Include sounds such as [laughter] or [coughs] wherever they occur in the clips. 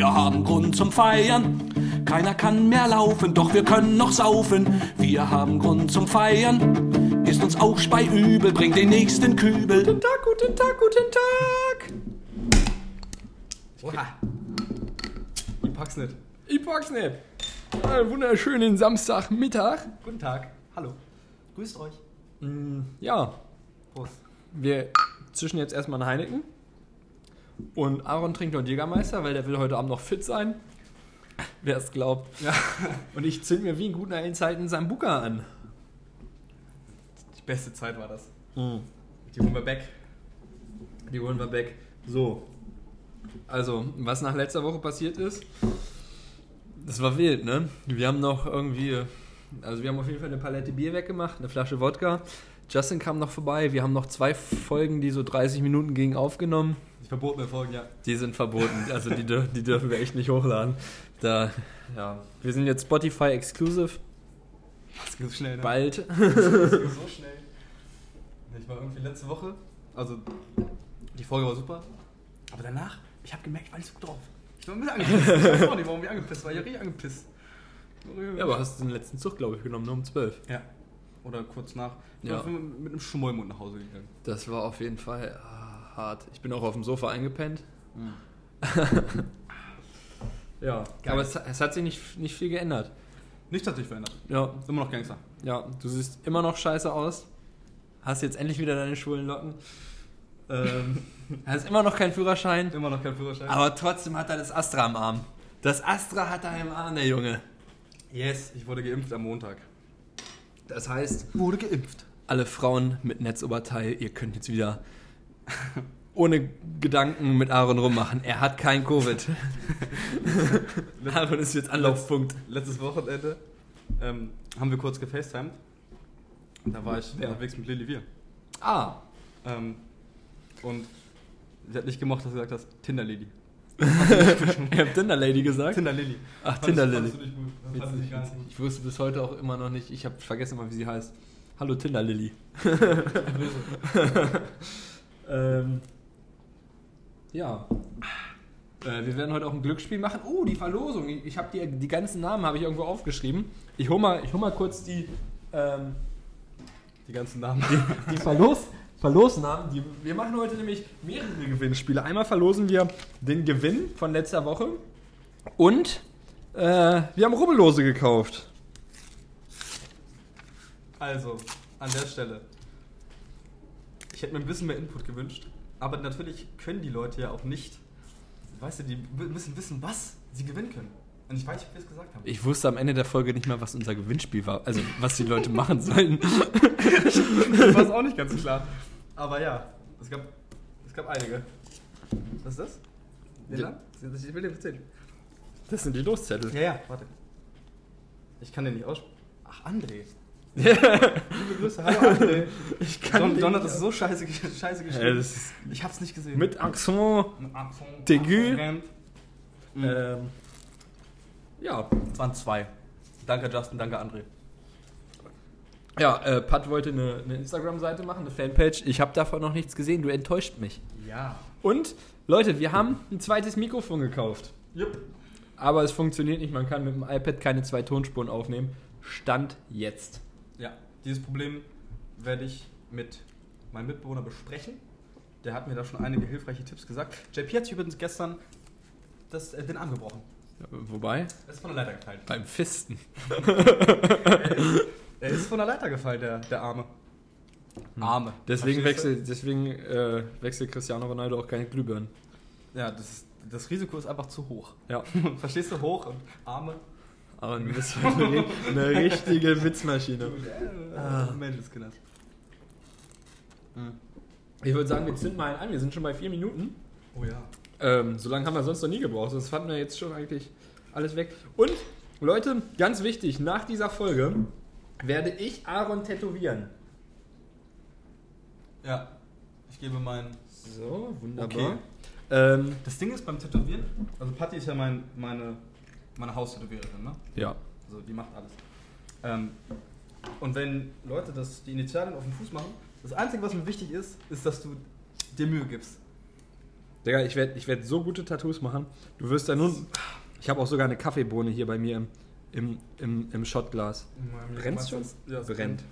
wir haben Grund zum Feiern. Keiner kann mehr laufen, doch wir können noch saufen. Wir haben Grund zum Feiern. Ist uns auch Spei übel, bringt den nächsten Kübel. Guten Tag, guten Tag, guten Tag. Oha. Ich pack's nicht. Ich pack's nicht. Einen wunderschönen Samstagmittag. Guten Tag. Hallo. Grüßt euch. Ja, Prost. wir zischen jetzt erstmal einen Heineken. Und Aaron trinkt heute Jägermeister, weil der will heute Abend noch fit sein. Wer es glaubt. [laughs] Und ich zünd mir wie in guten alten Zeiten Sambuka an. Die beste Zeit war das. Hm. Die holen wir back. Die holen wir back. So. Also, was nach letzter Woche passiert ist, das war wild, ne? Wir haben noch irgendwie, also wir haben auf jeden Fall eine Palette Bier weggemacht, eine Flasche Wodka. Justin kam noch vorbei. Wir haben noch zwei Folgen, die so 30 Minuten gingen, aufgenommen. Die verbotene Folgen, ja. Die sind [laughs] verboten. Also die, dür die dürfen wir echt nicht hochladen. Da, ja. Wir sind jetzt Spotify exclusive. Das ging so schnell, ne? Bald. Das ging so schnell. Ich war irgendwie letzte Woche, also die Folge war super, aber danach, ich habe gemerkt, ich war nicht so gut drauf. Ich war ein bisschen angepisst. Ich weiß auch nicht, warum ich angepisst war. Ich war richtig angepisst. Ja, aber hast den letzten Zug, glaube ich, genommen, nur um 12. Ja. Oder kurz nach. Ich Ja. bin auf jeden Fall mit einem Schmollmund nach Hause gegangen. Das war auf jeden Fall ah, hart. Ich bin auch auf dem Sofa eingepennt. [laughs] ja, Geil. aber es, es hat sich nicht, nicht viel geändert. Nichts hat sich verändert. Ja, Ist immer noch Gangster. ja, du siehst immer noch scheiße aus. Hast jetzt endlich wieder deine schwulen Locken. [laughs] Ähm, hast immer noch keinen Führerschein. Immer noch kein Führerschein. Aber trotzdem hat er das Astra am Arm. Das Astra hat er im Arm, der Junge. yes, ich wurde geimpft [laughs] am Montag. Das heißt, Wurde geimpft. alle Frauen mit Netzoberteil, ihr könnt jetzt wieder ohne Gedanken mit Aaron rummachen. Er hat kein Covid. [laughs] Aaron ist jetzt Anlaufpunkt. Letztes Wochenende ähm, haben wir kurz gefacetimed. Und Da war ich Ja. unterwegs mit Lilly Wir. Ah, Ähm, und sie hat nicht gemocht, dass du gesagt hast, Tinder Lilly. [laughs] ihr habt Tinder Lady gesagt? Tinder Lilly. Ach, Tinder Lilly. Witzig, Witzig, witzig. witzig. Ich wusste bis heute auch immer noch nicht, ich habe vergessen mal, wie sie heißt. Hallo Tinder Lilly. [laughs] ähm, ja. Äh, wir werden heute auch ein Glücksspiel machen. Oh, die Verlosung. Ich habe die, die ganzen Namen habe ich irgendwo aufgeschrieben. Ich hole mal, ich hol mal kurz die, ähm, Die ganzen Namen. die Verlos Verlosnamen. Die, wir machen heute nämlich mehrere Gewinnspiele. Einmal verlosen wir den Gewinn von letzter Woche und äh, wir haben Rubbellose gekauft. Also, an der Stelle. Ich hätte mir ein bisschen mehr Input gewünscht. Aber natürlich können die Leute ja auch nicht. Weißt du, die w- müssen wissen, was sie gewinnen können. Und ich weiß nicht, ob wir es gesagt haben. Ich wusste am Ende der Folge nicht mehr, was unser Gewinnspiel war. Also, was die Leute [laughs] machen sollen. Ich war es auch nicht ganz klar. Aber ja, es gab, es gab einige. Was ist das? Den Ja. Laden? Ich will den erzählen. Das sind die Loszettel. [laughs] Ja, ja, warte. Ich kann den nicht aussprechen. Ach, André. Liebe Grüße, [laughs] hallo André. Ich Don, den Don hat nicht- das so scheiße, ge- scheiße Äh, geschrieben. das ist Ich hab's nicht gesehen. mit Accent. Ein Accent, Degü. Accent. Mhm. Ähm, ja. Es waren zwei. Danke Justin, danke André. Ja, äh, Pat wollte eine, eine Instagram-Seite machen, eine Fanpage. Ich habe davon noch nichts gesehen. Du enttäuscht mich. Ja. Und, Leute, wir haben ein zweites Mikrofon gekauft. Jupp. Aber es funktioniert nicht. Man kann mit dem iPad keine zwei Tonspuren aufnehmen. Stand jetzt. Ja, dieses Problem werde ich mit meinem Mitbewohner besprechen. Der hat mir da schon einige hilfreiche Tipps gesagt. JP hat sich übrigens gestern das, äh, den Arm gebrochen. Wobei, Er ist von der Leiter [laughs] gefallen. beim Fisten. Er ist von der Leiter gefallen, der, der Arme. Arme. Hm. Deswegen Verstehst du? wechselt, deswegen, äh, wechselt Cristiano Ronaldo auch keine Glühbirnen. Ja, das, ist- das Risiko ist einfach zu hoch. Ja. [laughs] Verstehst du? Hoch und Arme. [laughs] Aber du bist heute eine richtige Witzmaschine. Ah. Äh, Menschenskinder. Mhm. Ich würde sagen, wir zünden mal einen an. Wir sind schon bei vier Minuten. Oh ja. Ähm, so lange haben wir sonst noch nie gebraucht. Sonst fanden wir jetzt schon eigentlich alles weg. Und, Leute, ganz wichtig, nach dieser Folge werde ich Aaron tätowieren. Ja. Ich gebe meinen So, wunderbar. Ähm, Das Ding ist beim Tätowieren, also Patti ist ja mein, meine, meine Haustätowiererin, ne? ja. Also die macht alles. Ähm, und wenn Leute das, die Initialen auf den Fuß machen, das Einzige, was mir wichtig ist, ist, dass du dir Mühe gibst. Digga, ich werde ich werd so gute Tattoos machen. Du wirst da nun. Ich habe auch sogar eine Kaffeebohne hier bei mir im, im, im, im Shotglas. Brennt's schon? Ja, es Brennt.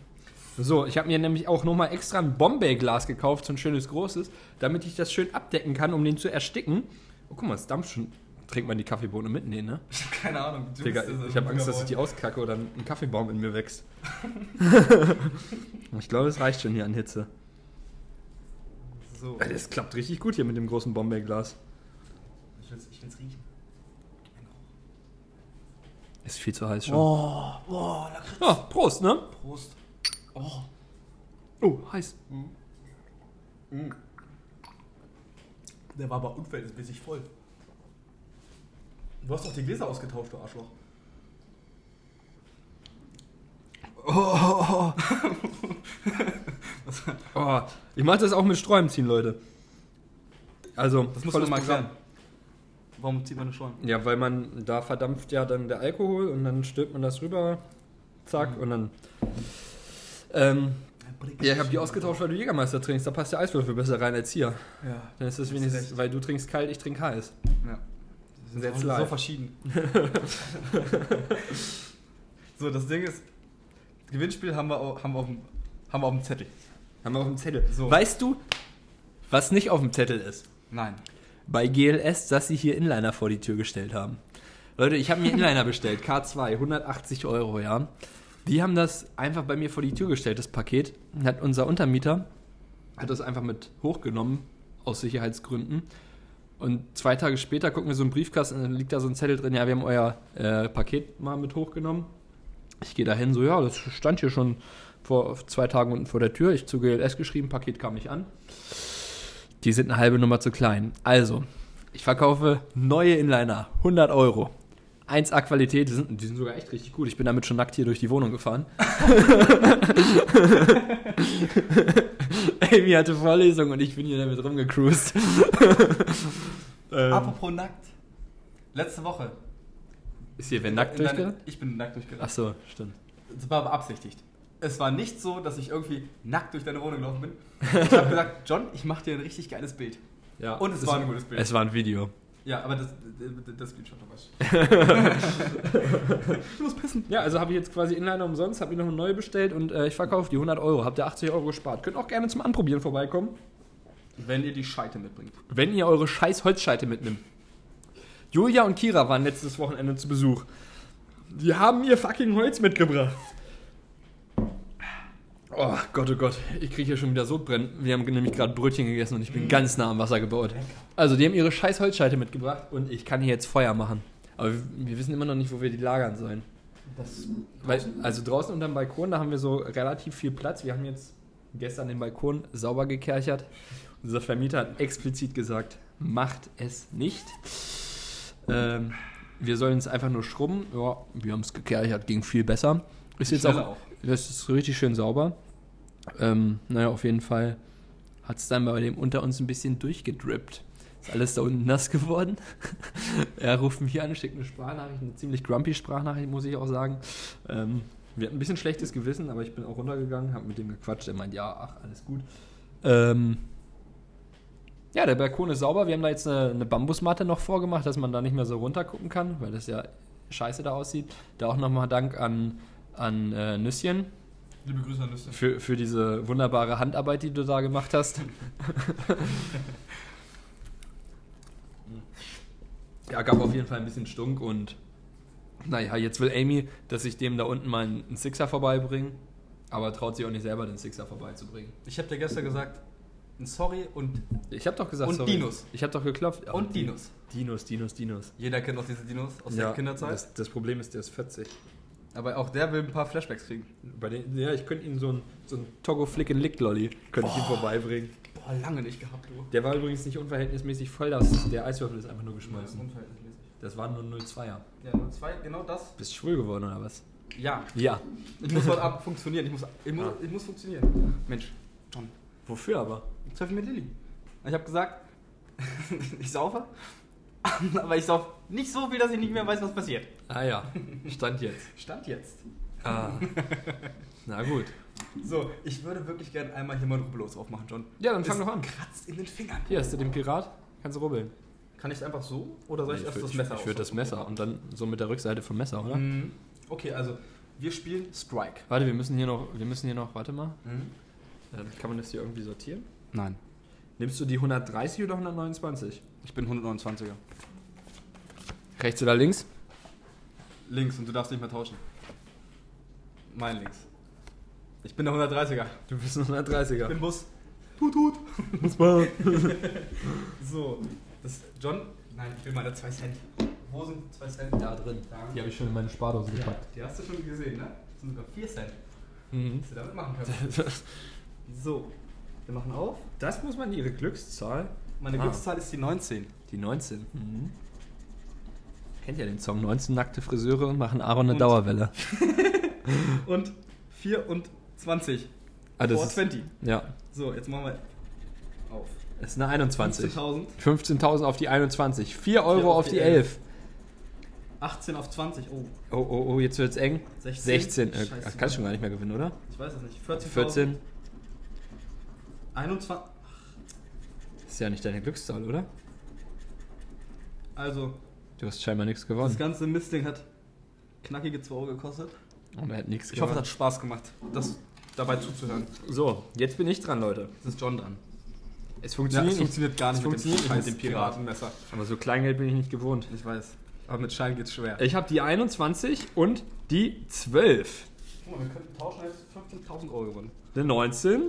So, ich habe mir nämlich auch nochmal extra ein Bombay-Glas gekauft, so ein schönes großes, damit ich das schön abdecken kann, um den zu ersticken. Oh, guck mal, es dampft schon. Trinkt man die Kaffeebohne mit? Nee, ne? [laughs] Ich hab keine Ahnung. Du Digga, bist das ich habe Angst, dass ich [laughs] Buggerboy. die auskacke oder ein Kaffeebaum in mir wächst. ich glaube, es reicht schon hier an Hitze. So, Ey, Das klappt richtig gut hier mit dem großen Bombay-Glas. ich will's, ich will's riechen. Ist viel zu heiß schon. Oh. Oh, oh, Lakritz. Prost, ne? Prost. Oh, Oh, heiß. der war aber unverhältnismäßig voll. Du hast doch die Gläser ausgetauscht, du Arschloch. Oh, ich mache das auch mit Sträumen ziehen, Leute. Also, Das muss volles man mal Programm. klären. Warum zieht man eine Schorn? Ja, weil man, da verdampft ja dann der Alkohol und dann stülpt man das rüber, Mhm. zack, und dann. Ähm, ja, ich habe die ausgetauscht, weil du Jägermeister trinkst. Da passt der Eiswürfel besser rein als hier. Ja. Dann ist das Hast wenigstens, recht. weil du trinkst kalt, ich trinke [laughs] heiß. ja. Das That's so, so life. [laughs] verschieden. so, das Ding ist, Gewinnspiel haben wir, au- haben wir, auf, dem, haben wir auf dem Zettel. Haben wir auf dem Zettel. So. Weißt du, was nicht auf dem Zettel ist? Nein. Bei GLS, dass sie hier Inliner vor die Tür gestellt haben. Leute, ich habe mir Inliner bestellt, K2, 180 Euro, ja. Die haben das einfach bei mir vor die Tür gestellt, das Paket. Und Hat unser Untermieter, hat das einfach mit hochgenommen, aus Sicherheitsgründen. Und zwei Tage später gucken wir so einen Briefkasten, und dann liegt da so ein Zettel drin, ja, wir haben euer äh, Paket mal mit hochgenommen. Ich gehe da hin, so, ja, das stand hier schon vor zwei Tagen unten vor der Tür. Ich zu GLS geschrieben, Paket kam nicht an. Die sind eine halbe Nummer zu klein. Also, ich verkaufe neue Inliner, 100 Euro. 1A-Qualität, die sind, die sind sogar echt richtig gut. Ich bin damit schon nackt hier durch die Wohnung gefahren. [laughs] Amy hatte Vorlesung und ich bin hier damit rumgecruised. [laughs] ähm, Apropos nackt. Letzte Woche. ist hier wer nackt In deine- durchgerannt? Ich bin nackt durchgerannt. Achso, stimmt. Das war beabsichtigt. Es war nicht so, dass ich irgendwie nackt durch deine Wohnung gelaufen bin. Ich [laughs] habe gesagt, John, ich mache dir ein richtig geiles Bild. Ja, Und es war ein gutes Bild. Es war ein Video. Ja, aber das, das, das Bild schon dabei. [laughs] ich muss pissen. Ja, also habe ich jetzt quasi Inliner umsonst, habe mir noch eine neue bestellt und äh, ich verkaufe die 100 Euro. Habt ihr 80 Euro gespart. Könnt auch gerne zum Anprobieren vorbeikommen. Wenn ihr die Scheite mitbringt. wenn ihr eure scheiß Holzscheite mitnimmt. Julia und Kira waren letztes Wochenende zu Besuch. Die haben ihr fucking Holz mitgebracht. Oh Gott, oh Gott, ich kriege hier schon wieder Sodbrennen. Wir haben nämlich gerade Brötchen gegessen und ich bin ganz nah am Wasser gebaut. Also, die haben ihre scheiß Holzscheite mitgebracht und ich kann hier jetzt Feuer machen. Aber wir, wir wissen immer noch nicht, wo wir die lagern sollen. Das Weil, also draußen unterm Balkon, da haben wir so relativ viel Platz. Wir haben jetzt gestern den Balkon sauber gekerchert. Unser Vermieter hat explizit gesagt, macht es nicht. Ähm, wir sollen es einfach nur schrubben. Ja, wir haben es gekerchert, ging viel besser. Ist jetzt auch, Schneller auch. Das ist richtig schön sauber. Ähm, naja, auf jeden Fall hat es dann bei dem unter uns ein bisschen durchgedrippt. Ist alles da unten nass geworden. er ruft mich an, schickt eine Sprachnachricht, eine ziemlich grumpy Sprachnachricht, muss ich auch sagen. Ähm, wir hatten ein bisschen schlechtes Gewissen, aber ich bin auch runtergegangen, habe mit dem gequatscht. Er meint, ja, ach, alles gut. Ähm, ja, der Balkon ist sauber. Wir haben da jetzt eine, eine Bambusmatte noch vorgemacht, dass man da nicht mehr so runtergucken kann, weil das ja scheiße da aussieht. Da auch nochmal Dank an, an äh, Nüsschen Liebe Grüße an Lüste. für, für diese wunderbare Handarbeit, die du da gemacht hast. [laughs] ja, gab auf jeden Fall ein bisschen Stunk und naja, jetzt will Amy, dass ich dem da unten mal einen einen Sixer vorbeibringe, aber traut sich auch nicht selber, den Sixer vorbeizubringen. Ich habe dir gestern gesagt, ein Sorry und, Ich hab doch gesagt, Und Dinos. Ich hab doch geklopft. Ja, und Dinos. Dinos, Dinos, Dinos. Jeder kennt noch diese Dinos aus der Kinderzeit. Das, das Problem ist, der ist 40. Aber auch der will ein paar Flashbacks kriegen. Bei den, ja, ich könnte ihm so ein, so ein Togo Flick and Lick Lolly könnte ich ihm vorbeibringen. Boah, lange nicht gehabt, du. Der war übrigens nicht unverhältnismäßig voll, das, der Eiswürfel ist einfach nur geschmolzen. Unverhältnismäßig. Das waren nur 02er. Ja, nur zwei, genau das. Bist schwul geworden oder was? Ja, Ja. ich muss heute Abend funktionieren. Ich muss, ich muss, Ja. ich muss funktionieren. Mensch, John, Wofür aber? ich treffe mit Lilly. Ich habe gesagt, [laughs] ich saufe, [laughs] aber ich saufe nicht so viel, dass ich nicht mehr weiß, was passiert. Ah ja, stand jetzt. Stand jetzt. [laughs] Ah. Na gut. So, ich würde wirklich gerne einmal hier mal einen Rubbellos aufmachen, John. Ja, dann fang Es doch an. Kratzt in den Fingern. Hier hast du den Pirat. Kannst du rubbeln. Kann ich es einfach so oder soll ich ich erst würde das Messer ich würd das aussuchen? Messer und dann so mit der Rückseite vom Messer, oder? Mhm. Okay, also wir spielen Strike. Mhm. Warte, wir müssen hier noch, wir müssen hier noch, warte mal. Ähm, kann man das hier irgendwie sortieren? Nein. Nimmst du die 130 oder 129? Ich bin 129er. Rechts oder links? Links und du darfst nicht mehr tauschen. Mein links. Ich bin der 130er. Du bist ein 130er. Im Bus. Tut, tut. Muss man. [laughs] So, das John. Nein, ich will meine 2 Cent. Wo sind 2 Cent? Da drin. Die Danke. habe ich schon in meine Spardose Ja, gepackt. die hast du schon gesehen, ne? Das sind sogar 4 Cent, Mhm. was wir damit machen können. [laughs] So, wir machen auf. Das muss man ihre Glückszahl. Meine Ah. Glückszahl ist die 19. Die 19. Mhm. Kennt ja den Song 19 nackte Friseure machen Aaron eine Und- Dauerwelle. Und 24. Ah, das Vor ist, 20. ja, So, jetzt machen wir auf. es ist eine 21. 15.000, 15.000 auf die 21. 4 Euro auf auf die die 11. 18 auf 20. Oh, Oh, oh, oh, jetzt wird's eng. 16. 16. Äh, Scheiße. kannst du schon gar nicht mehr gewinnen, oder? ich weiß es nicht. 14. 14. 21. Ist ja nicht deine Glückszahl, oder? Also, Du hast scheinbar nichts das gewonnen. ganze Mistding hat knackige 2 Euro gekostet. Und er hat nichts Ich hoffe, es gewonnen. hat Spaß gemacht, das dabei zuzuhören. So, jetzt bin ich dran, Leute. Das ist John dran. Es Ja, funktioniert es nicht. funktioniert gar nicht es mit, dem funktioniert scheiß nicht mit dem Piraten. Piratenmesser. Aber so Kleingeld bin ich nicht gewohnt. Ich weiß. Aber mit Schein geht's schwer. Ich habe die 21 und die 12. Guck mal, wir könnten tauschen jetzt 15.000 Euro gewonnen. Eine 19.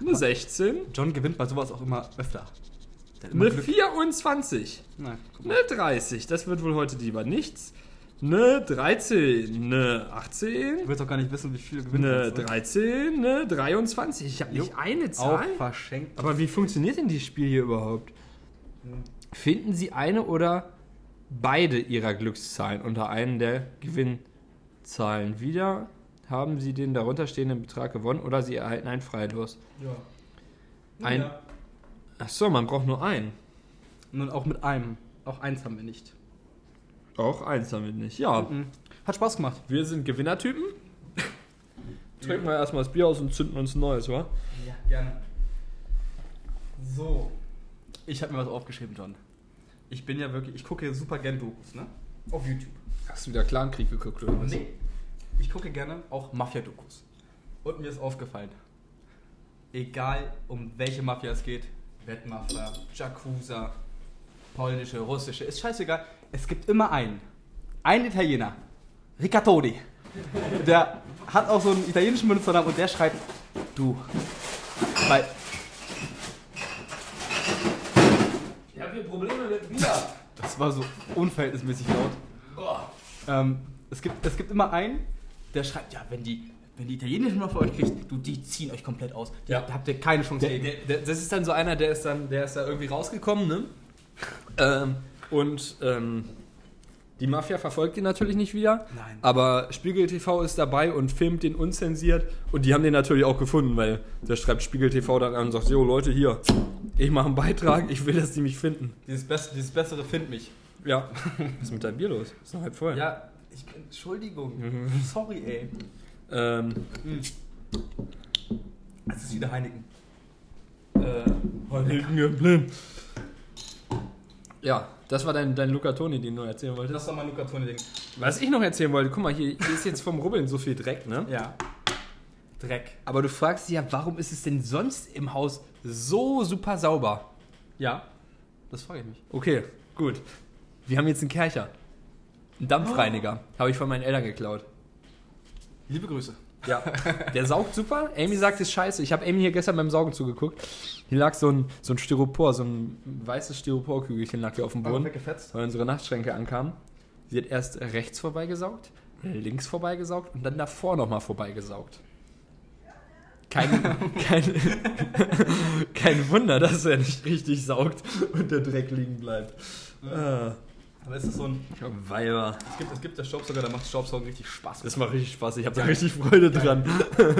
Eine 16. John gewinnt bei sowas auch immer öfter. Der hat immer Eine Glück. 24. Nein, guck Eine mal. 30. Das wird wohl heute lieber nichts. Eine 13. Eine 18. Du willst doch gar nicht wissen, wie viel du gewinnst. Eine 13. Eine 23. Ich habe nicht Jo. eine Auch Zahl. verschenkt. Aber wie funktioniert denn dieses Spiel hier überhaupt? Finden Sie eine oder beide Ihrer Glückszahlen unter einen der Gewinnzahlen wieder? Haben Sie den darunterstehenden Betrag gewonnen oder Sie erhalten ein Freilos? Ja. Ein- Ja. Achso, man braucht nur einen. Nun auch mit einem. Auch eins haben wir nicht. Auch eins damit nicht. Ja, Mhm. Hat Spaß gemacht. wir sind Gewinnertypen. [laughs] Trinken wir erstmal das Bier aus und zünden uns ein neues, wa? Ja, gerne. So. Ich habe mir was aufgeschrieben, John. Ich bin ja wirklich, ich gucke super gern Dokus, ne? Auf YouTube. Hast du wieder Clankrieg geguckt oder Nee. Ich gucke gerne auch Mafia-Dokus. Und mir ist aufgefallen, egal um welche Mafia es geht, Wettmafia, Jakusa, polnische, russische, ist scheißegal, es gibt immer einen. Ein Italiener, Riccatoni. Der hat auch so einen italienischen Benutzernamen und der schreibt, du. Weil Ich habe hier Probleme mit Bier. Das war so unverhältnismäßig laut. Ähm, es, gibt, es gibt immer einen, der schreibt, ja, wenn die, wenn die italienischen Waffe euch kriegt, du, die ziehen euch komplett aus. Die, Ja. Da habt ihr keine Chance Der, gegen. der, der, das ist dann so einer, der ist dann, der ist da irgendwie rausgekommen, ne? Ähm, und ähm, die Mafia verfolgt ihn natürlich nicht wieder. Nein. Aber Spiegel TV ist dabei und filmt den unzensiert. Und die haben den natürlich auch gefunden, weil der schreibt Spiegel TV dann an und sagt: Jo, Leute, hier, ich mache einen Beitrag, ich will, dass die mich finden. Dieses, Bess dieses Bessere find mich. [laughs] Ja. Was ist mit deinem Bier los? Ist noch halb voll. Ja, ich, Entschuldigung. Mhm. Sorry, ey. Ähm, Das ist wieder Heineken. äh, ja, das war dein, dein Luca Toni, den du erzählen wolltest. Das war mein Luca Toni-Ding. Was ich noch erzählen wollte, guck mal, hier, hier ist jetzt vom Rubbeln so viel Dreck, ne? Ja. Dreck. Aber du fragst dich ja, warum ist es denn sonst im Haus so super sauber? Ja, das frage ich mich. Okay, gut. Wir haben jetzt einen Kercher. Einen Dampfreiniger. Habe ich von meinen Eltern geklaut. Liebe Grüße. Ja. [laughs] Der saugt super. Amy sagt, es ist scheiße. Ich habe Amy hier gestern beim Saugen zugeguckt. Hier lag so ein, so ein Styropor, so ein weißes Styroporkügelchen lag hier auf dem Boden. weggefetzt? weil unsere Nachtschränke ankamen. Sie hat erst rechts vorbeigesaugt, links vorbeigesaugt und dann davor nochmal vorbeigesaugt. Kein, kein, kein Wunder, dass er nicht richtig saugt und der Dreck liegen bleibt. Ah, Aber es ist so ein. Weiber. Es gibt, es gibt der Staubsauger, da macht Staubsaugen richtig Spaß. Das macht richtig Spaß, ich habe da richtig Freude dran.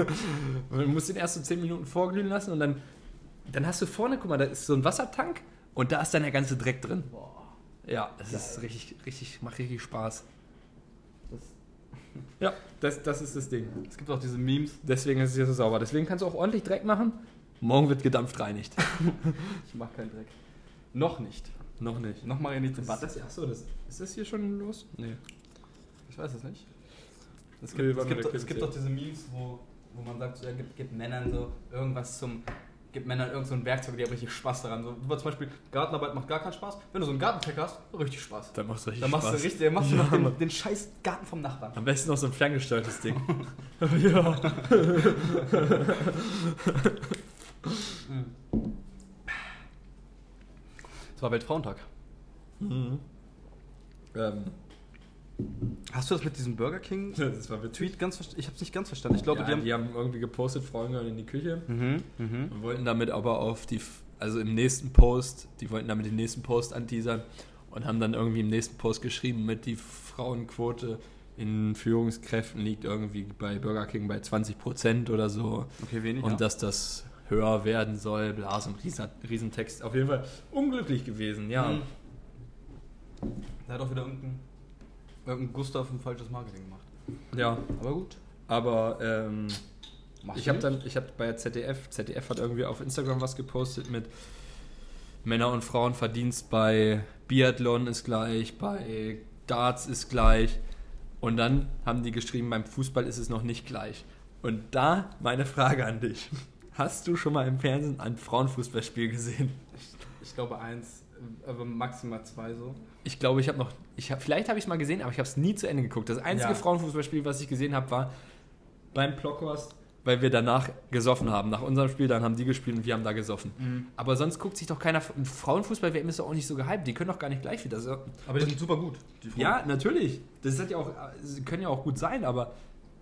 [laughs] Man muss den erst so 10 Minuten vorglühen lassen und dann, dann hast du vorne, guck mal, da ist so ein Wassertank und da ist dann der ganze Dreck drin. Boah, Ja, das ist richtig, richtig, macht richtig Spaß. das- [laughs] Ja, das, das ist das Ding. es gibt auch diese Memes. Deswegen ist es hier so sauber. Deswegen kannst du auch ordentlich Dreck machen. Morgen wird gedampft reinigt. Ich mach keinen Dreck. Noch nicht. Noch nicht. Noch mache ich nicht Ist Debatte. das, achso, das, ist das hier schon los? Nee. Ich weiß es nicht. Es Nee, gibt, warte mal, es gibt, der doch- es Clip gibt ist doch diese Memes, wo, wo man sagt, so, ja, gibt, gibt Männern so irgendwas zum. Gibt Männern irgend so ein Werkzeug, die haben richtig Spaß daran. So, zum Beispiel, Gartenarbeit macht gar keinen Spaß. Wenn du so einen Gartenpack hast, richtig Spaß. Dann machst du richtig Dann machst du richtig, dann [laughs] machst du noch den, den scheiß Garten vom Nachbarn. Am besten noch so ein ferngesteuertes Ding. [laughs] ja. Es war Weltfrauentag. Mhm. Ähm, Hast du das mit diesem Burger King das war witzig. Tweet ganz verstanden? Ich hab's nicht ganz verstanden. Ich glaube, ja, die haben. irgendwie gepostet, Frauen gehören in die Küche. Mhm, mhm. Und wollten damit aber auf die, F- also im nächsten Post, die wollten damit den nächsten Post anteasern und haben dann irgendwie im nächsten Post geschrieben, mit die Frauenquote in Führungskräften liegt irgendwie bei Burger King bei 20% oder so. Okay, wenig. und ja. dass das höher werden soll, bla, so ein riesen, Riesentext. Auf jeden Fall unglücklich gewesen, ja. Mhm. Da hat auch wieder irgendein, irgendein Gustav ein falsches Marketing gemacht. Ja, Aber gut. aber ähm, Mach ich habe dann, ich habe bei ZDF, ZDF hat irgendwie auf Instagram was gepostet mit Männer und Frauen Verdienst bei Biathlon ist gleich, bei Darts ist gleich. Und dann haben die geschrieben, beim Fußball ist es noch nicht gleich. Und da meine Frage an dich. Hast du schon mal im Fernsehen ein Frauenfußballspiel gesehen? Ich glaube eins, aber maximal zwei so. Ich glaube, ich habe noch, ich hab, vielleicht habe ich es mal gesehen, aber ich habe es nie zu Ende geguckt. Das einzige Ja. Frauenfußballspiel, was ich gesehen habe, war beim Blockhorst, weil wir danach gesoffen haben. Nach unserem Spiel, dann haben die gespielt und wir haben da gesoffen. Mhm. Aber sonst guckt sich doch keiner. und Frauenfußball WM ist doch auch nicht so gehypt. Die können doch gar nicht gleich wieder. So. Aber die sind super gut. Die Frauen. Ja, natürlich. Das hat ja auch, sie können ja auch gut sein, aber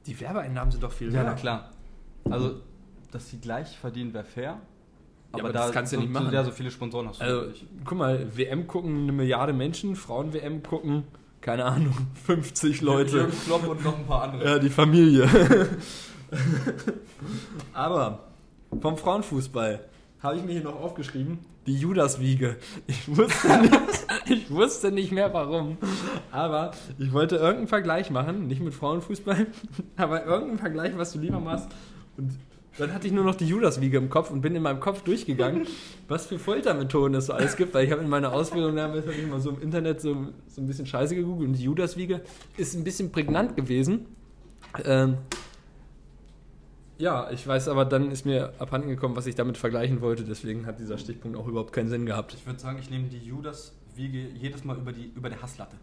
die Werbeeinnahmen sind doch viel ja, höher. na klar. Also, dass sie gleich verdienen, wäre fair. aber das kannst du so, nicht machen. So, ja, so viele Sponsoren hast du Also, nicht. guck mal, WM gucken eine Milliarde Menschen, Frauen-WM gucken, keine Ahnung, [laughs] 50 Leute. Jürgen Klopp und noch ein paar andere. Ja, die Familie. [laughs] Aber vom Frauenfußball habe ich mir hier noch aufgeschrieben, die Judaswiege. Ich wusste, nicht, ich wusste nicht mehr warum. Aber ich wollte irgendeinen Vergleich machen, nicht mit Frauenfußball, [laughs] aber irgendeinen Vergleich, was du lieber machst. Und dann hatte ich nur noch die Judaswiege im Kopf und bin in meinem Kopf durchgegangen, was für Foltermethoden es so alles gibt, weil ich habe in meiner Ausbildung damals hab ich mal so im Internet so, so ein bisschen Scheiße gegoogelt und die Judaswiege ist ein bisschen prägnant gewesen. Ähm, ja, ich weiß, aber dann ist mir abhandengekommen, was ich damit vergleichen wollte. Deswegen hat dieser Stichpunkt auch überhaupt keinen Sinn gehabt. Ich würde sagen, ich nehme die Judas-Wiege jedes Mal über, die, über der Hasslatte.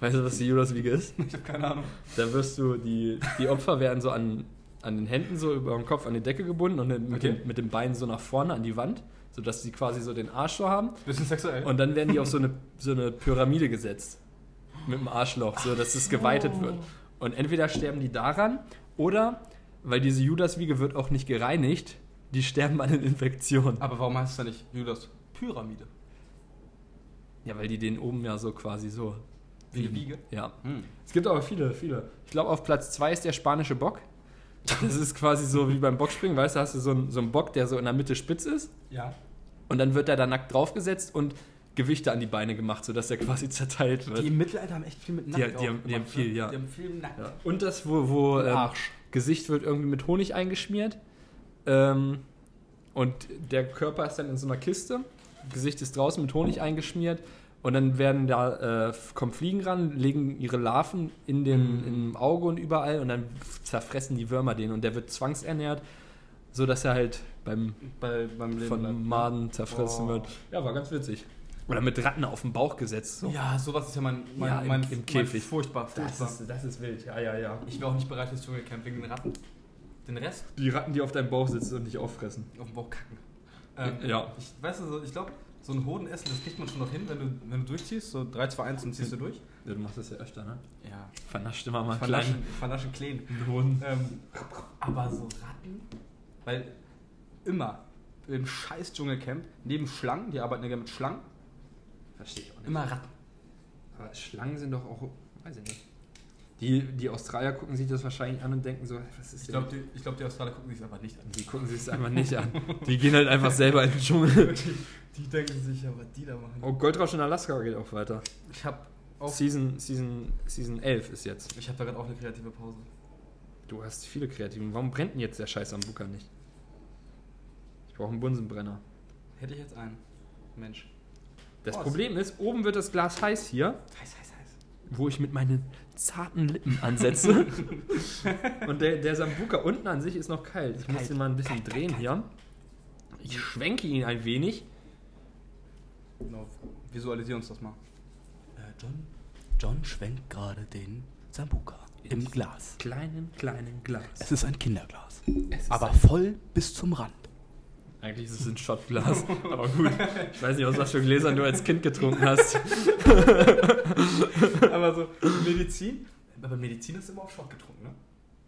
Weißt du, was die Judaswiege ist? Ich habe keine Ahnung. Da wirst du, die, die Opfer werden so an, an den Händen so über den Kopf an die Decke gebunden und dann mit, Okay. dem, mit den Beinen so nach vorne an die Wand, sodass sie quasi so den Arsch so haben. Bisschen sexuell. Und dann werden die auf so eine, so eine Pyramide gesetzt. Mit dem Arschloch, so dass es geweitet wird. Und entweder sterben die daran oder, weil diese Judaswiege wird auch nicht gereinigt, die sterben an den Infektionen. aber warum heißt es dann nicht Judas? Pyramide. Ja, weil die den oben ja so quasi so. Wie wiegen. die Wiege? Ja. Hm. Es gibt aber viele, viele. Ich glaube, auf Platz 2 ist der spanische Bock. Das ist quasi so wie beim Bockspringen, weißt du, hast du so einen, so einen Bock, der so in der Mitte spitz ist Ja. und dann wird er da nackt draufgesetzt und Gewichte an die Beine gemacht, sodass er quasi zerteilt wird. Die im Mittelalter haben echt viel mit Nackt die haben- die haben aufgemacht, viel, ne? ja. Die haben viel Nackt. Ja. Und das, wo, wo ähm, Arsch. Gesicht wird irgendwie mit Honig eingeschmiert. Ähm, und der Körper ist dann in so einer Kiste. Gesicht ist draußen mit Honig eingeschmiert. Und dann werden da, äh, kommen Fliegen ran, legen ihre Larven in den, Mhm. im Auge und überall und dann zerfressen die Würmer den. Und der wird zwangsernährt, sodass er halt beim, Bei, beim Leben bleibt, von ne? Maden zerfressen Oh. wird. Ja, war ganz witzig. Oder mit Ratten auf den Bauch gesetzt. So. Ja, sowas ist ja mein, mein, Ja, im- mein, im mein Käfig. furchtbar, furchtbar. das ist wild. Ja, ja, ja. ich wäre auch nicht bereit fürs Dschungelcamp wegen den Ratten. Den Rest Die Ratten, die auf deinem Bauch sitzen und dich auffressen. auf dem Bauch kacken. Ähm, Ja. Ich, weißt du, so, ich glaube, so ein Hodenessen, das kriegt man schon noch hin, wenn du, wenn du durchziehst. So 3, 2, 1 und ziehst du durch. Ja, du machst das ja öfter, ne? Ja. Vernascht immer mal Vernaschen, vernaschen clean. Hoden. Ähm, aber so Ratten? Weil immer im scheiß Dschungelcamp, neben Schlangen, die arbeiten ja gerne mit Schlangen, Verstehe ich auch nicht. immer Ratten. Aber Schlangen sind doch auch, weiß ich nicht. Die, die Australier gucken sich das wahrscheinlich an und denken so, was ist Ich glaube, die, ich glaub, die Australier gucken sich aber nicht an. die gucken sich es einfach nicht an. [laughs] Die gehen halt einfach selber in den Dschungel. Die denken sich ja, was die da machen. Oh, Goldrausch in Alaska geht auch weiter. Ich habe auch Season, Season, Season 11 ist jetzt. Ich habe da gerade auch eine kreative Pause. Du hast viele Kreativen. Warum brennt denn jetzt der Scheiß am Buka nicht? Ich brauche einen Bunsenbrenner. Hätte ich jetzt einen. Mensch. Das Was? Problem ist, oben wird das Glas heiß hier, Heiß, heiß, heiß. wo ich mit meinen zarten Lippen [laughs] ansetze. Und der, der Sambuka unten an sich ist noch kalt. Ich muss Kalt, ihn mal ein bisschen drehen hier. Ich schwenke ihn ein wenig. Genau. Visualisier uns das mal. [laughs] John, John schwenkt gerade den Sambuka im Glas. Kleinen, kleinen Glas. Es ist ein Kinderglas, Es ist aber voll bis zum Rand. Eigentlich ist es ein [laughs] Schottglas, aber gut. Ich weiß nicht, aus was für Gläsern du als Kind getrunken hast. Aber so, Medizin? Aber Medizin ist immer auf Schott getrunken, ne?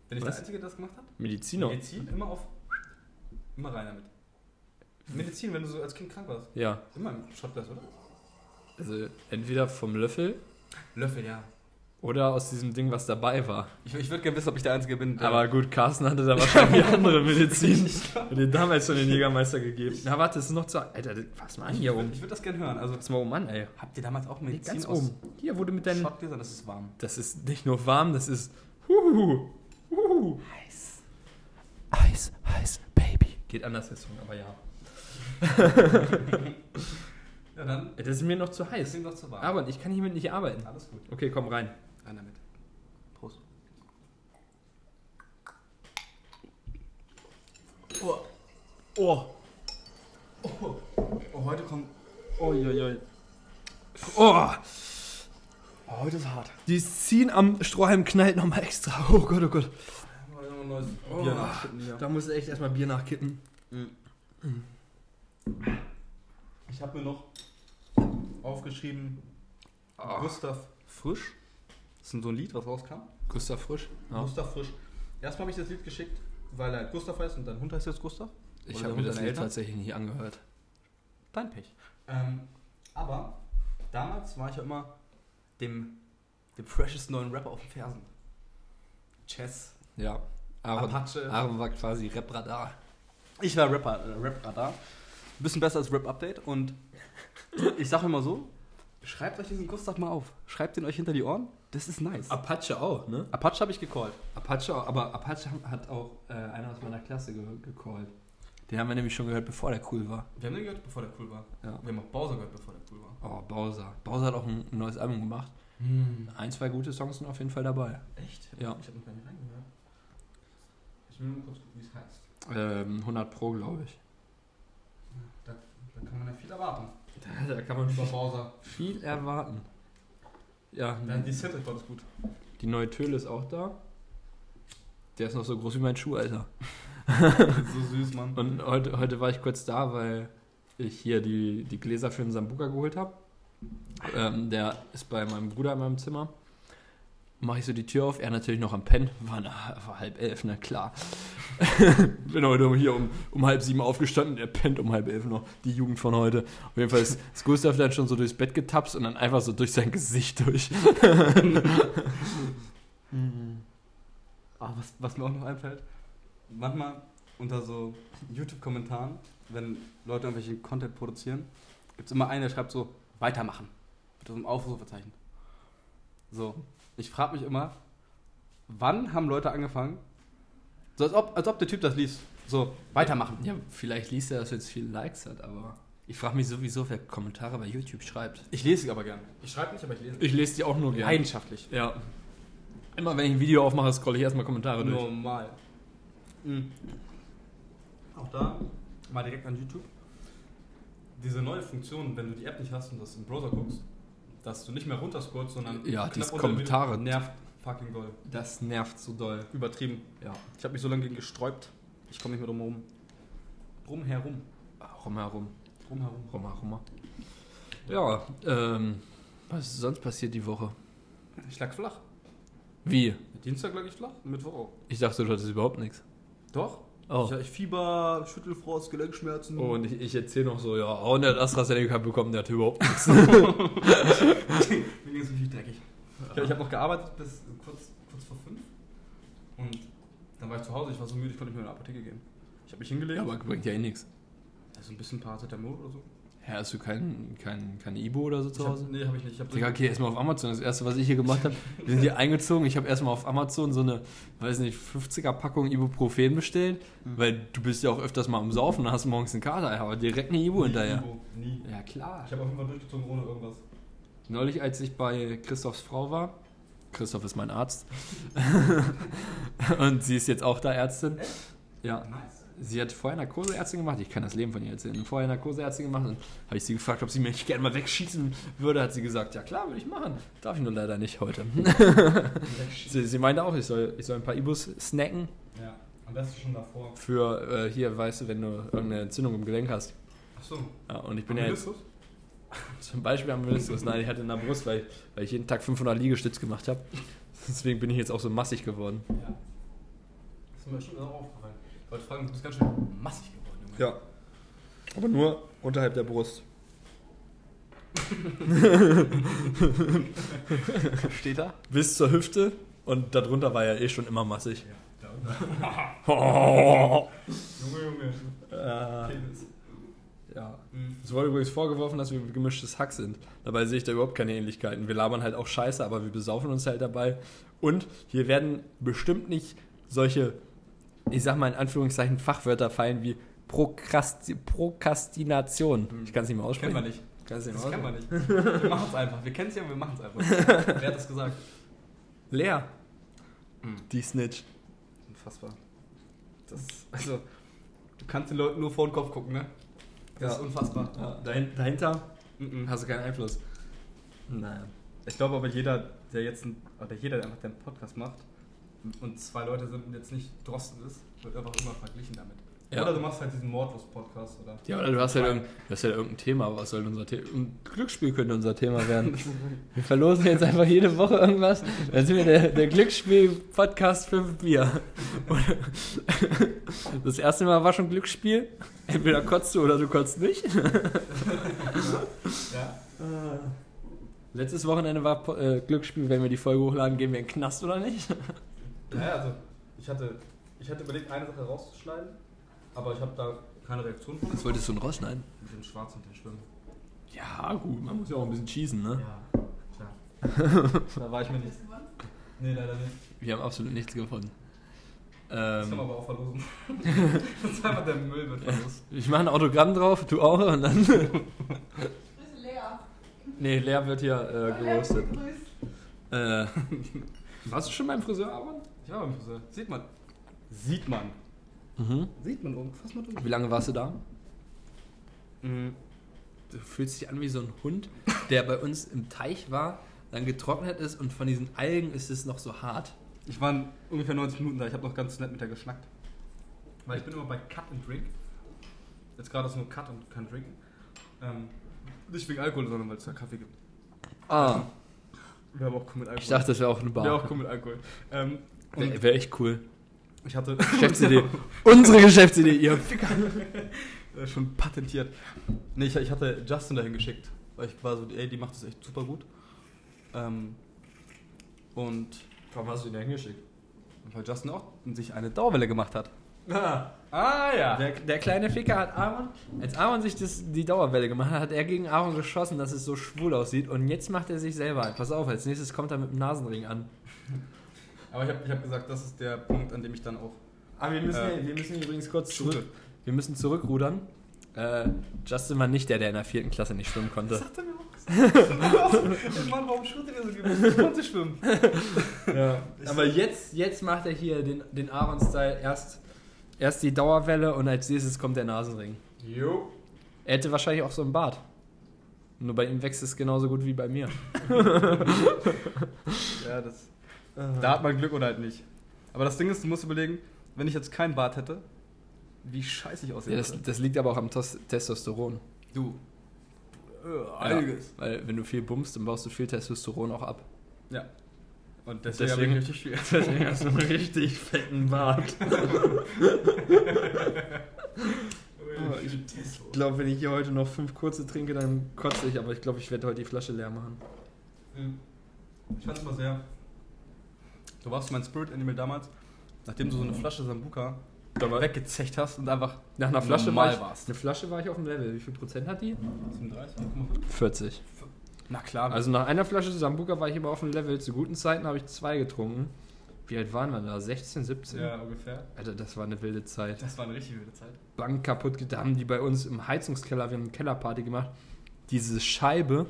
Bin ich Was? der Einzige, der das gemacht hat? Mediziner. Medizin immer auf. Immer rein damit. Medizin, wenn du so als Kind krank warst. Ja, Immer im Schottglas, oder? also entweder vom Löffel Löffel, ja. oder aus diesem Ding, was dabei war. Ich, ich würde gerne wissen, ob ich der Einzige bin. Der Aber gut, Carsten hatte da wahrscheinlich andere Medizin. ich glaub, Hat dir damals schon den Jägermeister gegeben. Na warte, es ist noch zu... Alter, fass mal an hier ich oben. würde das gerne hören. Also, Fass mal oben an, ey. habt ihr damals auch Nee, Medizin ganz aus oben. Hier wurde mit deinen... Schottgläsern? Das ist warm. Das ist nicht nur warm, das ist... Huhuhu. Huhuhu. Heiß, heiß, Baby. Geht anders jetzt, aber ja. Ja, dann Das ist mir noch zu ist heiß. ihm doch zu warm. Aber ich kann hiermit nicht arbeiten. Alles gut. Okay, komm rein. Rein damit. Prost. Oh. Oh. Oh. oh, heute kommt. Uiuiui. Oh, Oh, heute ist hart. die ziehen am Strohhalm knallt nochmal extra. Oh Gott, oh Gott. Heute noch ein neues Oh. Bier nachschütten hier. Da musst du echt erstmal Bier nachkippen. Ich habe mir noch aufgeschrieben, Gustav Frisch. Das ist so ein Lied, was rauskam. Gustav Frisch. Ja. Gustav Frisch. Erstmal habe ich das Lied geschickt, weil er Gustav heißt und dein Hund heißt jetzt Gustav. Ich Oder habe der mir Hund das deiner Lied Eltern. tatsächlich nicht angehört. Dein Pech. Ähm, aber damals war ich ja immer dem, dem freshesten neuen Rapper auf den Fersen. Chess, Ja. Aaron, Apache. Aaron war quasi Repradar. Ich war Rapper, äh, Rap-Radar. Ein bisschen besser als Rap-Update und ich sage immer so, schreibt euch diesen Gustav mal auf. Schreibt ihn euch hinter die Ohren. Das ist nice. Apache auch, ne? Apache habe ich gecallt. Apache auch, aber Apache hat auch äh, einer aus meiner Klasse ge gecallt. Den haben wir nämlich schon gehört, bevor der cool war. Wir haben den gehört, bevor der cool war. Ja. Wir haben auch Bowser gehört, bevor der cool war. Oh, Bowser. Bowser hat auch ein neues Album gemacht. Ein, zwei gute Songs sind auf jeden Fall dabei. Echt? Ja. Ich habe noch gar nicht reingehört. Ich will nur kurz gucken, wie es heißt. Ähm, 100 Pro, glaube ich. Da, da kann man ja viel erwarten. Da, da kann man Über Bowser. [laughs] viel erwarten. Ja, Dann die Centric war das [laughs] gut. die neue Töle ist auch da. Der ist noch so groß wie mein Schuh, Alter. so süß, Mann. Und heute, heute war ich kurz da, weil ich hier die, die Gläser für den Sambuka geholt habe. Ähm, der ist bei meinem Bruder in meinem Zimmer. Mache ich so die Tür auf, er natürlich noch am Pennen. War, na, war halb elf, na klar. [laughs] Bin heute um- hier um, um halb sieben aufgestanden, der pennt um halb elf noch. Die Jugend von heute. Auf jeden Fall [laughs] ist, ist Gustav dann schon so durchs Bett getapst und dann einfach so durch sein Gesicht durch. Ah, was, was mir auch noch einfällt, manchmal unter so YouTube-Kommentaren, wenn Leute irgendwelchen Content produzieren, gibt es immer einen, der schreibt so, weitermachen. Mit so einem Aufrufezeichen. So. Ich frage mich immer, wann haben Leute angefangen? So, als ob, als ob der Typ das liest. So, weitermachen. Ja, vielleicht liest er, dass er jetzt viele Likes hat, aber ich frage mich sowieso, wer Kommentare bei YouTube schreibt. Ich lese sie aber gern. Ich schreibe nicht, aber ich lese. Ich lese die auch nur gerne. Leidenschaftlich. Ja. Immer wenn ich ein Video aufmache, scroll ich erstmal Kommentare durch. Normal. Mhm. Auch da mal direkt an YouTube. Diese neue Funktion, wenn du die App nicht hast und das im Browser guckst, dass du nicht mehr runterscrollst, sondern Ja, knapp dieses unter dem Video- Kommentare. nervt fucking doll. Das nervt so doll. Übertrieben. Ja. Ich habe mich so lange gegen gesträubt. Ich komme nicht mehr drum herum. Rumherum. Rumherum. Rumherum. Rumherum. Ja, ähm, was ist sonst passiert die Woche? Ich lag flach. Wie? Dienstag lag ich flach, Mittwoch auch. Oh. Ich dachte, du hattest überhaupt nichts. Doch. Ich, ich Fieber, Schüttelfrost, Gelenkschmerzen. Oh, und ich, ich erzähle noch so, ja, und der hat AstraZeneca bekommen, der hat [laughs] überhaupt nichts. [laughs] Mir ging es richtig dreckig. Ich, hab- ich habe noch gearbeitet bis kurz, kurz vor fünf. Und dann war ich zu Hause, ich war so müde, ich konnte nicht mehr in die Apotheke gehen. Ich habe mich hingelegt. Ja, aber bringt ja eh nichts. also ein bisschen Paracetamol oder so. Hä, hast du kein, kein, kein Ibo oder so Ich zu hab, Hause? nee, habe ich nicht. Ich hab Digga, okay, erstmal auf Amazon. Das erste, was ich hier gemacht habe, wir sind hier eingezogen. Ich habe erstmal auf Amazon so eine, weiß nicht, 50er-Packung Ibuprofen bestellt, weil du bist ja auch öfters mal am Saufen und hast morgens einen Kater, aber direkt eine Ibu nie hinterher. Ibo, nie. Ja, klar. Ich habe auf jeden Fall durchgezogen ohne irgendwas. Neulich, als ich bei Christophs Frau war, Christoph ist mein Arzt, [laughs] und sie ist jetzt auch da Ärztin. Ja, Nice. sie hat vorher Narkoseärztin gemacht, ich kann das Leben von ihr erzählen, vorher Narkoseärztin gemacht und habe ich sie gefragt, ob sie mich gerne mal wegschießen würde, hat sie gesagt, ja klar, würde ich machen. Darf ich nur leider nicht heute. sie, sie meinte auch, ich soll, ich soll ein paar Ibus snacken Ja, am besten schon davor. für, äh, hier, weißt du, wenn du irgendeine Entzündung im Gelenk hast. Achso. Ja, und ich bin ja jetzt Zum Beispiel am Meniskus. Nein, ich hatte in der Brust, weil, weil ich jeden Tag 500 Liegestütz gemacht habe. Deswegen bin ich jetzt auch so massig geworden. Ja. Das ist mir schon auch aufgefallen. Ich wollte fragen, du bist ganz schön massig geworden, Junge. Ja. Aber nur unterhalb der Brust. [laughs] Steht da? Bis zur Hüfte und darunter war ja eh schon immer massig. Ja, da unten. [laughs] Junge, Junge. Äh, Penis. ja. Mhm. Es wurde übrigens vorgeworfen, dass wir gemischtes Hack sind. Dabei sehe ich da überhaupt keine Ähnlichkeiten. Wir labern halt auch Scheiße, aber wir besaufen uns halt dabei. Und hier werden bestimmt nicht solche, ich sag mal in Anführungszeichen, Fachwörter fallen wie Prokrast Prokrastination. Ich kann es nicht mehr aussprechen. Hm. Kennen wir nicht. Kann's nicht mehr Das aussprechen. kennen wir nicht. Wir machen es einfach. Wir kennen es ja, aber wir machen es einfach. Wer hat das gesagt? Lea. Die Snitch. Unfassbar. Das, also, du kannst den Leuten nur vor den Kopf gucken, ne? Das Ja. ist unfassbar. Dahin, dahinter Mhm. Hm, hast du keinen Einfluss. Naja. Ich glaube aber jeder, der jetzt ein, oder jeder, der einfach den Podcast macht und zwei Leute sind und jetzt nicht Drosten ist, wird einfach immer verglichen damit. Ja. Oder du machst halt diesen Mordlos-Podcast, oder? Ja, oder du hast ja halt irgend, du hast halt irgendein Thema, aber was soll unser Thema? Ein Glücksspiel könnte unser Thema [laughs] werden. Wir verlosen jetzt einfach jede Woche irgendwas. Dann sind wir der, der Glücksspiel-Podcast 5 Bier. [laughs] Und das erste Mal war schon Glücksspiel. Entweder kotzt du oder du kotzt nicht. Ja. Letztes Wochenende war Po- äh, Glücksspiel, wenn wir die Folge hochladen, gehen wir in den Knast oder nicht? Naja, also, ich hatte, ich hatte überlegt, eine Sache rauszuschneiden, aber ich habe da keine Reaktion von. wolltest du denn rausschneiden? Mit dem Schwarz und den Schwimmen. Ja, gut, man muss ja auch ein bisschen schießen, ne? Ja, klar. da war ich mir nicht. Nee, leider nicht. Wir haben absolut nichts gefunden. Das kann man Ähm, aber auch [laughs] verlosen. das ist einfach der Müll wird verlost. ich mache ein Autogramm drauf, du auch und dann. [laughs] Grüße Lea. nee, Lea wird hier äh, gerostet. Grüß. Äh, warst du schon beim Friseur, Aaron? Ich war beim Friseur. Sieht man. Sieht man. Mhm. Sieht man irgendwas? Fass mal drüber. Wie lange warst du da? Mhm. Du fühlst dich an wie so ein Hund, der bei uns im Teich war, dann getrocknet ist und von diesen Algen ist es noch so hart. Ich war ungefähr 90 Minuten da. Ich habe noch ganz nett mit der geschnackt. Weil ich bin immer bei Cut and Drink. Jetzt gerade ist nur Cut und kein Drink. Ähm, nicht wegen Alkohol, sondern weil es da Kaffee gibt. Ah, Wir haben auch cool mit Alkohol. ich dachte, das wäre auch eine Wäre Bar. auch cool mit Alkohol. Ähm, Wäre und wär echt cool. ich hatte Geschäftsidee. Unsere Geschäftsidee, ihr Ficker. Äh, [laughs] schon patentiert. Nee, ich, ich hatte Justin dahin geschickt. Weil ich war so, ey, die macht das echt super gut. Ähm, und Warum hast du ihn da hingeschickt? weil Justin auch sich eine Dauerwelle gemacht hat. Ah, ah ja. Der, der kleine Ficker hat Aaron, als Aaron sich das, die Dauerwelle gemacht hat, hat er gegen Aaron geschossen, dass es so schwul aussieht. Und jetzt macht er sich selber ein. Pass auf, als nächstes kommt er mit dem Nasenring an. Aber ich habe ich hab gesagt, das ist der Punkt, an dem ich dann [laughs] auch. Aber Ah, wir müssen, Äh, wir müssen übrigens kurz Schule. zurück. Wir müssen zurückrudern. Äh, Justin war nicht der, der in der vierten Klasse nicht schwimmen konnte. hat er mir auch [laughs] gesagt. Mann, warum schwirrt ihr so gewesen? Ich konnte schwimmen. [laughs] Aber jetzt, jetzt macht er hier den, den Aaron-Style. Erst, erst die Dauerwelle und als nächstes kommt der Nasenring. Jo. Er hätte wahrscheinlich auch so einen Bart. Nur bei ihm wächst es genauso gut wie bei mir. Ja, das. Da hat man Glück oder halt nicht. Aber das Ding ist, du musst überlegen, wenn ich jetzt keinen Bart hätte, wie scheiße ich aussehen Ja, das, würde. das liegt aber auch am Tos Testosteron. Du. Äh, einiges. Ja, weil wenn du viel bummst, dann baust du viel Testosteron auch ab. Ja. Und deswegen, Deswegen- habe ich [laughs] richtig viel. Deswegen hast du einen richtig fetten [laughs] Bart. Oh, Ich glaube, wenn ich hier heute noch fünf kurze trinke, dann kotze ich, aber ich glaube, ich werde heute die Flasche leer machen. Ich fand's mal Mhm. sehr. Du warst mein Spirit Animal damals, nachdem du so eine Flasche Sambuka Da war- weggezecht hast und einfach Nach einer Flasche normal war ich, warst. Eine Flasche war ich auf dem Level. Wie viel Prozent hat die? 37,5. 40. Na klar. Also nach einer Flasche Sambuca war ich immer auf dem Level. Zu guten Zeiten habe ich zwei getrunken. Wie alt waren wir da? 16, 17? ja, ungefähr. Alter, das war eine wilde Zeit. Das war eine richtig wilde Zeit. Bank kaputt gemacht. Da haben die bei uns im Heizungskeller, wir haben eine Kellerparty gemacht, diese Scheibe,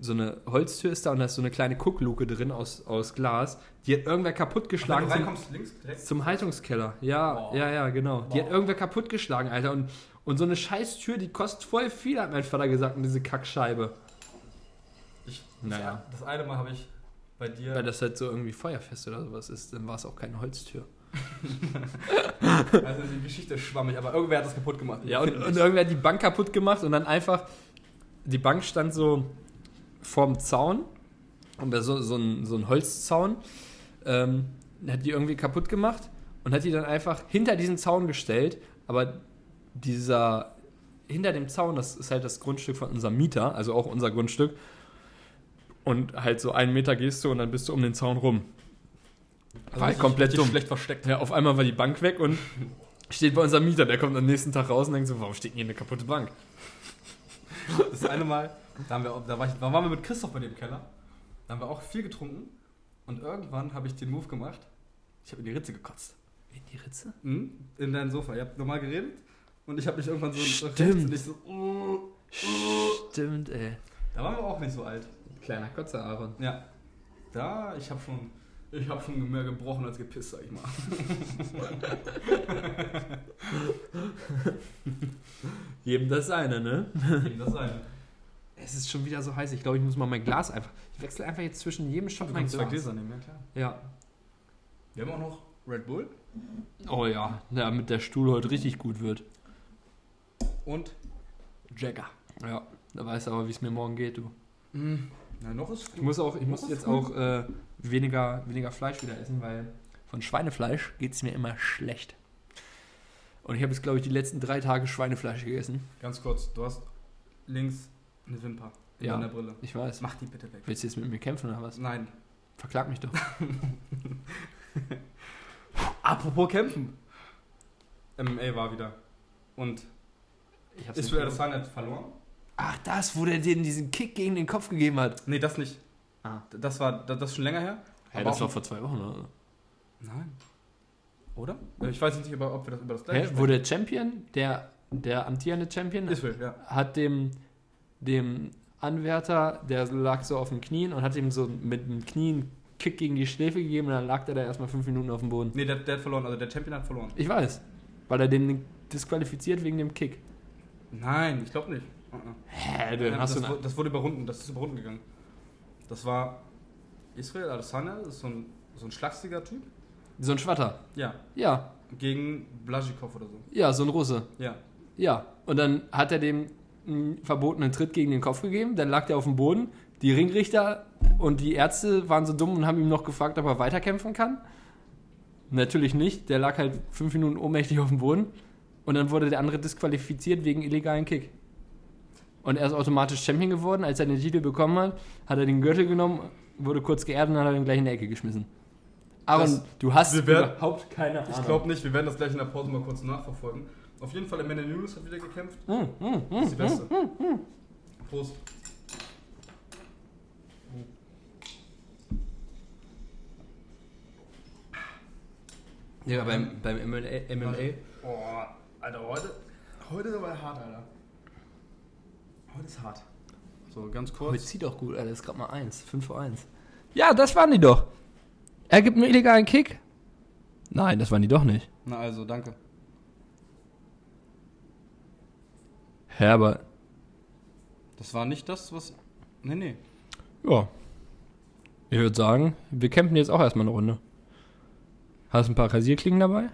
so eine Holztür ist da und da ist so eine kleine Guckluke drin aus, aus Glas. Die hat irgendwer Wenn kaputtgeschlagen. du zum- reinkommst, links direkt. Zum Heizungskeller, ja, Boah. ja, ja, genau. Die Boah. hat irgendwer kaputtgeschlagen, Alter. Und, und so eine scheiß Tür, die kostet voll viel, hat mein Vater gesagt, und diese Kackscheibe. Ich, Naja. Das eine Mal habe ich bei dir. Weil das halt so irgendwie feuerfest oder sowas ist, dann war es auch keine Holztür. Also die Geschichte ist schwammig, aber irgendwer hat das kaputt gemacht. Ja, und, und irgendwer hat die Bank kaputt gemacht und dann einfach, die Bank stand so vorm Zaun, und da so, so, ein, so ein Holzzaun, ähm, hat die irgendwie kaputt gemacht und hat die dann einfach hinter diesen Zaun gestellt, aber dieser, hinter dem Zaun, das ist halt das Grundstück von unserem Mieter, also auch unser Grundstück, und halt so einen Meter gehst du und dann bist du um den Zaun rum. war Also halt richtig- komplett richtig dumm. schlecht versteckt. Ja, auf einmal war die Bank weg und steht bei unserem Mieter. Der kommt am nächsten Tag raus und denkt so, warum steht denn hier eine kaputte Bank? Das eine Mal, da, haben wir, da, war ich, da waren wir mit Christoph bei dem Keller. Da haben wir auch viel getrunken. Und irgendwann habe ich den Move gemacht. Ich habe in die Ritze gekotzt. In die Ritze? Mhm. In dein Sofa. Ihr habt normal geredet. Und ich habe mich irgendwann so Stimmt. rechts und ich so. uh. Stimmt, ey. Da waren wir auch nicht so alt. Kleiner Kotzer, Aaron. Ja. Da, ich habe schon. Ich habe schon mehr gebrochen als gepisst, sag ich mal. Jedem das eine, ne? Eben das eine. Es ist schon wieder so heiß. Ich glaube, ich muss mal mein Glas einfach... Ich wechsle einfach jetzt zwischen jedem Shot Du mein kannst zwei Glas. Gläser nehmen, ja klar. Ja. Wir haben auch noch Red Bull Oh ja, damit der Stuhl heute richtig gut wird. und Jagger. Ja. Da weißt du aber, wie es mir morgen geht, du. Na, noch ist Ich muss auch, ich muss jetzt auch äh, weniger, weniger Fleisch wieder essen, weil von Schweinefleisch geht es mir immer schlecht. Und ich habe jetzt, glaube ich, die letzten drei Tage Schweinefleisch gegessen. Ganz kurz, du hast links eine Wimper in Ja. deiner Brille. Ich weiß. Mach die bitte weg. Willst du jetzt mit mir kämpfen oder was? Nein. Verklag mich doch. Apropos kämpfen. MMA war wieder. Und Ich hab's ist nicht für Adesanya verloren? Ach, das, wo der den diesen Kick gegen den Kopf gegeben hat. Nee, das nicht. Ah. D- Das war das, das ist schon länger her. Hä, Aber das auch- war vor zwei Wochen, oder? Nein. Oder? Äh, Ich weiß nicht, über- ob wir das über das Hä, gleiche wo der Champion, der, der amtierende Champion, Israel, ja. hat dem, dem Anwärter, der lag so auf den Knien und hat ihm so mit dem Knie einen Kick gegen die Schläfe gegeben und dann lag der da erstmal fünf Minuten auf dem Boden. Nee, der, der hat verloren, also der Champion hat verloren. Ich weiß, weil er den disqualifiziert wegen dem Kick. Nein, ich glaube nicht. Uh -uh. Hä, Ja, dann hast das, du wu- einen, das wurde überrunden, das ist überrunden gegangen. Das war Israel Adesanya, das ist so ein, so ein schlachsiger Typ. so ein Schwatter. Ja, Ja, gegen Blaschikow oder so. ja, so ein Russe. Ja. Ja, und dann hat er dem einen verbotenen Tritt gegen den Kopf gegeben, dann lag der auf dem Boden. Die Ringrichter und die Ärzte waren so dumm und haben ihm noch gefragt, ob er weiterkämpfen kann. Natürlich nicht, der lag halt fünf Minuten ohnmächtig auf dem Boden und dann wurde der andere disqualifiziert wegen illegalen Kick. Und er ist automatisch Champion geworden. Als er den Titel bekommen hat, hat er den Gürtel genommen, wurde kurz geehrt und dann hat er ihn gleich in die Ecke geschmissen. Aber Das- du hast wir werden- überhaupt keine Ahnung. Ich glaube nicht, wir werden das gleich in der Pause mal kurz nachverfolgen. Auf jeden Fall, Amanda Nunes hat wieder gekämpft. Mm, Das ist die Beste. Prost. Ja, beim, beim MMA, Oh, Alter, heute, heute ist aber hart, Alter. Heute ist hart. So, ganz Heute kurz. zieht auch gut, Alter. Ist gerade mal 1. 5 vor 1. Ja, das waren die doch. Er gibt einen illegalen Kick. Nein, das waren die doch nicht. Na also, danke. Hä, aber. Das war nicht das, was... Nee, nee. Ja. Ich würde sagen, wir kämpfen jetzt auch erstmal eine Runde. Hast ein paar Rasierklingen dabei?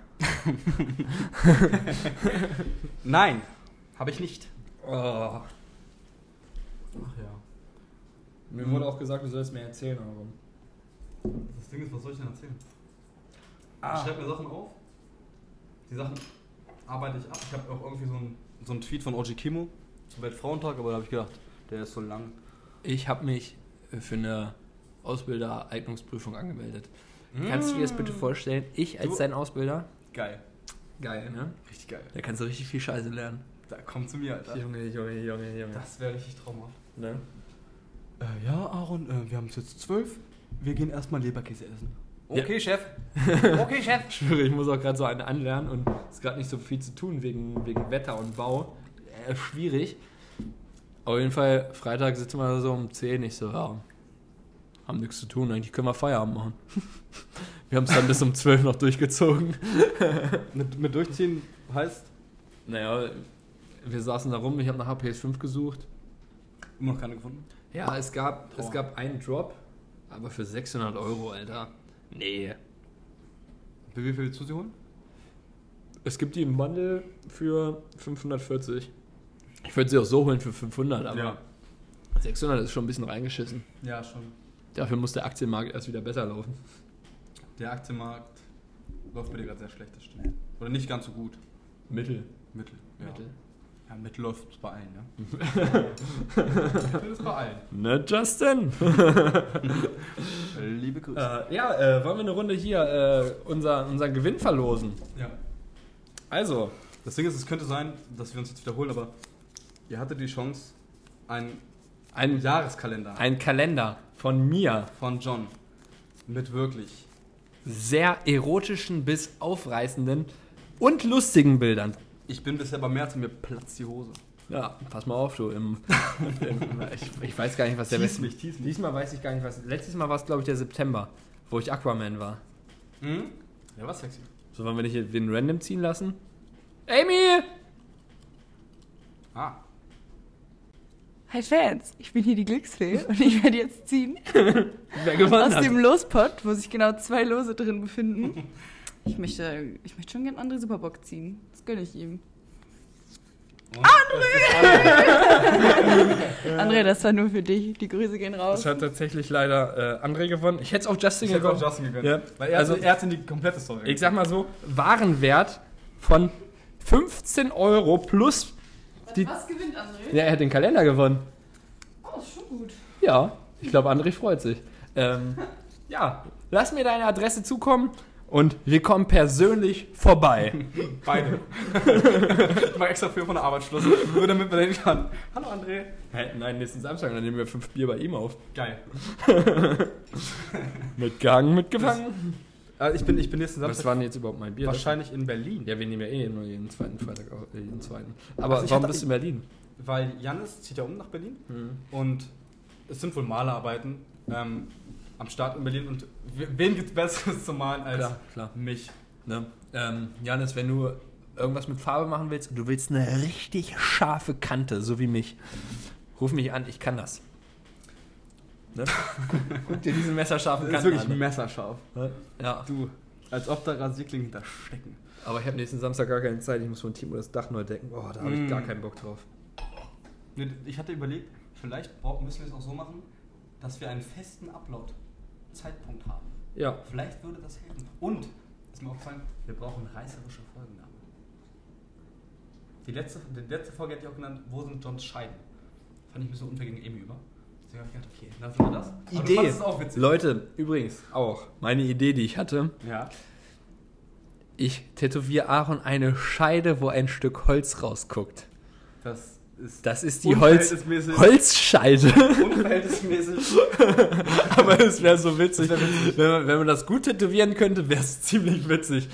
Nein, habe ich nicht. Oh. Ach ja. Mir wurde auch gesagt, du sollst mir erzählen, aber. Das Ding ist, was soll ich denn erzählen? Ich schreibe mir Sachen auf. Die Sachen arbeite ich ab. Ich habe auch irgendwie so einen, so einen Tweet von OG Kimo zum Weltfrauentag, aber da habe ich gedacht, der ist so lang. Ich habe mich äh, für eine Ausbildereignungsprüfung angemeldet. Kannst Hm. du dir das bitte vorstellen? Ich als Du- dein Ausbilder Geil. Geil, ne? Richtig geil. Da kannst du richtig viel Scheiße lernen. Da, komm zu mir, Alter. Junge, Junge, Junge, Junge. Das wäre richtig traumhaft. [laughs] Ne? Äh, ja, Aaron, äh, wir haben es jetzt zwölf. Wir gehen erstmal Leberkäse essen. Ja. Okay, Chef. Okay, Chef. Ich schwöre, ich muss auch gerade so einen anlernen und es ist gerade nicht so viel zu tun wegen, wegen Wetter und Bau. Äh, schwierig. Auf jeden Fall, Freitag sitzen wir so um 10. Ich so, ja, haben nichts zu tun. Eigentlich können wir Feierabend machen. [laughs] wir haben es dann bis um 12 noch durchgezogen. Mit, mit durchziehen heißt Naja, wir saßen da rum. Ich habe nach PS5 gesucht. immer noch keine gefunden. Ja, es gab, es Boah. gab einen Drop, aber für 600 Euro, Alter. Nee. Will wie viel zu sie holen? Es gibt die im Bundle für 540. Ich würde sie auch so holen für 500, aber 600 ist schon ein bisschen reingeschissen. ja, schon. Dafür muss der Aktienmarkt erst wieder besser laufen. Der Aktienmarkt läuft bei dir gerade sehr schlecht, das stimmt. Oder nicht ganz so gut. Mittel. Mittel. Ja, Mittel. ja Mittel läuft bei [laughs] allen, ne? Mittel ist bei allen. Ne, [laughs] Justin? Liebe Grüße. Äh, ja, äh, wollen wir eine Runde hier äh, unser, unseren Gewinn verlosen? Ja. Also, Das Ding ist, es könnte sein, dass wir uns jetzt wiederholen, aber ihr hattet die Chance, einen ein, Jahreskalender ein Kalender von mir. von John mit wirklich Sehr erotischen bis aufreißenden und lustigen Bildern. Ich bin bisher bei März und mir platzt die Hose. Ja, pass mal auf, du. Im, im, ich, ich weiß gar nicht, was der Tease beste. mich, tease mich. Diesmal weiß ich gar nicht, was. Letztes Mal war es, glaube ich, der September, wo ich Aquaman war. Hm? Ja, war sexy. So, wollen wir nicht hier wen random ziehen lassen? Amy! Ah. Hi Fans, ich bin hier die Glücksfee und ich werde jetzt ziehen Wer gewonnen aus hat? dem Lospot, wo sich genau zwei Lose drin [laughs] befinden. Ich möchte, ich möchte schon gerne André Superbock ziehen. Das gönne ich ihm. [laughs] André, das war nur für dich. Die Grüße gehen raus. Das hat tatsächlich leider äh, André gewonnen. Ich hätte es auch Justin Ich hätte auch gewonnen. Justin gegönnt. Ja. Weil er, Also- hat, er hat in die komplette Story. Ich sag mal so: Warenwert von 15 Euro plus. Die, Was gewinnt André? ja, er hat den Kalender gewonnen. Oh, ist schon gut. Ja, ich glaube, André freut sich. [laughs] Ähm, ja, lass mir deine Adresse zukommen und wir kommen persönlich vorbei. [laughs] Beide. ich mach extra früh von der Arbeit Schluss, nur damit man dahin kann. Hallo André. Hä? Nein, nächsten Samstag, dann nehmen wir fünf Bier bei ihm [laughs] auf. Geil. Mitgehangen, mitgefangen. Äh, ich, bin, ich bin nächsten Was Samstag war denn jetzt überhaupt mein Bier? wahrscheinlich in Berlin. Ja, wir nehmen ja eh nur jeden zweiten Freitag auf. äh, Jeden zweiten. Aber Also ich warum hatte- bist du in Berlin? Weil Janis zieht ja um nach Berlin und es sind wohl Malerarbeiten ähm, am Start in Berlin und we- wen gibt's Besseres zu malen als Klar, klar. mich? Ne? Ähm, Janis, wenn du irgendwas mit Farbe machen willst und du willst eine richtig scharfe Kante, so wie mich, ruf mich an, ich kann das. [laughs] Ne? Guck dir diesen messerscharfen Das ist Kanten wirklich an. messerscharf. Ne? Ja. Du, als ob da Rasierklingen da stecken. Aber ich habe nächsten Samstag gar keine Zeit. Ich muss von Timo das Dach neu decken. Oh, da habe ich Mm. gar keinen Bock drauf. Nee, Ich hatte überlegt, vielleicht brauchen- müssen wir es auch so machen, dass wir einen festen Upload-Zeitpunkt haben. Ja. Vielleicht würde das helfen. Und, ist mir aufgefallen, wir brauchen reißerische Folgennamen. Die letzte, die letzte Folge hätte ich auch genannt, wo sind Johns Scheiden? Fand ich ein bisschen unfair gegen Emi über. Deswegen habe ich gedacht, okay, lassen wir das. Aber Du fandest es auch witzig. Leute, übrigens auch meine Idee, die ich hatte. Ja. Ich tätowiere Aaron eine Scheide, wo ein Stück Holz rausguckt. Das ist Das ist die Holz [laughs] unverhältnismäßig. Holzscheide. [laughs] unverhältnismäßig. Aber es wäre so witzig. Wenn, man, wenn man das gut tätowieren könnte, wäre es [laughs] ziemlich witzig.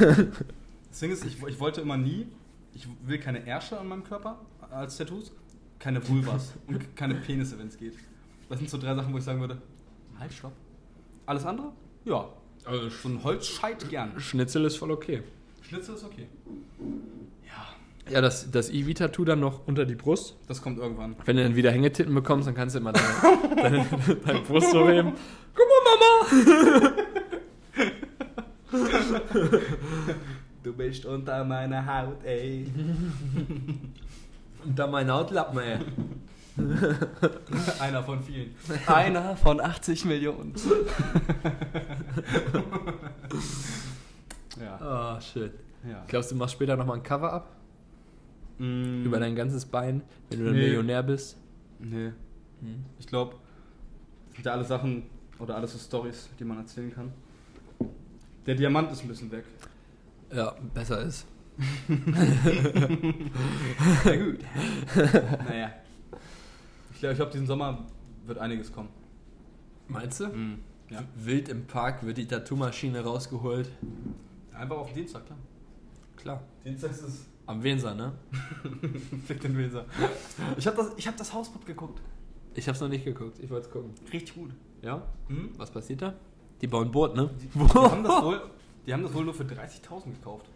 Das Ding ist, ich, ich wollte immer nie, ich will keine Ärsche an meinem Körper als Tattoos, keine [laughs] Vulvas und keine Penisse, wenn es geht. Das sind so drei Sachen, wo ich sagen würde, halt, stopp. Alles andere? Ja. also So ein Holzscheit gern. Schnitzel ist voll okay. Schnitzel ist okay. Ja, Ja, das, das Ivy-Tattoo dann noch unter die Brust. das kommt [laughs] irgendwann. Wenn du dann wieder Hängetitten bekommst, dann kannst du immer deine, [laughs] deine, deine Brust so heben. Guck mal, Mama! [laughs] Du bist unter meiner Haut, ey. Und dann mein Hautlappen, ey. [laughs] [laughs] Einer von vielen. Einer von 80 Millionen. Ja. Oh, shit. ja. Glaubst du, machst später nochmal ein Cover-Up Mm, über dein ganzes Bein, wenn du dann Nee. Millionär bist? Nee. Mhm. Ich glaube, das sind ja alle Sachen [laughs] oder alles so Stories, die man erzählen kann. Der Diamant ist ein bisschen weg. Ja, besser ist. Na gut. naja. Ich glaube, ich glaub, diesen Sommer wird einiges kommen. [laughs] Meinst du? Ja. Wild im Park wird die Tattoo-Maschine rausgeholt. Einfach auf Dienstag, klar. Klar. Dienstag ist es. Am Wenser, ne? [laughs] Fick den Weser. Ich habe das, ich hab das Hausboot geguckt. Ich hab's noch nicht geguckt. Ich wollte gucken. Richtig gut. Ja? [laughs] Hm? Was passiert da? Die bauen ein Boot, ne? Die, die, [laughs] haben das wohl, die haben das wohl nur für 30.000 gekauft.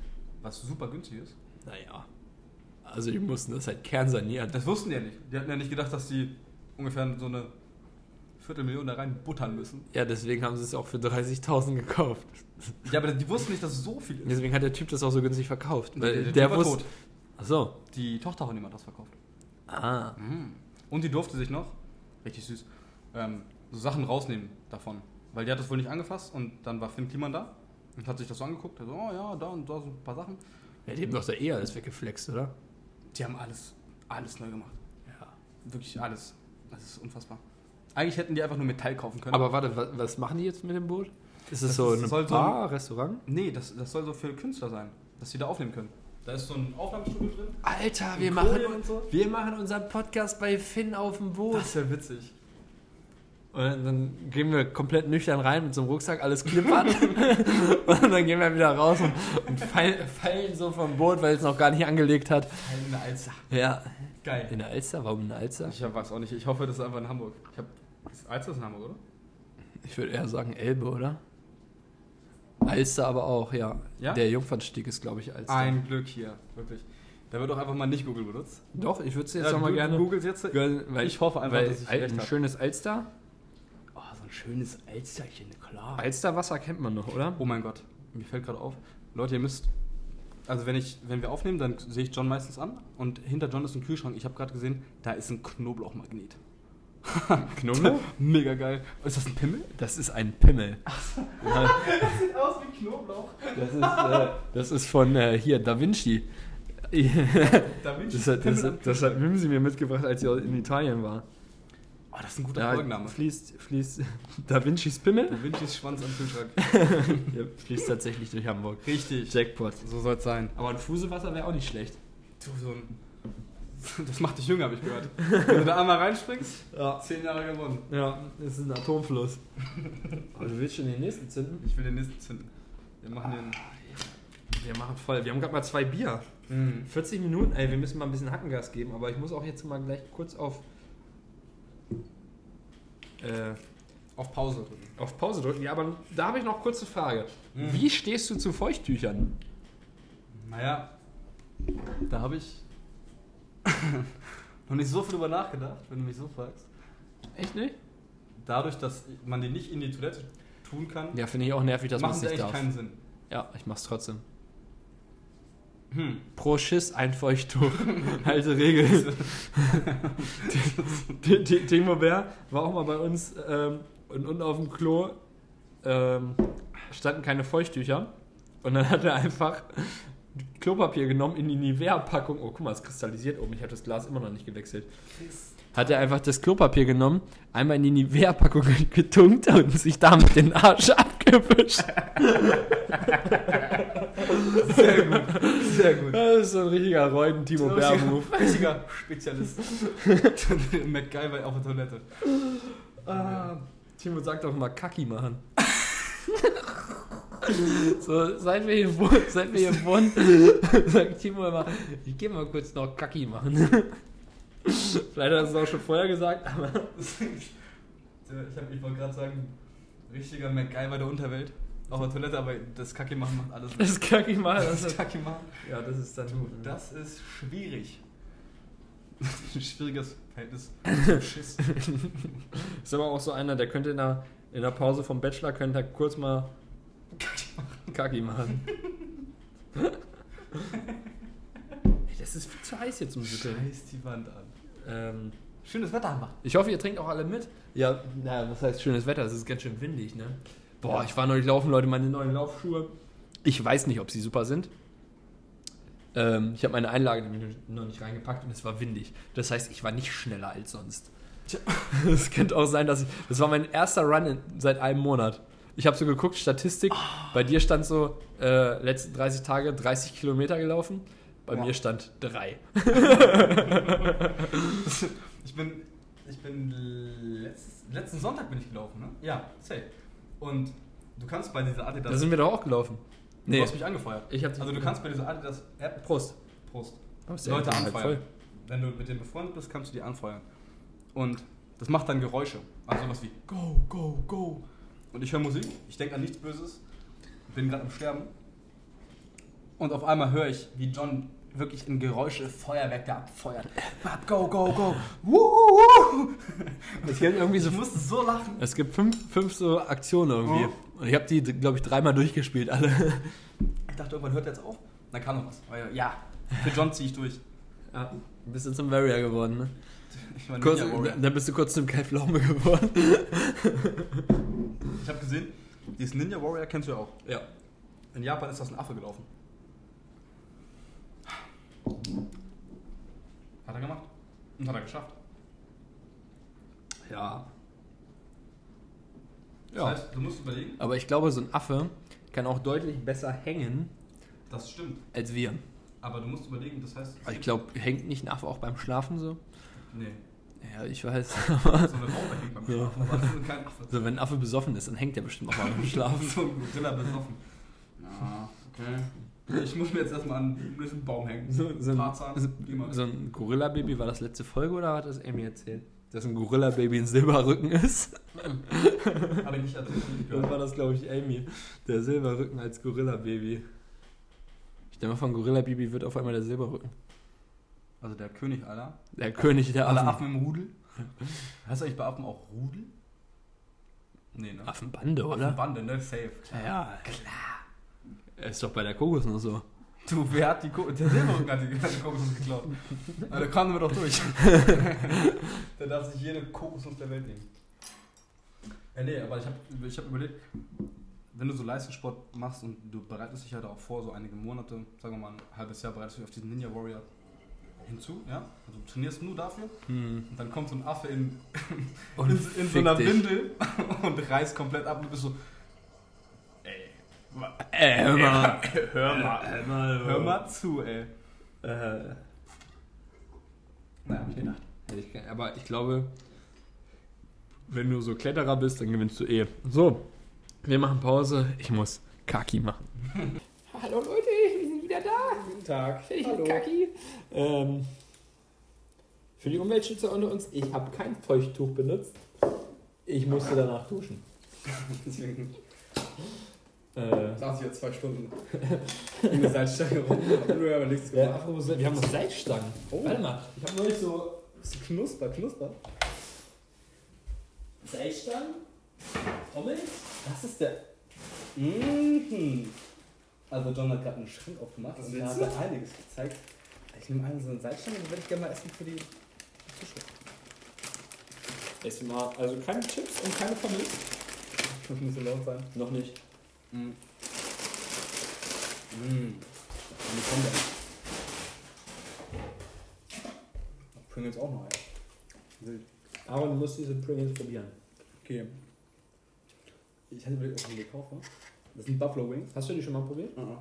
Was super günstig ist. Naja. Also, die mussten das halt kernsanieren. Das wussten die ja nicht. Die hatten ja nicht gedacht, dass die ungefähr so eine Viertelmillion da rein buttern müssen. Ja, deswegen haben sie es auch für 30.000 gekauft. Ja, aber die wussten nicht, dass es so viel ist. Deswegen hat der Typ das auch so günstig verkauft. Weil der, Typ war wusste. Ach so. Die Tochter von ihm hat das verkauft. Ah. Mhm. Und die durfte sich noch, richtig süß, ähm, so Sachen rausnehmen davon. Weil die hat das wohl nicht angefasst und dann war Finn Kliman da und hat sich das so angeguckt. Er so, oh ja, da und da so ein paar Sachen. Ja, die haben doch da eh alles weggeflext, oder? Die haben alles, alles neu gemacht. Ja. Wirklich alles. Das ist unfassbar. Eigentlich hätten die einfach nur Metall kaufen können. Aber warte, wa- was machen die jetzt mit dem Boot? Ist es Das so ist- ein soll so ein- Bar, Restaurant? nee, das, das soll so für Künstler sein, dass die da aufnehmen können. Da ist so ein Aufnahmestudio drin. Alter, wir machen- wir machen unseren Podcast bei Finn auf dem Boot. Das ist ja witzig. Und dann- dann gehen wir komplett nüchtern rein mit so einem Rucksack, alles [laughs] klippert. und dann gehen wir wieder raus und, und fall, fallen so vom Boot, weil es noch gar nicht angelegt hat. Eine Alster. Ja. Geil. In der Alster? Warum in der Alster? Ich weiß auch nicht. Ich hoffe, das ist einfach in Hamburg. Ich hab, ist Alster ist in Hamburg, oder? Ich würde eher sagen Elbe, oder? Alster aber auch, ja. Ja? Der Jungfernstieg ist, glaube ich, Alster. Ein Glück hier, wirklich. Da wird auch einfach mal nicht Google benutzt. Doch, ich würde es jetzt Ja, noch mal du- gerne. Du googelst jetzt. Gönn- weil, Ich hoffe einfach, weil dass ich Al- recht ein hab. schönes Alster. Oh, so ein schönes Elsterchen, Ah. klar. Alsterwasser kennt man noch, oder? Oh mein Gott, mir fällt gerade auf. Leute, ihr müsst. Also, wenn, ich, wenn wir aufnehmen, dann sehe ich John meistens an. Und hinter John ist ein Kühlschrank. Ich habe gerade gesehen, da ist ein Knoblauchmagnet. [laughs] Knoblauch? Mega geil. Ist das ein Pimmel? Das ist ein Pimmel. [laughs] Sieht aus wie Knoblauch. Das ist, äh, das ist von äh, hier, Da [laughs] Vinci. Da bin ich Das hat, das, hat, das hat Mimsi mir mitgebracht, als sie in Italien war. Oh, das ist ein guter Da Folgenname. fließt, fließt [laughs] Da Vincis Pimmel? Da Vincis Schwanz am Kühlschrank. Ja, fließt tatsächlich durch Hamburg. Richtig. Jackpot. So soll es sein. Aber ein Fusewasser wäre auch nicht schlecht. Du, so ein. [laughs] Das macht dich jünger, habe ich gehört. Wenn du da einmal reinspringst, Ja. zehn Jahre gewonnen. Ja, das ist ein [laughs] Atomfluss. Aber du willst schon den nächsten zünden? Ich will den nächsten zünden. Wir machen den. Wir machen voll. Wir haben gerade mal zwei Bier. Hm, 40 Minuten, ey, wir müssen mal ein bisschen Hackengas geben, aber ich muss auch jetzt mal gleich kurz auf, äh, Auf Pause drücken. auf Pause drücken. Mhm. Ja, aber da habe ich noch kurze Frage. Wie stehst du zu Feuchttüchern? Naja, da habe ich [laughs] noch nicht so viel drüber nachgedacht, wenn du mich so fragst. Echt nicht? Dadurch, dass man die nicht in die Toilette tun kann, Ja, finde ich auch nervig, dass man machen es sie nicht echt darf. keinen Sinn. Ja, ich mach's trotzdem. Hm. [laughs] Pro Schiss ein [laughs] Feuchttuch. Alte Regel. T- T- Timo Bär war auch mal bei uns ähm, und unten auf dem Klo ähm, standen keine Feuchttücher. Und dann hat er einfach Klopapier genommen in die Nivea-Packung. Oh, guck mal, es kristallisiert oben. Ich habe das Glas immer noch nicht gewechselt. Hat er einfach das Klopapier genommen, einmal in die Nivea-Packung [laughs] getunkt und sich damit den Arsch abgewischt. [laughs] Sehr gut, sehr [laughs] gut. Das ist so ein richtiger Reuden-Timo Bär-Move. Richtiger Spezialist. MacGyver auf der Toilette. Ah, Timo sagt doch mal Kacki [laughs] machen. so, seit wir hier wohnen, seit wir [laughs] hier wohnen sagt Timo immer, ich gehe mal kurz noch Kacki machen. Vielleicht hat er es auch schon vorher gesagt, aber Der- Ich, hab- ich wollte gerade sagen, richtiger MacGyver der Unterwelt. Auf der Toilette, aber das Kacke machen macht alles das Kacki machen, das Das ist, Kacke machen. ja, das ist dann gut. ne? Das ist schwierig. Das ist ein schwieriges Verhältnis. zum Schiss. [laughs] Ist aber auch so einer, der könnte in der, in der Pause vom Bachelor, könnte er kurz mal Kacki [laughs] machen. Ey, Das ist viel zu heiß jetzt um Sitte. Scheiß die Wand an. Ähm, Schönes Wetter haben wir. Ich hoffe, ihr trinkt auch alle mit. Ja, naja, was heißt schönes Wetter? Es ist ganz schön windig, ne? Boah, ich war neulich laufen, Leute, meine neuen Laufschuhe. Ich weiß nicht, ob sie super sind. Ähm, ich habe meine Einlage nämlich noch nicht reingepackt und es war windig. Das heißt, ich war nicht schneller [laughs] als sonst. Es könnte auch sein, dass ich. Das war mein erster Run in, seit einem Monat. Ich habe so geguckt, Statistik. Bei dir stand so, äh, letzten 30 Tage 30 Kilometer gelaufen. Bei Boah. mir stand [laughs] drei. Ich bin, ich bin letzt, letzten Sonntag bin ich gelaufen, ne? Ja, safe. Und du kannst bei dieser Adidas. Da sind wir doch auch gelaufen. Du Nee. hast mich angefeuert. Ich hab dich- also du kannst bei dieser Adidas App. Prost. Prost. Aber ist der Leute Alkohol halt anfeuern. Wenn du mit denen befreundet bist, kannst du die anfeuern. Und das macht dann Geräusche. Also sowas wie Go, Go, Go. Und ich höre Musik, ich denke an nichts Böses, bin gerade am Sterben. Und auf einmal höre ich, wie John wirklich in Geräusche Feuerwerk da abfeuert. Bap, Go, Go, Go. Wuhu, wuhu. Es gibt irgendwie so, Ich musste so lachen. es gibt fünf, fünf so Aktionen irgendwie. Oh. Und ich habe die, glaube ich, dreimal durchgespielt, alle. Ich dachte, irgendwann hört er jetzt auf. Dann kam noch was. Weil, äh, ja, für John ziehe ich durch. [laughs] [laughs] Ja, bist du zum Warrior geworden, ne? Ich meine, Kurz, Ninja Warrior. dann bist du kurz zum Kai Pflaume geworden. ich habe gesehen, dieses Ninja Warrior kennst du [laughs] ja auch. Ja. In Japan ist das ein Affe gelaufen. Hat er gemacht. Und hat er geschafft. Ja. Das Ja. heißt, du musst überlegen, Aber ich glaube, so ein Affe kann auch deutlich besser hängen das stimmt. als wir. Also Aber du musst überlegen, das heißt. Ah, Ich glaube, hängt nicht ein Affe auch beim Schlafen so? [laughs] Nee. Ja, ich weiß. [laughs] So eine Raupe hängt beim Ja. Schlafen. Aber das ist kein Affe. so, wenn ein Affe besoffen ist, dann hängt er bestimmt auch mal beim Schlafen. So ein Gorilla besoffen. Na, okay. Ich muss mir jetzt erstmal an einen Baum hängen. So, so, Tarzan, geh ein, mal. so ein Gorilla-Baby, war das letzte Folge oder hat das Amy erzählt? Dass ein Gorilla-Baby ein Silberrücken ist? Habe ich nicht also, erzählt. hab [laughs] ich nicht Das gehört. war das, glaube ich, Amy. Der Silberrücken als Gorilla-Baby. Ich denke mal, von Gorilla-Baby wird auf einmal der Silberrücken. Also der König aller. Der König der Alle Affen. Affen im Rudel. Heißt eigentlich bei Affen auch Rudel? Nee, ne? Affenbande, oder? Affenbande, ne? Safe. Ja, klar. Er ist doch bei der Kokosnuss so. Du, wer hat die Ko Der Silberrücken hat die ganze Kokosnuss geklaut. Ah, Aber da kamen wir doch durch. der darf sich jede Kokosnuss der Welt nehmen. Ja, Äh, nee, aber ich habe ich hab überlegt, wenn du so Leistungssport machst und du bereitest dich halt auch vor, so einige Monate, sagen wir mal ein halbes Jahr, bereitest du dich auf diesen Ninja Warrior hinzu, ja? Also du trainierst nur dafür und dann kommt so ein Affe in, in, Und in so fick einer dich. Windel [laughs] und reißt komplett ab und du bist so, ey, wa- Äh, hör mal. [laughs] Äh, hör mal, Hör mal. hör mal zu, ey. Äh, Naja, hab ich gedacht. hätte ich ge- aber ich glaube, wenn du so Kletterer bist, dann gewinnst du eh. So, wir machen Pause. Ich muss Kaki machen. [laughs] Hallo Leute, wir sind wieder da. Guten Tag. Ich bin Kaki. Ähm, für die Umweltschützer unter uns, ich habe kein Feuchttuch benutzt. Ich musste danach duschen. [laughs] Deswegen Äh, saß ich jetzt zwei Stunden in der Salzstange rum und habe aber nichts Ja, gemacht. apropos, wir haben noch Salzstangen. Oh. Warte mal, ich habe neulich so. Bist du knusper, knusper? Salzstangen? Pommes? Das ist der. Mhm. Also John hat gerade einen Schrank aufgemacht und da hat er einiges gezeigt. Ich nehme an, so eine Salzstange, die würde ich gerne mal essen für die Fische. Mal, also keine Chips und keine Pommes? Das muss so laut sein. Noch nicht. Mhm. Mhm. Und die kommen dann. Pringles auch noch, ey. Wild. Aaron muss diese Pringles probieren. Okay. Ich hatte überlegt, ob ich die ne? kaufe. Das sind Buffalo Wings. Hast du die schon mal probiert? Mhm.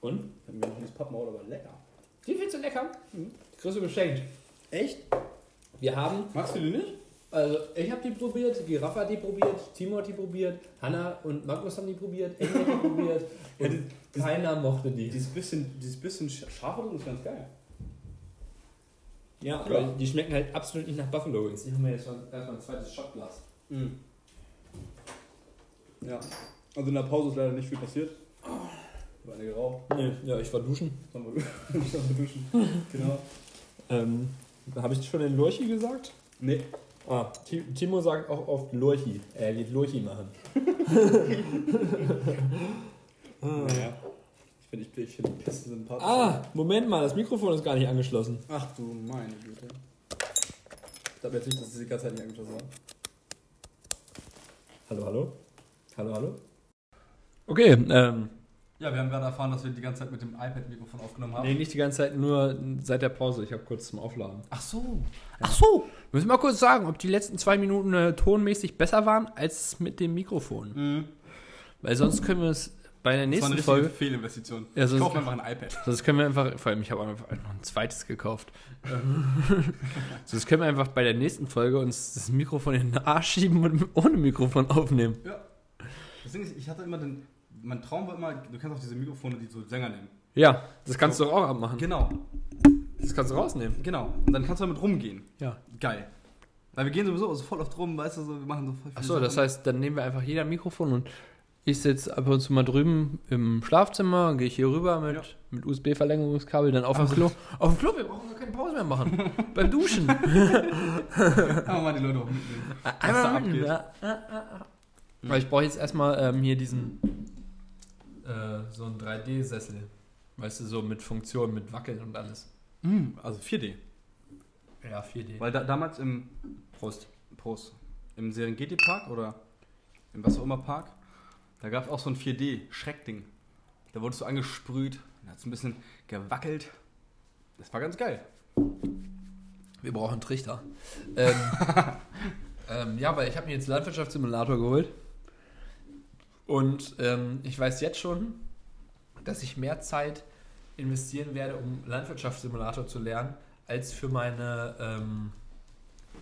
Und? Ich hab mir noch nicht Pappmaul, aber lecker. Mhm. Die findest du lecker? Kriegst du geschenkt. Echt? Wir haben, Magst du die nicht? also ich habe die probiert, die Rafa hat die probiert, Timo hat die probiert, Hanna und Markus haben die probiert, Emma hat die [laughs] probiert Ja, und das- keiner mochte die. Dieses bisschen, dieses bisschen sch- scharfe Ding ist ganz geil. Ja, aber die schmecken halt absolut nicht nach Buffalo Wings. Ich habe mir jetzt erstmal ein zweites Shotglas. Mhm. Ja. Also in der Pause ist leider nicht viel passiert. Ich habe eine geraucht, Nee, ja, ich war duschen. dann [laughs] war ich am [laughs] duschen. Genau. Ähm, habe ich schon den Lurchi gesagt? Nee. Ah, Ti- Timo sagt auch oft Lurchi. Er geht Lurchi machen. Naja. Ich finde, ich, ich finde Pisten sympathisch. Ah, Moment mal, das Mikrofon ist gar nicht angeschlossen. Ach du meine Güte. Ich glaube jetzt nicht, dass es die ganze Zeit nicht angeschossen war. Hallo, hallo? Hallo, hallo? Okay, ähm, Ja, wir haben gerade erfahren, dass wir die ganze Zeit mit dem iPad-Mikrofon aufgenommen haben. Nee, nicht die ganze Zeit, nur seit der Pause. Ich habe kurz zum Aufladen. Ach so. Ach so, müssen Genau. wir mal kurz sagen, ob die letzten zwei Minuten äh, tonmäßig besser waren als mit dem Mikrofon. Weil sonst können wir es bei der Mhm. Das war nächsten eine richtige Folge. Fehlinvestition. Ja, ich sonst- kaufe mir einfach ein iPad. Sonst können wir einfach, vor allem ich habe einfach noch ein zweites [laughs] gekauft. sonst können wir einfach bei der nächsten Folge uns das Mikrofon in den Arsch schieben und ohne Mikrofon aufnehmen. Ja. Das Ding ist, ich hatte immer den. Mein Traum war immer, du kannst auch diese Mikrofone, die so Sänger nehmen. Ja, das kannst du doch auch abmachen. Genau, Das kannst du rausnehmen. genau. Und dann kannst du damit rumgehen. Ja. Geil. Weil wir gehen sowieso so voll oft rum, weißt du, so, wir machen so voll Achso, das Sachen. heißt, dann nehmen wir einfach jeder ein Mikrofon und ich sitze ab und zu mal drüben im Schlafzimmer, gehe ich hier rüber mit, Ja. mit USB-Verlängerungskabel, dann auf dem Klo. Auf dem Klo, wir brauchen gar keine Pause mehr machen. Beim Duschen. [laughs] Einfach mal die Leute auch mitnehmen. Was da Einmal mitten, abgeht. ja. Weil ich brauche jetzt erstmal ähm, hier diesen äh, so einen 3D-Sessel. Weißt du, so mit Funktion, mit Wackeln und alles. Mm, also 4D. Ja, 4D. Weil da, damals im Prost. Prost. Im Serengeti Park oder im was auch immer Park, da gab es auch so ein 4D-Schreckding. Da wurdest du angesprüht, da hat es ein bisschen gewackelt. Das war ganz geil. Wir brauchen einen Trichter. [laughs] Ähm, ähm, ja, weil ich habe mir jetzt einen Landwirtschaftssimulator geholt. Und ähm, ich weiß jetzt schon, dass ich mehr Zeit investieren werde, um Landwirtschaftssimulator zu lernen, als für meine, ähm,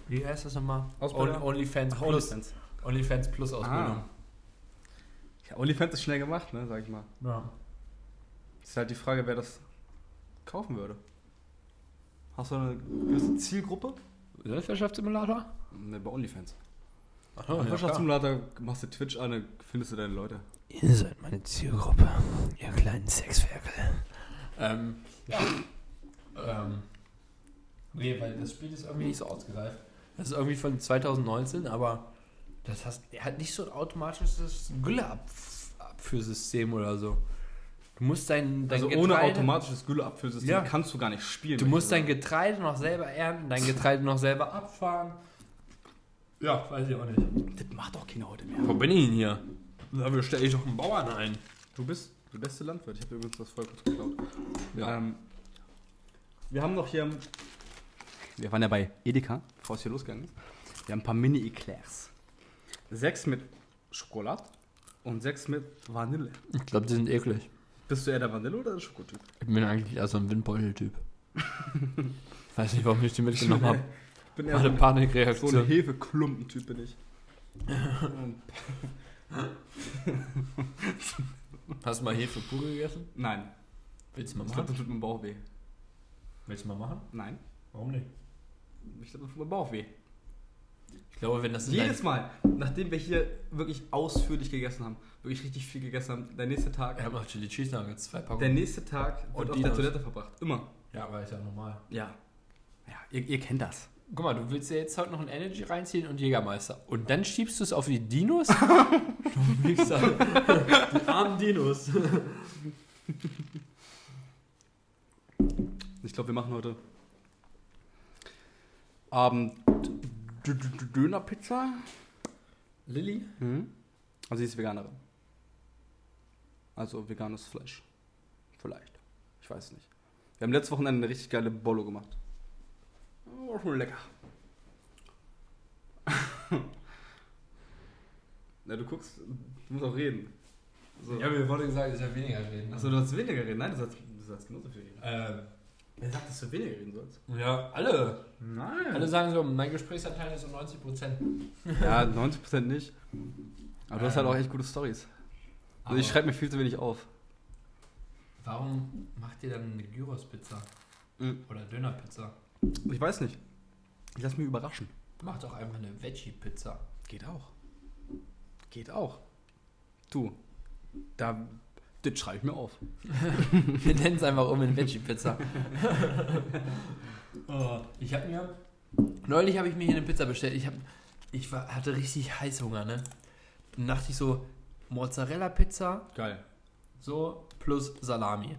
wie heißt das nochmal? Ausbildung? On- OnlyFans Plus. OnlyFans. OnlyFans Plus Ausbildung. Ah. Ja, OnlyFans ist schnell gemacht, ne, sag ich mal. Ja. Ist halt die Frage, wer das kaufen würde. Hast du eine gewisse Zielgruppe? Landwirtschaftssimulator? Ne, bei OnlyFans. Ach, Oh, Wirtschaftssimulator machst du Twitch an, dann findest du deine Leute. Ihr seid meine Zielgruppe, ihr kleinen Sexferkel. Ähm, ja. Ähm, nee, weil das Spiel ist irgendwie nicht so ausgereift. Das ist irgendwie von 2019, aber das heißt, er hat nicht so ein automatisches Gülleabführsystem oder so. Du musst dein, dein also ohne Getreide- automatisches Gülleabfüllsystem Ja. kannst du gar nicht spielen. Du musst dann dein Getreide noch selber ernten, dein Getreide noch selber abfahren. Ja, weiß ich auch nicht. Das macht doch keiner heute mehr. Wo bin ich denn hier? Dafür stelle ich doch einen Bauern ein. Du bist der beste Landwirt. Ich habe übrigens was voll kurz geklaut. Ja. Ähm, wir haben noch hier. Wir waren ja bei Edeka, bevor es hier losgegangen ist. Wir haben ein paar Mini-Eclairs. Sechs mit Schokolade und sechs mit Vanille. Ich glaube, die sind eklig. Bist du eher der Vanille oder der Schokotyp? Ich bin eigentlich eher so ein [laughs] Windbeutel-Typ. Weiß nicht, warum ich die mitgenommen habe. Ich bin War eine eher so, so ein Panikreaktion. Hefeklumpen-Typ, bin ich. Ähm, Hast du mal Hefe pur gegessen? Nein, Willst du mal ich glaube, das tut mir Bauch weh. Willst du mal machen? Nein, Warum nicht? ich glaube, das tut mir Bauch weh. Ich glaube, wenn das in Jedes Mal, nachdem wir hier wirklich ausführlich gegessen haben, wirklich richtig viel gegessen haben, der nächste Tag. dein... Ja, mach Chili Cheese Nuggets, zwei Der Packungen. nächste Tag wird Und auf der Dinos. Toilette verbracht. Immer. Ja, aber ist ja normal. Ja. Ja, ihr, ihr kennt das. Guck mal, du willst ja jetzt heute noch ein Energy reinziehen und Jägermeister. Und dann schiebst du es auf die [laughs] Dinos? du Wichser. Die armen Dinos. Ich glaube, wir machen heute Abend D- D- D- Dönerpizza. Lilly? Also sie ist Veganerin. Also veganes Fleisch. Vielleicht. Ich weiß es nicht. Wir haben letztes Wochenende eine richtig geile Bolo gemacht. War schon lecker. [laughs] Na, du guckst, du musst auch reden. So. Ja, mir wurde gesagt, ich soll weniger reden. Achso, du sollst weniger reden. Nein, du sollst, du sollst genauso viel reden. Ähm, Wer sagt, dass du weniger reden sollst? ja, alle. Nein. Alle sagen so, mein Gesprächsanteil ist um 90 Prozent. Ja, 90% nicht. Aber du hast halt auch echt gute Stories. Also ich schreibe mir viel zu wenig auf. Warum macht ihr dann eine Gyros-Pizza? Mhm. Oder Döner-Pizza? Ich weiß nicht. Ich lass mich überraschen. Macht doch einfach eine Veggie-Pizza. Geht auch. Geht auch. Du, da, das schreibe ich mir auf. [laughs] Wir nennen es einfach um in Veggie-Pizza. [laughs] oh, ich habe mir. Neulich habe ich mir hier eine Pizza bestellt. Ich, hab, ich war, hatte richtig Heißhunger, ne? Dann dachte ich so, Mozzarella-Pizza, Geil. so plus Salami.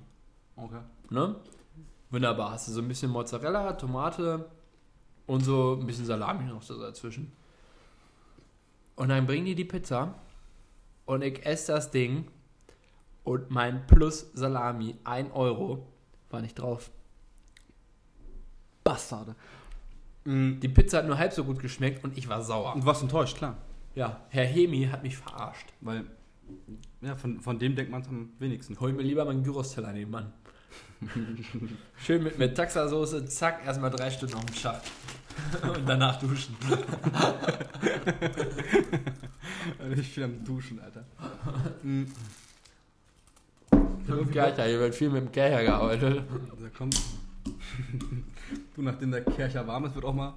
Okay. Ne? Wunderbar. Hast du so ein bisschen Mozzarella, Tomate und so ein bisschen Salami noch so dazwischen. Und dann bringen die die Pizza und ich esse das Ding und mein Plus Salami 1 Euro war nicht drauf. Bastarde. Mm, Die Pizza hat nur halb so gut geschmeckt und ich war sauer. Und du warst enttäuscht, klar. Ja, Herr Hemi hat mich verarscht. Weil, ja, von, von dem denkt man am [laughs] wenigsten. Hol mir lieber meinen Gyros-Teller an den Mann. Schön mit, mit Taxasoße, zack, erstmal drei Stunden auf dem Schacht. [laughs] Und danach duschen. Also Ich bin am Duschen, Alter. Mit dem Kercher, hier wird viel mit dem Kercher gearbeitet. Da kommt. Also [laughs] du, nachdem der Kercher warm ist, wird auch mal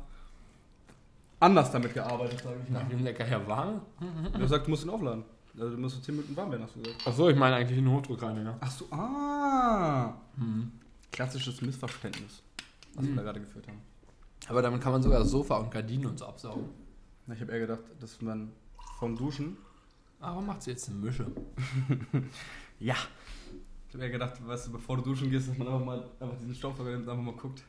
anders damit gearbeitet, sage ich mal. Nachdem der Kercher warm Du sagst, du musst ihn aufladen. Also, du musst 10 Minuten warm werden, hast du gesagt. Achso, ich meine eigentlich einen Hochdruckreiniger. Ach so, ah. Klassisches Missverständnis, was wir da gerade geführt haben. Aber damit kann man sogar das Sofa und Gardinen und so absaugen. Na, Ich habe eher gedacht, dass man vom Duschen. Aber macht sie Ah, jetzt eine Mische? Ja. Ich habe eher gedacht, weißt du, bevor du duschen gehst, dass man einfach mal einfach diesen Staubsauger nimmt und einfach mal guckt.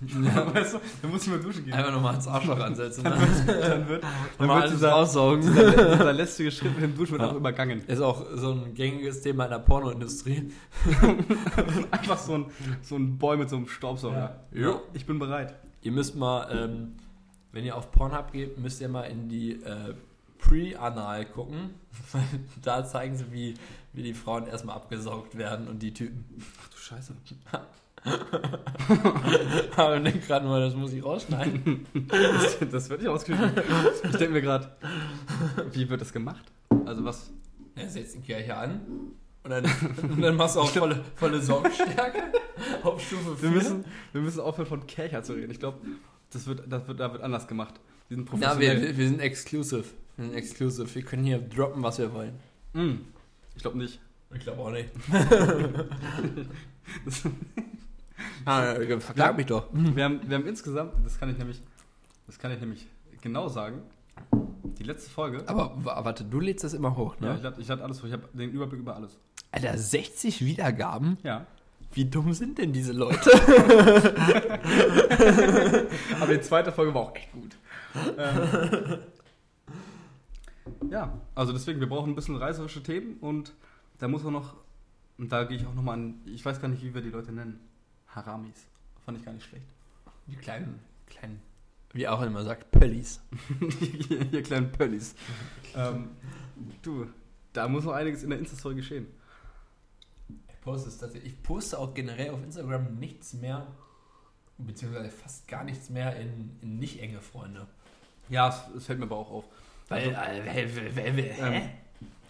[laughs] weißt du, dann muss ich mal duschen gehen. Einfach nochmal ans Arschloch ansetzen. Ne? Dann wird, dann Nochmal wird alles dieser, raussaugen. [laughs] dieser, dieser lästige Schritt mit dem Duschen wird Ja. auch übergangen. Ist auch so ein gängiges Thema in der Pornoindustrie. Einfach so ein, so ein Boy mit so einem Staubsauger. Ja. Jo. Ich bin bereit. Ihr müsst mal, ähm, wenn ihr auf Pornhub geht, müsst ihr mal in die äh, Pre-Anal gucken. [laughs] da zeigen sie, wie, wie die Frauen erstmal abgesaugt werden und die Typen. [laughs] Ach du Scheiße. Aber ich denke gerade nur, das muss ich rausschneiden. [laughs] Das, das wird nicht ausgeschnitten. Ich denke mir gerade, wie wird das gemacht? Also was? Er setzt den Kirche an. Und dann, und dann machst du auch volle, volle Saugstärke auf Stufe 4. Wir müssen, wir müssen aufhören von Kercher zu reden. Ich glaube, das wird, das wird, da wird anders gemacht. Die sind Na, professionell. wir, wir- wir sind exclusive. Wir sind exclusive. Wir können hier droppen, was wir wollen. Mm. Ich glaube nicht. Ich glaube auch nicht. Das, Ah, verklag mich doch. wir, haben, wir haben insgesamt, das kann ich nämlich, das kann ich nämlich genau sagen. Die letzte Folge. Aber wa- warte, du lädst das immer hoch, Ja, ich ne? lade ich lad alles vor. Ich habe den Überblick über alles. Alter, 60 Wiedergaben? Ja. Wie dumm sind denn diese Leute? Aber die zweite Folge war auch echt gut. Ähm, ja, also deswegen, wir brauchen ein bisschen reißerische Themen und da muss auch noch, und da gehe ich auch nochmal an, ich weiß gar nicht, wie wir die Leute nennen. Haramis. Fand ich gar nicht schlecht. [laughs] Die kleinen, kleinen, wie auch immer sagt, Pöllis. ihr, ihr kleinen Pöllis. ähm, du, da muss noch einiges in der Insta-Story geschehen. Ich poste, es tatsächlich. ich poste auch generell auf Instagram nichts mehr, beziehungsweise fast gar nichts mehr in, in nicht enge Freunde. Ja, es, es fällt mir aber auch auf. Weil, äh, wer- wer- wer- hä? Ähm,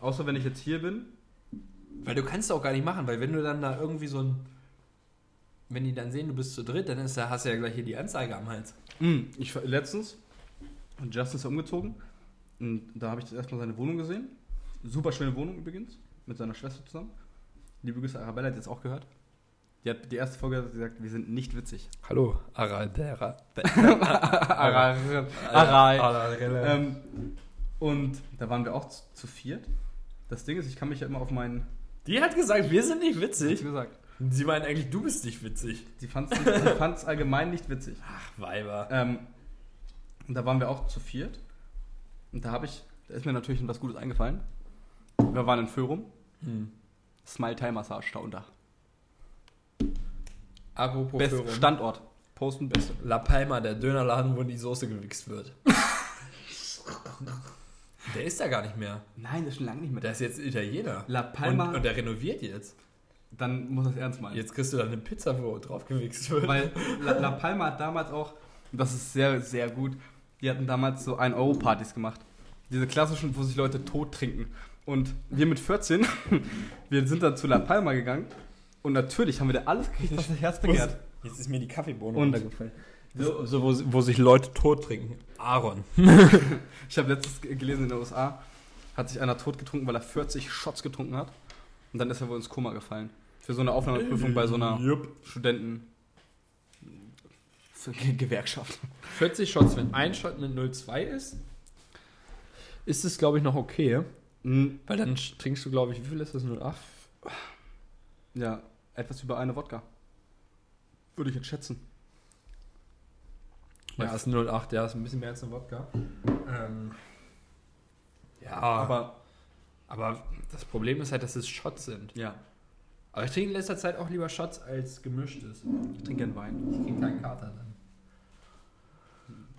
außer wenn ich jetzt hier bin, Weil du kannst es auch gar nicht machen, weil wenn du dann da irgendwie so ein. Wenn die dann sehen, du bist zu dritt, dann ist, da hast du ja gleich hier die Anzeige am Hals. Mm, Ich war letztens, und Justin ist ja umgezogen. Und da habe ich das erstmal seine Wohnung gesehen. Super schöne Wohnung übrigens, mit seiner Schwester zusammen. Liebe Grüße, Arabella hat jetzt auch gehört. Die hat die erste Folge gesagt, wir sind nicht witzig. Hallo, Araldera. Aral. Also, Aral. Ähm, und da waren wir auch zu, zu viert. Das Ding ist, ich kann mich ja immer auf meinen. Die hat gesagt, wir sind nicht witzig. gesagt? Sie meinen eigentlich, du bist nicht witzig. Sie fand es allgemein nicht witzig. Ach, Weiber. Ähm, und da waren wir auch zu viert. Und da habe ich, da ist mir natürlich was Gutes eingefallen. Wir waren in Föhrum. Hm. Smile Thai Massage da unter. Apropos Best Führung. Standort. Posten beste. La Palma, der Dönerladen, wo die Soße gewichst [laughs] wird. der ist da gar nicht mehr. Nein, das ist schon lange nicht mehr. Der ist jetzt Italiener. La Palma. Und, und der renoviert jetzt. Dann muss das ernst meinen. Jetzt kriegst du da eine Pizza, wo Oh, drauf gewichst wird. Weil La, La Palma hat damals auch, und das ist sehr, sehr gut, die hatten damals so 1-Euro-Partys gemacht. Diese klassischen, wo sich Leute tot trinken. Und wir mit 14, [laughs] wir sind dann zu La Palma gegangen. Und natürlich haben wir da alles gekriegt, was das Herz begehrt. Jetzt ist mir die Kaffeebohne Und- runtergefallen. So, so wo, wo sich Leute tot trinken. Aaron. Ich habe letztens ge- gelesen, in den USA hat sich einer tot getrunken, weil er 40 Shots getrunken hat. Und dann ist er wohl ins Koma gefallen. Für so eine Aufnahmeprüfung bei so einer Studenten. Für Ge- Gewerkschaft. 40 Shots, wenn ein Shot eine 0,2 ist, ist es, glaube ich, noch okay. Mm, Weil dann sch- trinkst du, glaube ich, wie viel ist das? 0,8? Ja, etwas über eine Wodka. Würde ich jetzt schätzen. Ja, ist 0,8, ja, ist ein bisschen mehr als ein Wodka. Ähm, ja, aber, Aber Aber das Problem ist halt, dass es Shots sind. Ja, Aber ich trinke in letzter Zeit auch lieber Shots als gemischtes. ich trinke gern Wein. Ich krieg keinen Kater dann.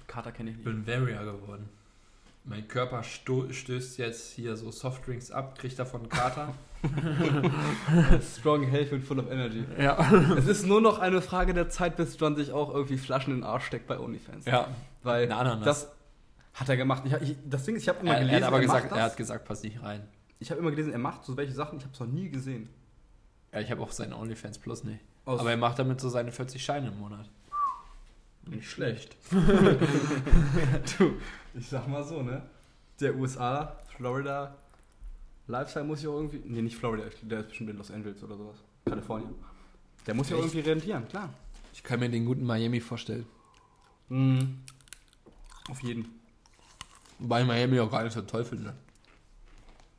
Kater kenne ich Ich nicht. bin Varia geworden. Mein Körper sto- stößt jetzt hier so Softdrinks ab, kriegt davon einen Kater. [laughs] Strong, healthy und full of [laughs] energy. [laughs] ja. es ist nur noch eine Frage der Zeit, bis John sich auch irgendwie Flaschen in den Arsch steckt bei OnlyFans. Ja. Weil Eine Ananas. das hat er gemacht. Ich, ich, das Ding ist, ich habe immer Er, gelesen, er hat aber macht gesagt, das. er hat gesagt, passt nicht rein. ich habe immer gelesen, er macht so welche Sachen, ich habe es noch nie gesehen. Ja, ich habe auch seinen OnlyFans Plus nicht. Aus- Aber er macht damit so seine 40 Scheine im Monat. Nicht [laughs] schlecht. Du, ich sag mal so, ne? Der USA, Florida, Lifestyle muss ja irgendwie. Nee, nicht Florida, der ist bestimmt in Los Angeles oder sowas. Kalifornien. Der muss ja Echt? irgendwie rentieren, klar. Ich kann mir den guten Miami vorstellen. Mhm. Auf jeden. Wobei ich Miami auch gar nicht so toll finde.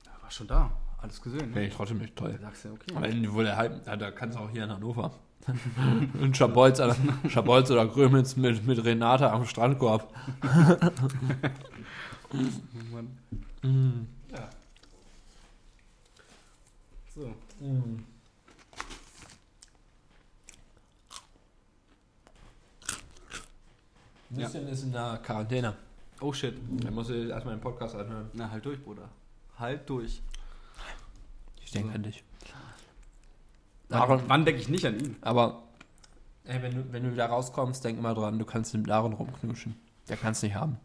Er war schon da, alles gesehen. Ne? Nee, ich trotzdem nicht toll. Da sagst du ja, okay. Aber wenn du wohl erhalten, ja, da kannst du auch hier in Hannover. [laughs] In Schabolz, oder- Schabolz oder Grömitz mit, mit Renate am Strandkorb. Mann. Ja. So. Lucien ist in der Quarantäne. Oh shit. Er muss sich erstmal den Podcast anhören. Na, halt durch, Bruder. Halt durch. Ich denke an dich. Wann, Aaron, wann denke ich nicht an ihn? aber ey, wenn, du, wenn du wieder rauskommst, denk immer dran, du kannst mit Aaron rumknutschen. Der kann es nicht haben.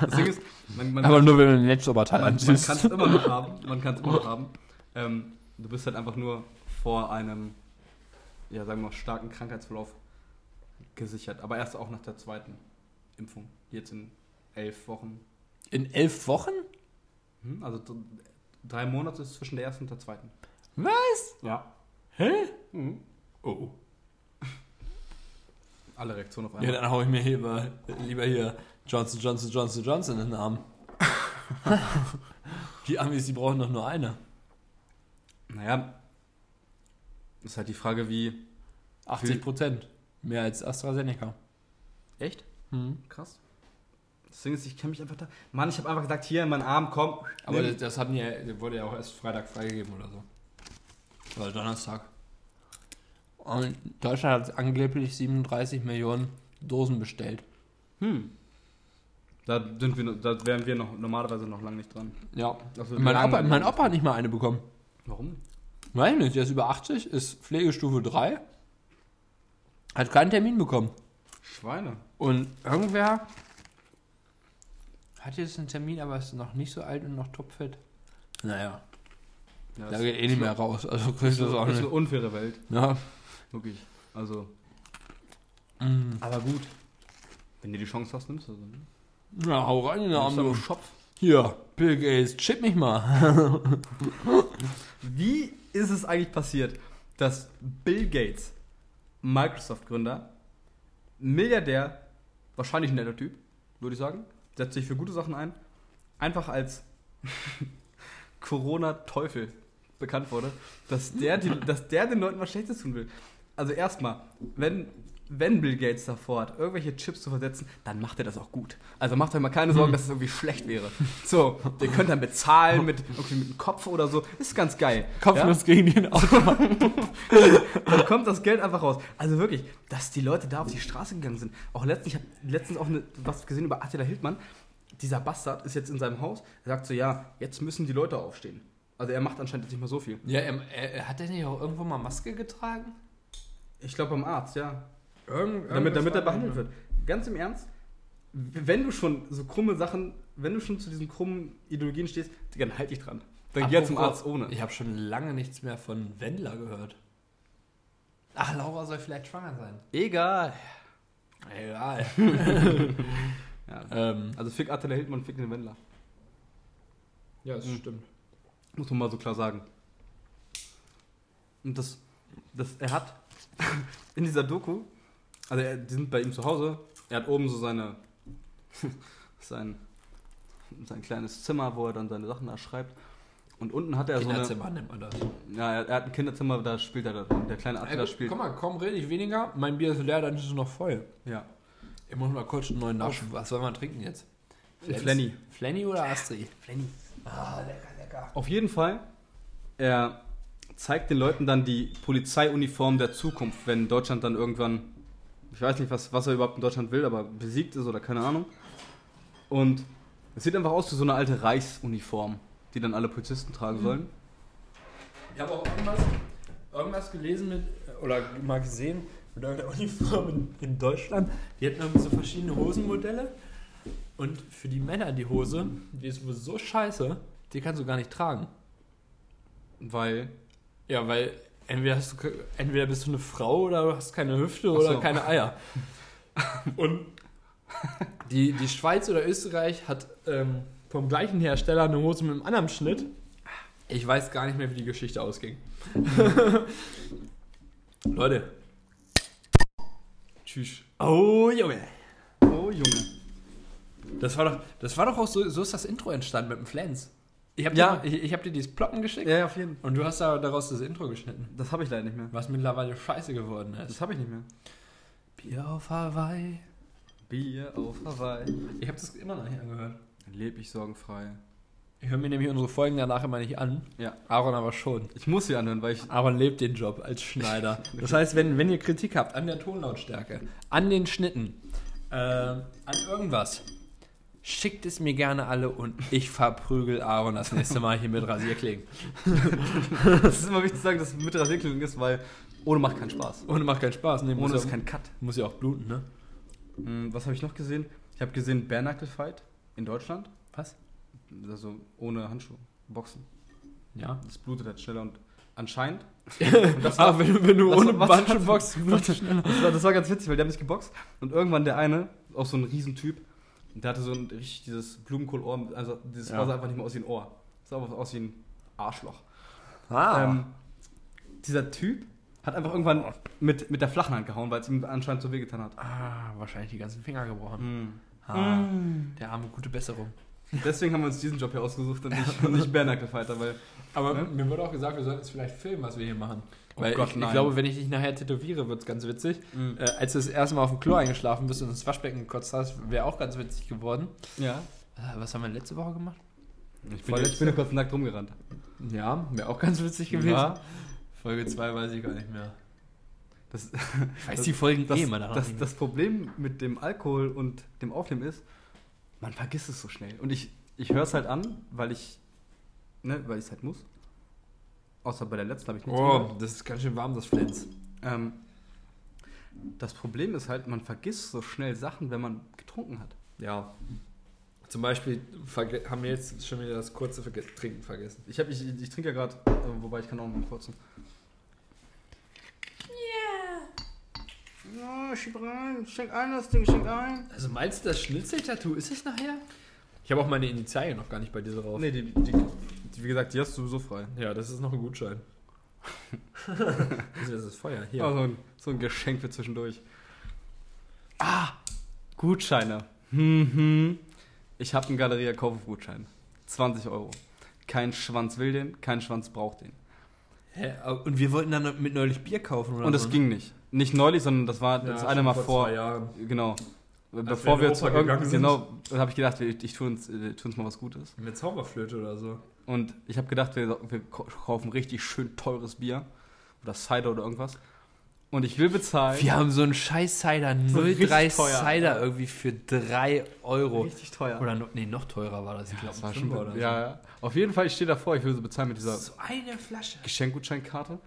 Das Ding ist, man, man, Aber nur wenn du den Netzoberteil man, man kann es anziehst. immer noch haben. Man kann es immer noch haben. Ähm, du bist halt einfach nur vor einem, ja, sagen wir mal, starken Krankheitsverlauf gesichert. Aber erst auch nach der zweiten Impfung. Jetzt in elf Wochen. In elf Wochen? Hm? Also d- drei Monate ist zwischen der ersten und der zweiten. Was? Ja. Hä? Mhm. Oh. Alle Reaktionen auf Ja, einmal. dann hau ich mir lieber, lieber hier Johnson, Johnson, Johnson, Johnson in den [laughs] Arm. die Amis, die brauchen doch nur eine. Naja, ist halt die Frage, wie. 80 Prozent. Mehr als AstraZeneca. Echt? Hm. Krass. Das Ding ist, ich kenne mich einfach da. Mann, ich habe einfach gesagt, hier in meinen Arm, komm. Aber nimm. das, das haben ja, das wurde ja auch erst Freitag freigegeben oder so. Oder Donnerstag. Und Deutschland hat angeblich 37 Millionen Dosen bestellt. Hm. Da, sind wir, da wären wir noch, normalerweise noch lange nicht dran. Ja. Also Mein lange- Opa, mein Opa hat nicht mal eine bekommen. Warum? Weiß nicht, der ist über 80, ist Pflegestufe 3. Hat keinen Termin bekommen. Schweine. Und irgendwer hat jetzt einen Termin, aber ist noch nicht so alt und noch topfit. Naja, Ja, da ist- geht eh nicht mehr raus. Also Ist, kriegst du das so- auch ist eine nicht. unfaire Welt. Ja. Wirklich. Also. Mm. Aber gut. Wenn du die Chance hast, nimmst du sie. Ne? Na, hau rein in den Arm, Nimmst du du. am Schopf. Hier, Bill Gates, chip mich [laughs] mal. Wie ist es eigentlich passiert, dass Bill Gates, Microsoft-Gründer, Milliardär, wahrscheinlich ein netter Typ, würde ich sagen, setzt sich für gute Sachen ein, einfach als [laughs] Corona-Teufel bekannt wurde, dass der, die, dass der den Leuten was Schlechtes tun will. Also erstmal, wenn, wenn Bill Gates davor hat, irgendwelche Chips zu versetzen, dann macht er das auch gut. Also macht euch mal keine Sorgen, dass es irgendwie schlecht wäre. So, ihr könnt dann bezahlen mit, irgendwie mit dem Kopf oder so. Ist ganz geil. ja? Kopflos gegen den Automat. Dann kommt das Geld einfach raus. Also wirklich, dass die Leute da auf die Straße gegangen sind. Auch letztens, ich habe letztens auch ne, was gesehen über Attila Hildmann. Dieser Bastard ist jetzt in seinem Haus. Er sagt so, ja, jetzt müssen die Leute aufstehen. Also er macht anscheinend jetzt nicht mehr so viel. Ja, er, er, er- hat der nicht auch irgendwo mal Maske getragen? Ich glaube beim Arzt, ja. Irgend, Damit, damit er behandelt wird. Ganz im Ernst, wenn du schon so krumme Sachen, wenn du schon zu diesen krummen Ideologien stehst, dann halt dich dran. Dann geh ja zum Arzt ohne. Ich habe schon lange nichts mehr von Wendler gehört. Ach, Laura soll vielleicht schwanger sein. Egal. [laughs] Egal. Ja. ähm, Also fick Attila Hildmann, fick den Wendler. ja, das Mhm. stimmt. Muss man mal so klar sagen. Und das, das er hat [laughs] in dieser Doku, also er, die sind bei ihm zu Hause, er hat oben so seine, [laughs] sein, sein kleines Zimmer, wo er dann seine Sachen da schreibt. Und unten hat er so eine, Kinderzimmer nennt man das. ja, er, er hat ein Kinderzimmer, da spielt er, da- der kleine Äh, Attila spielt. Komm mal, komm, rede ich weniger. Mein Bier ist leer, dann ist es noch voll. Ja. Ich muss mal kurz einen neuen nachschauen. Was soll man trinken jetzt? Flenny. Flenny oder Astri? Flenny. Ah, lecker, lecker. lecker. Auf jeden Fall, er zeigt den Leuten dann die Polizeiuniform der Zukunft, wenn Deutschland dann irgendwann, ich weiß nicht, was, was er überhaupt in Deutschland will, aber besiegt ist oder keine Ahnung. Und es sieht einfach aus wie so eine alte Reichsuniform, die dann alle Polizisten tragen sollen. Ich habe auch irgendwas, irgendwas gelesen mit, äh, oder mal gesehen mit irgendeiner [laughs] Uniform in, in Deutschland. Die hatten irgendwie so verschiedene Hosenmodelle. Und für die Männer die Hose, die ist wohl so scheiße, die kannst du gar nicht tragen. Weil, Ja, weil entweder, hast du, ke- entweder bist du eine Frau oder du hast keine Hüfte Ach oder so. keine Eier. [laughs] Und die, die Schweiz oder Österreich hat ähm, vom gleichen Hersteller eine Hose mit einem anderen Schnitt. Ich weiß gar nicht mehr, wie die Geschichte ausging. [laughs] Leute. Tschüss. Oh, Junge. oh Junge. Das war doch, das war doch auch so, so ist das Intro entstanden mit dem Flens. Ich habe Ja. dir, ich, ich hab dir dieses Plotten geschickt Ja, auf jeden Fall. und du hast da daraus das Intro geschnitten. Das habe ich leider nicht mehr. Was mittlerweile scheiße geworden ist. Das habe ich nicht mehr. Bier auf Hawaii. Bier auf Hawaii. Ich habe das immer noch nicht angehört. Lebe ich sorgenfrei. Ich höre mir nämlich unsere Folgen danach immer nicht an. Ja. Aaron aber schon. Ich muss sie anhören, [laughs] weil ich. Aaron lebt den Job als Schneider. Das heißt, wenn, wenn ihr Kritik habt an der Tonlautstärke, an den Schnitten, äh, an irgendwas, schickt es mir gerne alle und ich verprügel Aaron das nächste Mal hier mit Rasierklingen. Das ist immer wichtig zu sagen, dass es mit Rasierklingen ist, weil ohne macht keinen Spaß. Ohne macht keinen Spaß. Nee, Ohne muss, ist ja, kein Cut. muss ja auch bluten, ne? Hm, Was habe ich noch gesehen? Ich habe gesehen Bare Fight in Deutschland. Was? Also ohne Handschuhe. Boxen. Ja. Das blutet halt schneller und anscheinend. das war- Aber wenn, du- wenn du das ohne war- Bandschbox blutest, Das war, das war ganz witzig, weil die haben sich geboxt und irgendwann der eine, auch so ein Riesentyp, der hatte so ein richtig dieses Blumenkohlohr, also das Ja. sah einfach nicht mehr aus wie ein Ohr. Das sah einfach aus wie ein Arschloch. [laughs] Ah. Ähm, dieser Typ hat einfach irgendwann mit, mit der flachen Hand gehauen, weil es ihm anscheinend so wehgetan hat. ah, wahrscheinlich die ganzen Finger gebrochen. Ah, Mm. Der arme, gute Besserung. Deswegen haben wir uns diesen Job hier ausgesucht und [laughs] nicht, und nicht Bare Fighter, weil Aber Ne? mir wurde auch gesagt, wir sollten es vielleicht filmen, was wir hier machen. Oh Weil Gott, ich, ich nein. glaube, wenn ich dich nachher tätowiere, wird es ganz witzig. Äh, als du das erste Mal auf dem Klo eingeschlafen bist und ins Waschbecken gekotzt hast, wäre auch ganz witzig geworden. ja. Äh, was haben wir letzte Woche gemacht? Ich bin- bin, ich bin nur kurz nackt rumgerannt. Ja, wäre auch ganz witzig gewesen. Ja. Folge 2 weiß ich gar nicht mehr. Das, [laughs] Ich weiß die Folgen das, eh immer danach das, nicht das Problem mit dem Alkohol und dem Aufnehmen ist, man vergisst es so schnell. Und ich, ich höre es halt an, weil ich ne, weil ich es halt muss. Außer bei der letzten habe ich mehr. nichts Oh, gehört. das ist ganz schön warm, das Flens. Ähm, das Problem ist halt, man vergisst so schnell Sachen, wenn man getrunken hat. Ja. Zum Beispiel verge- haben wir jetzt schon wieder das kurze Verge Trinken vergessen. Ich, hab, ich, ich trinke ja gerade, äh, wobei ich kann auch noch einen kurzen. Ja, schieb rein, schenk ein das Ding, schenk ein. Also meinst du, das Schnitzel-Tattoo ist es nachher? Ich habe auch meine Initialien noch gar nicht bei dir drauf. Nee, die, die, die, wie gesagt, die hast du sowieso frei. Ja, das ist noch ein Gutschein. Also Oh, das ist das Feuer. Hier. Ja. so, Also ein, so ein Geschenk für zwischendurch. Ah, Gutscheine. Mhm. Ich habe einen Galeria Kaufhof-Gutschein. 20 Euro. Kein Schwanz will den, kein Schwanz braucht den. Hä? Und wir wollten dann mit neulich Bier kaufen oder Und so. ne? es ging nicht. Nicht neulich, sondern das war das eine Mal vor. Zwei Jahren. Genau. wir Bevor in wir Oper zu gegangen irgend, sind. genau, habe ich gedacht, ich, ich tue uns, äh, tu uns mal was Gutes. Mit Zauberflöte oder so. Und ich habe gedacht, wir, wir ko- kaufen richtig schön teures Bier oder Cider oder irgendwas. Und ich will bezahlen. Wir haben so einen scheiß Cider, So 03 richtig teuer. Cider irgendwie für 3 Euro. richtig teuer. Oder no, nee, noch teurer war das. Ich glaube, Das ein war schon, Fünfer ja, oder ja. Auf jeden Fall, ich stehe davor, ich will sie bezahlen mit so. dieser So eine Flasche. Geschenkgutscheinkarte.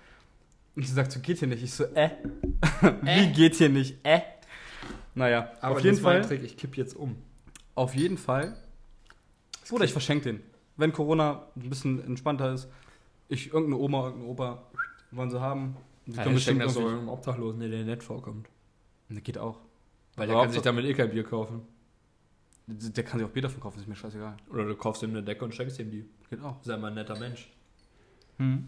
Und sie sagt, so geht hier nicht. Ich so, äh. [laughs] Wie geht hier nicht? Äh. Naja, Aber auf jeden Fall. Trick, ich kipp jetzt um. Auf jeden Fall. Oder ich verschenke den. Wenn Corona ein bisschen entspannter ist, ich irgendeine Oma, irgendeinen Opa wollen sie haben. Die Ja, können ich bestimmt das so irgendwie- einem Obdachlosen, der dir nett vorkommt. Ne, Geht auch. Weil Aber der kann Hauptsache- sich damit eh kein Bier kaufen. Der kann sich auch Bier davon kaufen, ist mir scheißegal. Oder du kaufst ihm eine Decke und schenkst ihm die. Geht auch. Sei mal ein netter Mensch. Hm.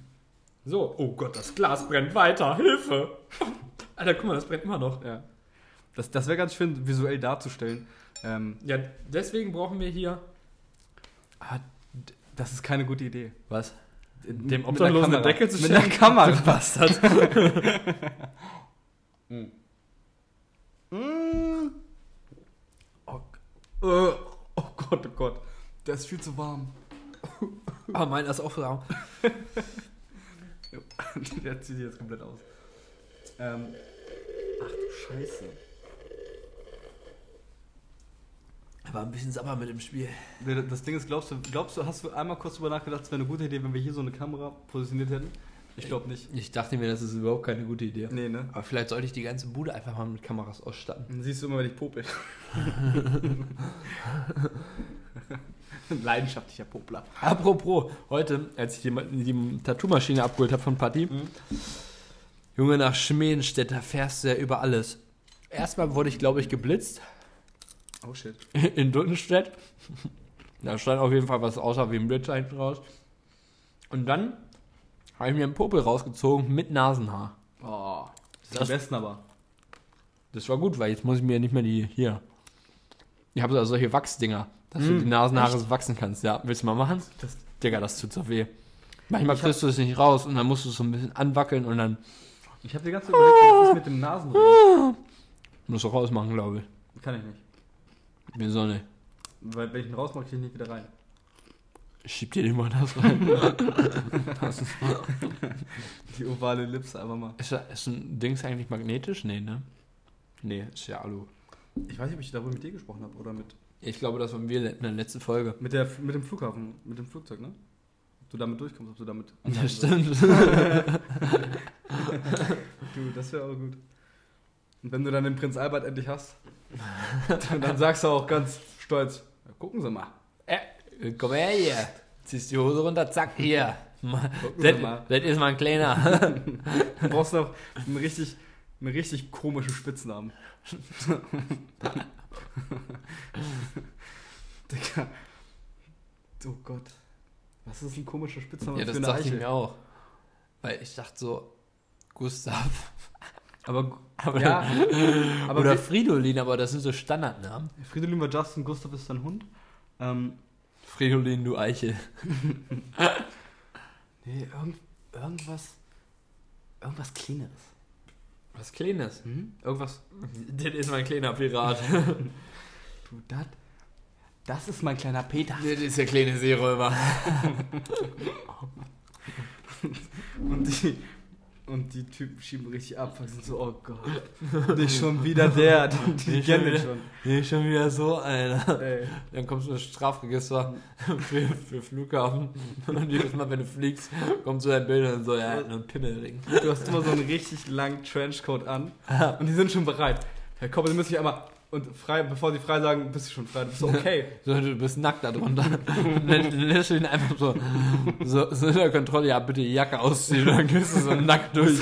So, oh Gott, das Glas brennt weiter. Hilfe! [laughs] Alter, guck mal, das brennt immer noch. Ja. Das, das wäre ganz schön visuell darzustellen. Ähm, Ja, deswegen brauchen wir hier. ah, d- das ist keine gute Idee. Was? Dem Obdachlosen eine Decke zu Mit einer schenken? Kamera. [laughs] Bastard. [laughs] Hm. Hm. Oh, äh, oh Gott, oh Gott. Der ist viel zu warm. Oh, meiner ist auch warm. [laughs] Der zieht sich jetzt komplett aus. Ähm, ach du Scheiße. Er war ein bisschen sauer mit dem Spiel. Nee, Das Ding ist, glaubst du, glaubst du, hast du einmal kurz drüber nachgedacht, es wäre eine gute Idee, wenn wir hier so eine Kamera positioniert hätten? Ich glaube nicht. Ich dachte mir, das ist überhaupt keine gute Idee. Nee, ne? Aber vielleicht sollte ich die ganze Bude einfach mal mit Kameras ausstatten. Dann siehst du immer, wenn ich popel. [laughs] Ein leidenschaftlicher Popler. Apropos, heute, als ich die, die Tattoo-Maschine abgeholt habe von Patti, Mhm. Junge, nach Schmedenstedt, da fährst du ja über alles. Erstmal wurde ich, glaube ich, geblitzt Oh shit. [laughs] in Duttenstedt. Da stand auf jeden Fall was außer wie ein Blitz hinten raus. Und dann habe ich mir einen Popel rausgezogen mit Nasenhaar. Oh, das ist Das- am besten aber. Das war gut, weil jetzt muss ich mir nicht mehr die hier. Ich habe also solche Wachsdinger, dass du Mm, die Nasenhaare so wachsen kannst. Ja, willst du mal machen? Das- Digga, das tut so weh. Manchmal kriegst du es nicht raus und dann musst du es so ein bisschen anwackeln und dann Ich habe die ganze Zeit überlegt, was ist mit dem Nasenring? musst du rausmachen, glaube ich. Kann ich nicht. Wieso nicht? Weil wenn ich ihn rausmache, kriege ich ihn nicht wieder rein. Schieb dir den mal das rein. Die ovale Lips einfach mal. ist, da- ist ein Dings eigentlich magnetisch? Nee, ne? Nee, ist ja Alu. Ich weiß nicht, ob ich darüber mit dir gesprochen habe oder mit, Ich glaube, das waren wir in der letzten Folge. mit, der, mit dem Flughafen, mit dem Flugzeug, ne? Ob du damit durchkommst, ob du damit. Das stimmt. Du, das wäre auch gut. Und wenn du dann den Prinz Albert endlich [laughs] hast, dann, dann sagst du auch ganz stolz: "Ja, Gucken Sie mal. Äh, [laughs] komm her hier. Ziehst die Hose runter, zack, hier. Ma- Gucken Sie [laughs] Das, mal. das ist mal ein kleiner. Du brauchst noch einen richtig, einen richtig komischen Spitznamen. Digga. Oh Gott. Was ist ein komischer [laughs] Spitzname Ja, das für eine dachte ich Eichel? mir auch. Weil ich dachte so, Gustav. [laughs] Aber, Aber, ja, aber oder wir- Fridolin, aber das sind so Standardnamen. Fridolin war Justin, Gustav ist dein Hund. Ähm, Fridolin, du Eiche. Nee, irgend, irgendwas. Irgendwas Kleineres. Was Kleines. Hm? Irgendwas. Das ist mein kleiner Pirat. Du, das. Das ist mein kleiner Peter. [laughs] das ist der kleine Seeräuber. Und die, und die Typen schieben richtig ab und sind so, oh Gott, nicht schon wieder der, die, die Nicht schon kennen den wieder. schon. Nee, schon wieder so, [laughs] Alter. Ey, Dann kommst du ins Strafregister [laughs] für, für [laughs] Flughafen. Und jedes Mal, wenn du fliegst, kommt so ein Bild und so, ja, er hat einen Pimmelring. [laughs] du hast immer so einen richtig langen Trenchcoat an und die sind schon bereit. Herr Koppel, Sie müssen sich einmal, und frei, bevor sie frei sagen, bist du schon frei, du bist [laughs] okay. So, du bist nackt [laughs] darunter. Und Dann dann lässt du ihn einfach so, so, so in der Kontrolle, ja, bitte die Jacke ausziehen. Und dann gehst du so nackt durch.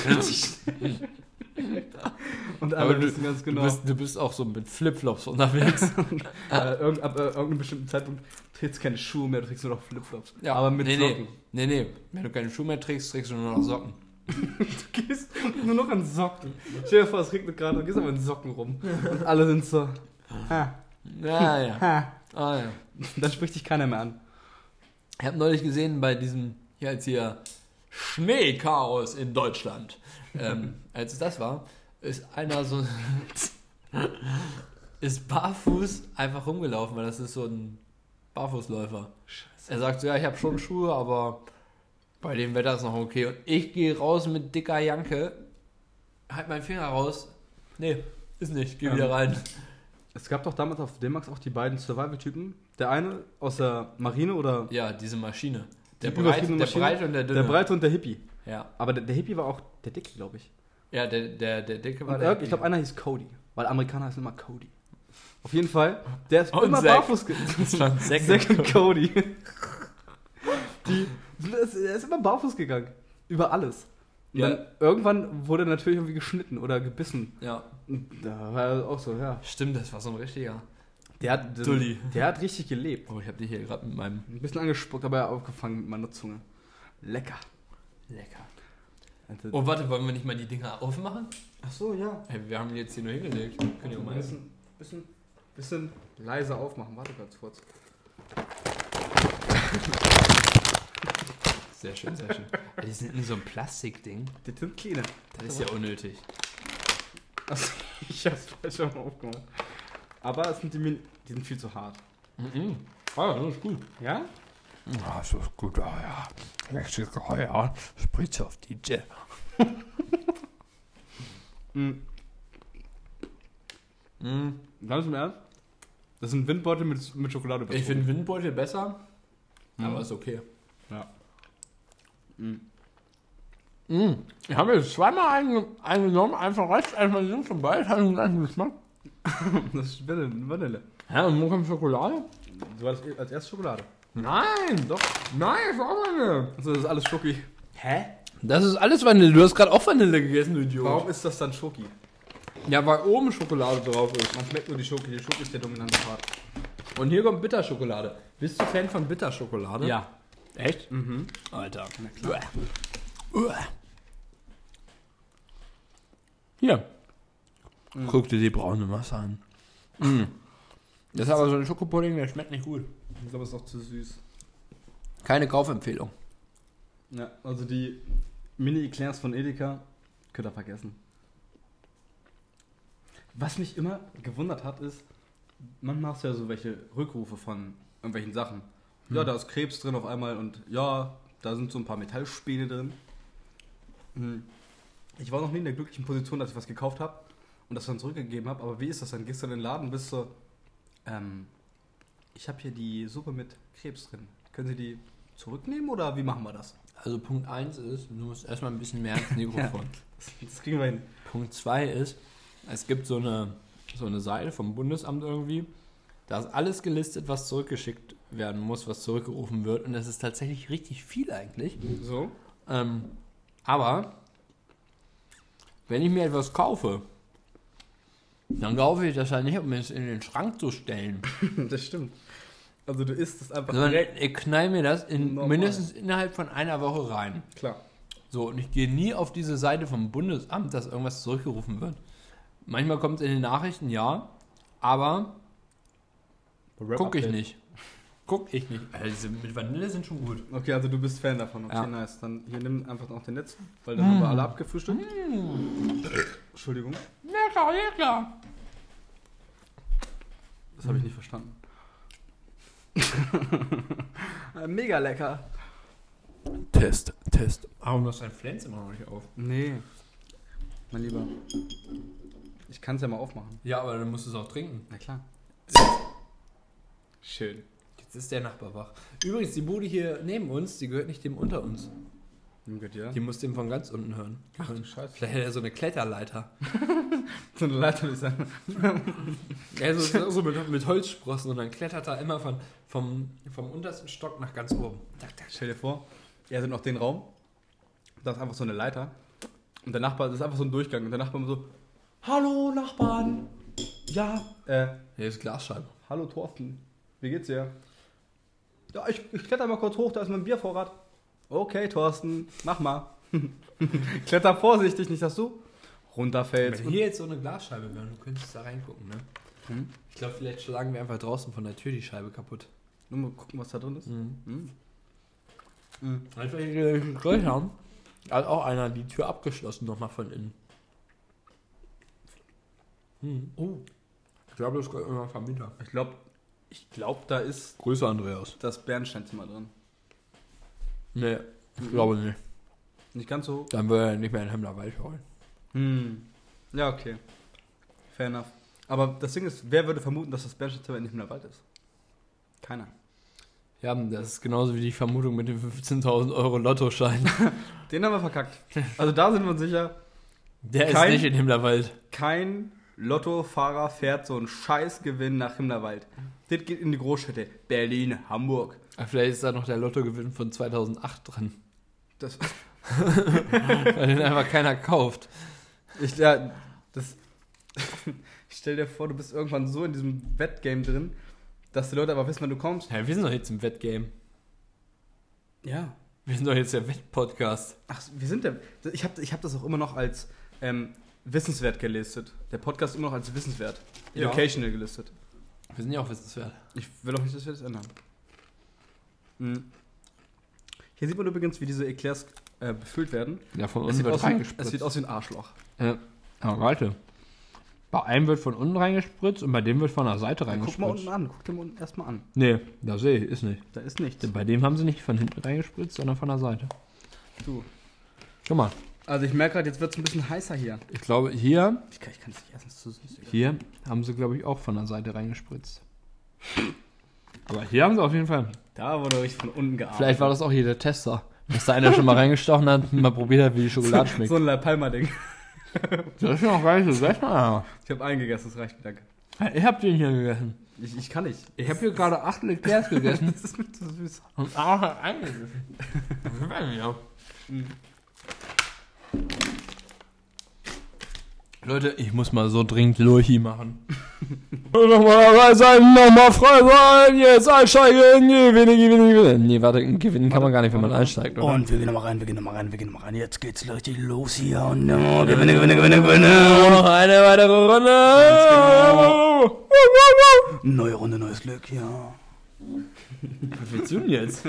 Und Aber alle du- wissen ganz Du, genau, bist, du bist auch so mit Flipflops unterwegs. äh, irgend, ab äh, irgendeinem bestimmten Zeitpunkt trägst du keine Schuhe mehr, du trägst nur noch Flipflops. Ja, [laughs] aber mit nee, nee. Socken. nee, nee, wenn du keine Schuhe mehr trägst, trägst du nur noch Socken. Du gehst nur noch an Socken. Stell dir vor, es regnet gerade und gehst aber in Socken rum. Und alle sind so, ha, Ja, ja. ha. Ah, ja. Dann spricht dich keiner mehr an. Ich habe neulich gesehen bei diesem, hier als hier Schneechaos in Deutschland. [laughs] Ähm, als es das war, ist einer so [laughs] ist barfuß einfach rumgelaufen, weil das ist so ein Barfußläufer. Er sagt so, ja, ich habe schon Schuhe, aber bei dem Wetter ist noch okay. Und ich gehe raus mit dicker Janke, halt meinen Finger raus. Nee, ist nicht, geh Ähm, wieder rein. Es gab doch damals auf D-Max auch die beiden Survival-Typen. Der eine aus der Marine oder Ja, diese Maschine. Der Die breite, überfliegende der Maschine? breite und der dünne. der Breite und der Hippie. Ja, Aber der, der Hippie war auch der Dicke, glaube ich. ja der, der, der dicke war Und der. irg- ich glaube, einer hieß Cody. Weil Amerikaner heißen immer Cody. Auf jeden Fall, der ist Und immer Zack. barfuß gegangen. Das [laughs] waren [laughs] Zack Zack und und Cody. Die, das- er ist immer barfuß gegangen. Über alles. Und Ja. dann irgendwann wurde er natürlich irgendwie geschnitten oder gebissen. Ja, Und da war er auch so, ja. stimmt, das war so ein richtiger. Der hat, Dulli. der hat richtig gelebt. Oh, ich hab dich hier gerade mit meinem. Ein bisschen angespuckt, aber aufgefangen mit meiner Zunge. Lecker. Lecker. Also- Oh, warte, wollen wir nicht mal die Dinger aufmachen? Ach so, ja. Hey, wir haben die jetzt hier nur hingelegt. Können ja Ein mal essen. bisschen, bisschen, bisschen leise aufmachen. Warte ganz kurz. Sehr schön, sehr schön. [laughs] Ey, die sind in so einem Plastikding. Die sind kleine. Das ist ja unnötig. Also, [laughs] ich hab's falsch schon aufgemacht. Aber es sind die, Min die sind viel zu hart. Mhm. Ah, das ist gut. Ja? Ja, das ist gut, ja, ja. Letztes Jahr spritzt auf die Jet. Mm. Ganz im Ernst? Das ist ein Windbeutel mit, mit Schokolade Ich finde Windbeutel besser, Mhm. aber ist okay. Ja. Mm. Ich habe jetzt zweimal einen, einen genommen, einfach rechts, einmal links und beides hat den gleichen Geschmack. Das ist Vanille. Vanille. Hä, und wo kommt Schokolade? Du hast eh als erstes Schokolade. Nein! Doch. Nein, ich auch meine! Also das ist alles Schoki. Hä? Das ist alles Vanille. Du hast gerade auch Vanille gegessen, du Idiot. Warum ist das dann Schoki? Ja, weil oben Schokolade drauf ist. Man schmeckt nur die Schoki. Die Schoki ist der dominante Part. Und hier kommt Bitterschokolade. Bist du Fan von Bitterschokolade? Ja. Echt? Mhm. Alter. Hier. Mhm. Guck dir die braune Masse an. Mm. Das ist aber so ein Schokopudding, der schmeckt nicht gut. Ich glaube, es ist auch zu süß. Keine Kaufempfehlung. [laughs] Ja, also die Mini-Eclairs von Edeka könnt ihr vergessen. Was mich immer gewundert hat, ist, man macht ja so welche Rückrufe von irgendwelchen Sachen. Ja, da ist Krebs drin auf einmal und ja, da sind so ein paar Metallspäne drin. Hm. Ich war noch nie in der glücklichen Position, dass ich was gekauft habe und das dann zurückgegeben habe, aber wie ist das dann? Gehst du in den Laden und bist so, ähm, ich habe hier die Suppe mit Krebs drin. Können Sie die zurücknehmen oder wie machen wir das? Also Punkt 1 ist, du musst erstmal ein [laughs] bisschen mehr ins Mikrofon. Das kriegen wir hin. Punkt 2 ist, es gibt so eine, so eine Seite vom Bundesamt irgendwie. Da ist alles gelistet, was zurückgeschickt werden muss, was zurückgerufen wird. Und das ist tatsächlich richtig viel eigentlich. So? Ähm, aber wenn ich mir etwas kaufe, dann kaufe ich das ja nicht, um es in den Schrank zu [laughs] stellen. [laughs] Das stimmt. Also du isst es einfach Sondern direkt. ich knall mir das in, Normal. mindestens innerhalb von einer Woche rein. Klar. So, und ich gehe nie auf diese Seite vom Bundesamt, dass irgendwas zurückgerufen wird. Manchmal kommt es in den Nachrichten, ja, aber gucke ich nicht. Guck ich nicht. Also diese mit Vanille sind schon gut. Okay, also du bist Fan davon. Okay, Ja. nice. Dann hier nimm einfach noch den letzten, weil dann haben wir alle abgefrühstückt. Entschuldigung, Lecker, lecker! das habe ich nicht verstanden. Mega lecker. Test, Test. Warum hast dein Flens immer noch nicht auf? Nee. Mein Lieber. Ich kann es ja mal aufmachen. Ja, aber dann musst du es auch trinken. Na klar. Schön. Jetzt ist der Nachbar wach. Übrigens, die Bude hier neben uns, die gehört nicht dem unter uns. Nimm Gott, ja. Die muss dem von ganz unten hören. hören. Scheiße. Vielleicht hat er so eine Kletterleiter. [laughs] So eine Leiter würde ich sagen. Ja, so, so mit, mit Holzsprossen und dann klettert er immer von, vom, vom untersten Stock nach ganz oben. Tack, tack. Stell dir vor, er hat noch den Raum, da ist einfach so eine Leiter und der Nachbar, das ist einfach so ein Durchgang und der Nachbar immer so, Hallo Nachbarn, ja, äh, Hier ist Glasscheibe. hallo Thorsten, wie geht's dir? Ja, ich, ich kletter mal kurz hoch, da ist mein Biervorrat. Okay, Thorsten, mach mal. [laughs] kletter vorsichtig, nicht dass du runterfällst. Wenn hier jetzt so eine Glasscheibe wäre, du könntest da reingucken, ne? Ich glaube, vielleicht schlagen wir einfach draußen von der Tür die Scheibe kaputt. Nur mal gucken, was da drin ist. Mhm. Mhm. Als wir hier den Grill haben, hat auch einer die Tür abgeschlossen nochmal von innen. Hm. Oh. Ich glaube, das gehört immer Vermieter. Ich glaube, ich glaub, da ist Grüße, Andreas. das Bernsteinzimmer drin. Nee, ich glaube nicht. Nicht ganz so Dann würde er nicht mehr in Hemmlerwald holen. Hm. Ja, okay. Fair enough. Aber das Ding ist, wer würde vermuten, dass das Bernsteinzimmer nicht mehr Wald ist? Keiner. Ja, das ist genauso wie die Vermutung mit dem 15.000 Euro [laughs] Lottoschein. Den haben wir verkackt. Also da sind wir uns sicher, Der Kein- ist nicht in Himmlerwald. kein Lottofahrer fährt so einen Scheißgewinn nach Himmlerwald. Das geht in die Großstädte. Berlin, Hamburg. Ah, Vielleicht ist da noch der Lottogewinn von 2008 drin, [laughs] Das, [laughs] weil den einfach keiner kauft. ich, ja, das, [laughs] ich stell dir vor, du bist irgendwann so in diesem Wettgame drin, dass die Leute aber wissen, wann du kommst. Ja, wir sind doch jetzt im Wettgame. Ja. Wir sind doch jetzt der Wettpodcast. Ach, wir sind der. Ich habe ich hab das auch immer noch als ähm, wissenswert gelistet. Der Podcast immer noch als wissenswert. Ja. Educational gelistet. Wir sind ja auch wissenswert. Ich will auch nicht, dass wir das ändern. Hm. Hier sieht man übrigens, wie diese Eclairs äh, befüllt werden. Ja, von Es sieht, aus wie, es reingespritzt. sieht aus wie ein Arschloch. Ja, aber warte. Bei einem wird von unten reingespritzt und bei dem wird von der Seite Guck mal reingespritzt. unten an, guck dir mal unten erstmal an. Nee, da sehe ich, ist nicht. Da ist nichts. Bei dem haben sie nicht von hinten reingespritzt, sondern von der Seite. Du. Guck mal, Also ich merke gerade, jetzt wird es ein bisschen heißer hier. ich glaube, hier, Ich kann es nicht essen, es ist zu süß. hier haben sie, glaube ich, auch von der Seite reingespritzt. Aber hier haben sie auf jeden Fall. Da wurde ich von unten gearbeitet. Vielleicht war das auch hier der Tester. Dass da einer schon mal reingestochen hat und mal probiert hat, wie die [laughs] Schokolade schmeckt. so ein La Palma-Ding. Das ist noch gar nicht so schlecht. Alter. Ich habe einen gegessen, das reicht mir, danke. Ich hab den hier gegessen. Ich, ich kann nicht. Ich hab hier gerade acht [laughs] Leclercs gegessen. Das ist mir zu süß. und auch hat eingegessen. Ich weiß nicht, ja. Mhm. Leute, ich muss mal so dringend Lurchi [laughs] machen. nochmal frei sein, nochmal frei sein, jetzt einsteigen, gewinnen, gewinnen, gewinnen. Nee, warte, gewinnen kann man gar nicht, wenn man einsteigt, oder? Und wir gehen nochmal rein, wir gehen nochmal rein, wir gehen nochmal rein. Jetzt geht's Leute los hier. Und oh, gewinne, gewinne, gewinne, gewinne. noch eine weitere Runde. genau. Neue Runde, neues Glück, ja. Was willst du denn jetzt?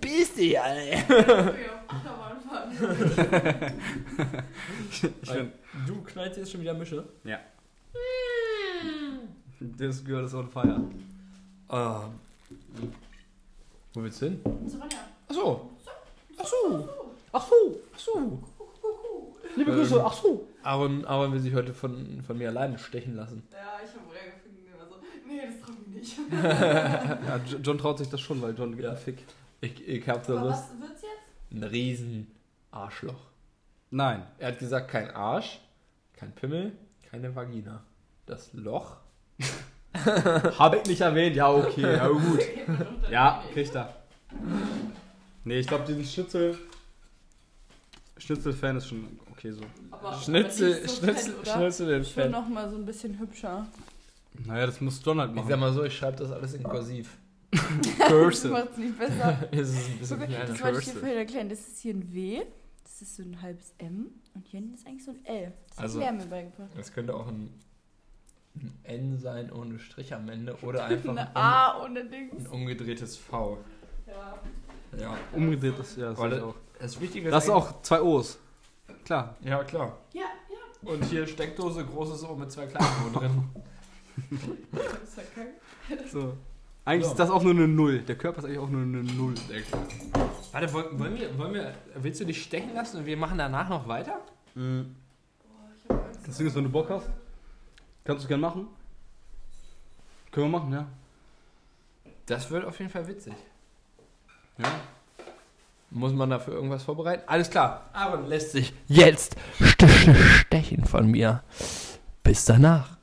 Bist du, Alter. Achterbahnfahren. Du knallst jetzt schon wieder Mische. Ja. This girl is on fire. Ah. Wo willst du hin? Zu Ronja. Ach so. Ach so. Ach so, Ach so. liebe Grüße, ach so. Aaron, Aaron will sich heute von, von mir alleine stechen lassen. Ja, ich habe Ronja gefunden. Also, nee, das traue ich nicht. Ja, Jo- John traut sich das schon, weil John gibt einen Fick. Ich, ich hab da Aber Lust. was wird's jetzt? Ein riesen Arschloch. [laughs] Nein. Er hat gesagt, kein Arsch, kein Pimmel, keine Vagina. Das Loch. Habe ich nicht erwähnt, ja, [laughs] okay, ja, gut. Ja, kriegt er. Nee, ich glaube, diesen Schnitzel. Schnitzel-Fan ist schon okay so. Aber, aber Schnitzel, nicht so Schnitzel, fett, oder? Schnitzel den Schon Fett. noch mal so ein bisschen hübscher. Naja, das muss halt Donald Ich [laughs] sag mal so, ich schreibe das alles in Kursiv. Das macht's [laughs] nicht besser. Es ist ein bisschen Guck mal, kleiner. das wollte ich dir vorhin erklären. Das ist hier ein W, das ist so ein halbes M und hier hinten ist eigentlich so ein L. Das Also- hat Lärm mir beigebracht. Es könnte auch ein, ein N sein ohne Strich am Ende oder einfach ein, Eine A ohne Dings. ein umgedrehtes V. Ja. Ja. Umgedreht ist, ja, das Weil ist das- auch. Das Wichtige Das ist auch zwei O's. Klar. Ja, klar. Ja, ja. Und hier Steckdose, großes O mit zwei kleinen O drin. Ich hab's verkackt. So. Eigentlich ist das auch nur eine Null. Der Körper ist eigentlich auch nur eine Null. Warte, wollen, wollen, wir, wollen wir, willst du dich stecken lassen und wir machen danach noch weiter? Boah, ich hab Angst. Deswegen ist, wenn du Bock hast, kannst du gern machen. Können wir machen, ja. Das wird auf jeden Fall witzig. Ja. Muss man dafür irgendwas vorbereiten? Alles klar. Aaron lässt sich jetzt st- st- stechen von mir. Bis danach.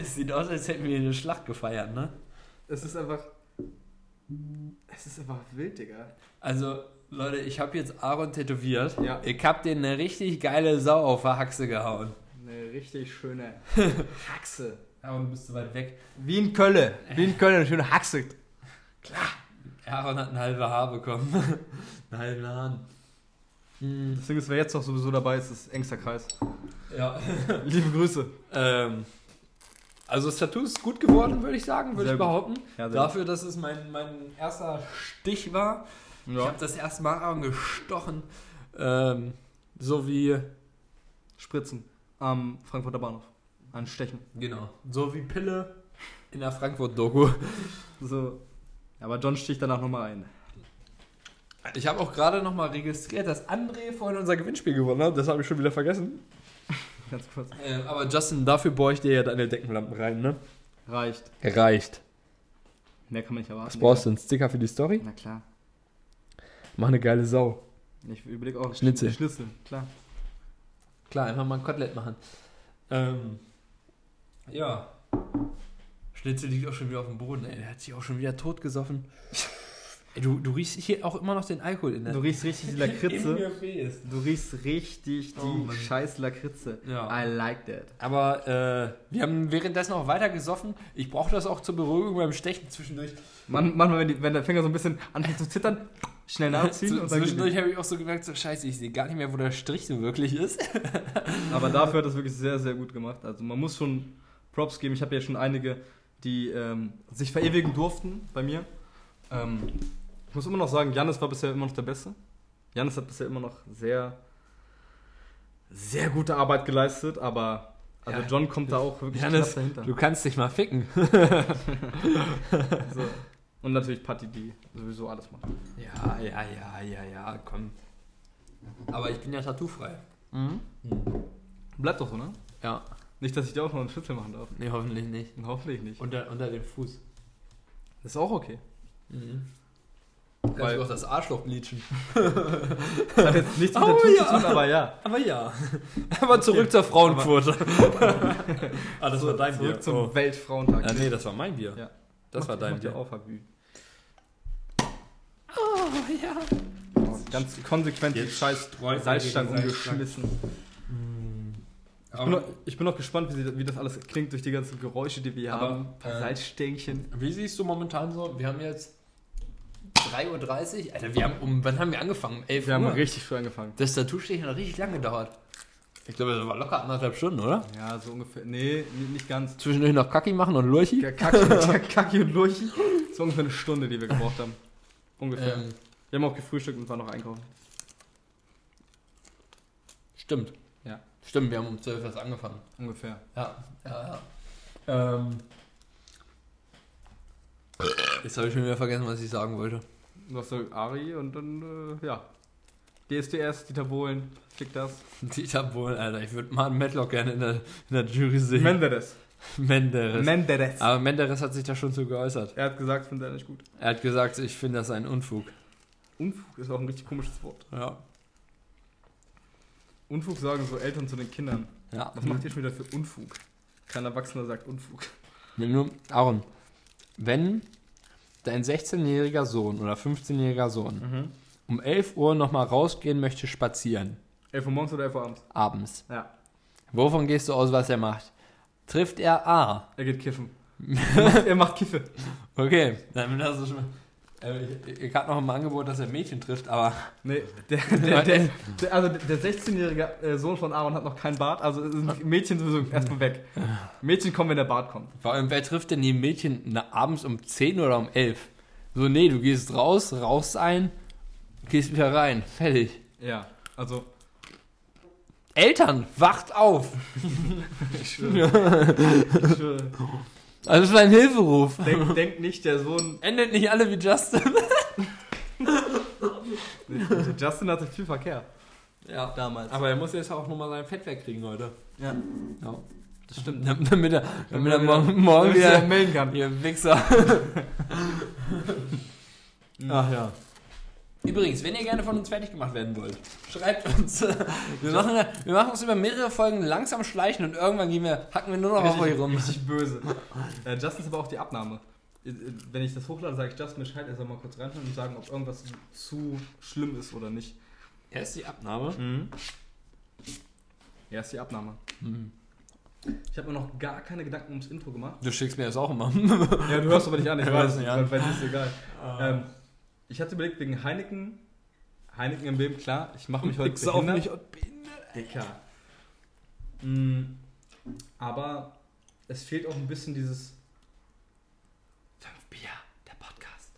es sieht aus, als hätten wir eine Schlacht gefeiert, ne? Es ist einfach. Es ist einfach wild, Digga. Also, Leute, ich habe jetzt Aaron tätowiert. Ja. Ich hab den eine richtig geile Sau auf der Haxe gehauen. Eine richtig schöne Haxe. Aaron, du bist zu weit weg. Wie in Köln. Wie in Köln, eine schöne Haxe. Aaron hat eine halbe Haar bekommen. [laughs] einen halben Hahn. Hm, Deswegen ist wer jetzt noch sowieso dabei, ist das engster Kreis. ja. [laughs] Liebe Grüße. ähm, also, das Tattoo ist gut geworden, würde ich sagen, würde Sehr ich gut. behaupten. Ja, Dafür, dass es mein, mein erster Stich war. Ich habe das erste Mal Aaron gestochen. Ähm, so wie. Spritzen am Frankfurter Bahnhof. Anstechen. Genau. So wie Pille in der Frankfurt-Doku. So. Aber John sticht danach nochmal ein. Ich habe auch gerade nochmal registriert, dass André vorhin unser Gewinnspiel gewonnen hat. Das habe ich schon wieder vergessen. Ganz kurz. Ähm, aber Justin, dafür bohr ich dir ja deine Deckenlampen rein, ne? Reicht. Reicht. Mehr kann man nicht erwarten. Was brauchst du? Ein Sticker für die Story? Na klar. Mach eine geile Sau. Ich überlege auch. Schnitzel. Schnitzel, klar. Klar, einfach mal ein Kotelett machen. Ähm, ja. Schnitzel liegt auch schon wieder auf dem Boden, ey. Der hat sich auch schon wieder totgesoffen. ey, du, du riechst hier auch immer noch den Alkohol in der Du riechst [laughs] richtig die Lakritze. Kritze. Du riechst richtig die Oh, Mann. scheiß Lakritze. Ja. I like that. Aber äh, wir haben währenddessen auch weiter gesoffen. Ich brauche das auch zur Beruhigung beim Stechen zwischendurch. Man, manchmal, wenn, die, wenn der Finger so ein bisschen anfängt zu zittern, [laughs] schnell [laughs] nachziehen Zu, und dann zwischendurch habe ich auch so gemerkt, so scheiße, ich sehe gar nicht mehr, wo der Strich so wirklich ist. Aber dafür hat er es wirklich sehr, sehr gut gemacht. Also man muss schon Props geben. Ich habe ja schon einige, die ähm, sich verewigen durften bei mir. Ähm, ich muss immer noch sagen, Janis war bisher immer noch der Beste. Janis hat bisher immer noch sehr sehr gute Arbeit geleistet, aber also Ja. John kommt da auch wirklich Janis, knapp dahinter. du kannst dich mal ficken. So. Und natürlich Patti, die sowieso alles macht. Ja, ja, ja, ja, ja, komm. Aber ich bin ja tattoofrei. Bleibt doch so, ne? Mhm. Ja, Nicht, dass ich dir auch noch einen Schnitzel machen darf. nee, hoffentlich nicht. Und hoffentlich nicht. Unter, unter dem Fuß. Das ist auch okay. Mhm. Kannst Weil- du auch das Arschloch bleachen. Das hat jetzt nichts mit Oh der Tour ja. zu tun, aber ja. [laughs] Aber ja. Aber zurück zur Frauenquote. [laughs] ah, das war dein Zurück zum oh. Weltfrauentag. ah, nee, das war mein Bier. Ja. Das war dein Bier. Bier. Auf, Habibi. Oh, ja. Ganz konsequent die Jetzt scheiß streut er Salzstangen gegen Salzstangen. umgeschmissen. Ich bin, noch, ich bin noch gespannt, wie, sie, wie das alles klingt durch die ganzen Geräusche, die wir hier Aber, haben. Ein paar äh, Salzstängchen. Wie siehst du momentan so? Wir haben jetzt 3.30 Uhr. Alter, wir haben um, wann haben wir angefangen? Um 11 Wir haben Uhr. richtig früh angefangen. das Tattoo-Stechen hat richtig lange gedauert. Ich glaube, das war locker anderthalb Stunden, oder? Ja, so ungefähr. Nee, ni- nicht ganz. Zwischendurch noch Kacki machen und Lurchi. Der [laughs] Kacki, der Kacki und Lurchi. Das war ungefähr eine Stunde, die wir gebraucht haben. Ungefähr. Ähm, Wir haben auch gefrühstückt und waren noch einkaufen. stimmt. Ja. Stimmt, wir haben um 12 Uhr erst angefangen. Ungefähr. Ja, ja, ja. Ähm. Jetzt habe ich schon wieder vergessen, was ich sagen wollte. [laughs] Du hast so Ari und dann, äh, ja. DSDS, die Tabolen, schick das. Dieter Bohlen, Alter, ich würde Martin Medlock gerne in der, in der Jury sehen. Menderes. Menderes. Menderes. Aber Menderes hat sich da schon zu geäußert. Er hat gesagt, findet er nicht gut. Er hat gesagt, ich finde das ein Unfug. Unfug ist auch ein richtig komisches Wort. Ja. Unfug sagen so Eltern zu den Kindern. Ja. Was macht ihr schon wieder für Unfug? Kein Erwachsener sagt Unfug. Wenn Nur, Aaron, wenn dein 16-jähriger Sohn oder 15-jähriger Sohn Mhm. um 11 Uhr nochmal rausgehen möchte, spazieren, 11 Uhr morgens oder 11 Uhr abends? abends, Ja. wovon gehst du aus, was er macht? Trifft er A? Er geht kiffen. er, macht, er macht Kiffe. Okay, dann hast du schon. Äh, ich ich habe noch im Angebot, dass er Mädchen trifft, aber Nee, der, der, der, der, also der 16-jährige äh, Sohn von Aaron hat noch keinen Bart, also sind Mädchen sowieso erstmal weg. Mädchen kommen, wenn der Bart kommt. vor allem, wer trifft denn die Mädchen na, abends um 10 oder um 11? So, nee, du gehst raus, rauchst ein, gehst wieder rein, fertig. Ja, also Eltern, wacht auf! [laughs] ich schwöre. ich schwöre. Das ist Also ein Hilferuf. Denk, denk nicht, der Sohn. Endet nicht alle wie Justin. äh, Justin hatte viel Verkehr. Ja. Damals. Aber er muss jetzt auch nochmal sein Fett wegkriegen heute. Ja. Ja. Das stimmt. Damit er, damit er Damit er- morgen, morgen Damit er wieder. melden [laughs] kann. Ihr Wichser. Ach ja. Übrigens, wenn ihr gerne von uns fertig gemacht werden wollt, schreibt uns. [laughs] Wir machen, wir machen uns über mehrere Folgen langsam schleichen und irgendwann gehen wir, hacken wir nur noch auf euch rum. richtig böse. Äh, Justin ist aber auch die Abnahme. Äh, äh, Wenn ich das hochlade, sage ich Justin Bescheid, er soll mal kurz reinhören und sagen, ob irgendwas zu schlimm ist oder nicht. Er ist die Abnahme. Ja, ist die Abnahme. Ich habe mir noch gar keine Gedanken ums Intro gemacht. Du schickst mir das auch immer. Ja, du hörst aber nicht an, [laughs] ich Ja, weiß, hörst nicht weil an. Ah. weil dir ist egal. Ähm, ich hatte überlegt, wegen Heineken, Heineken im Leben, klar, ich [laughs] mache mich heute behindert. Dicker. Mm, aber es fehlt auch ein bisschen dieses. Fünf Bier, der Podcast.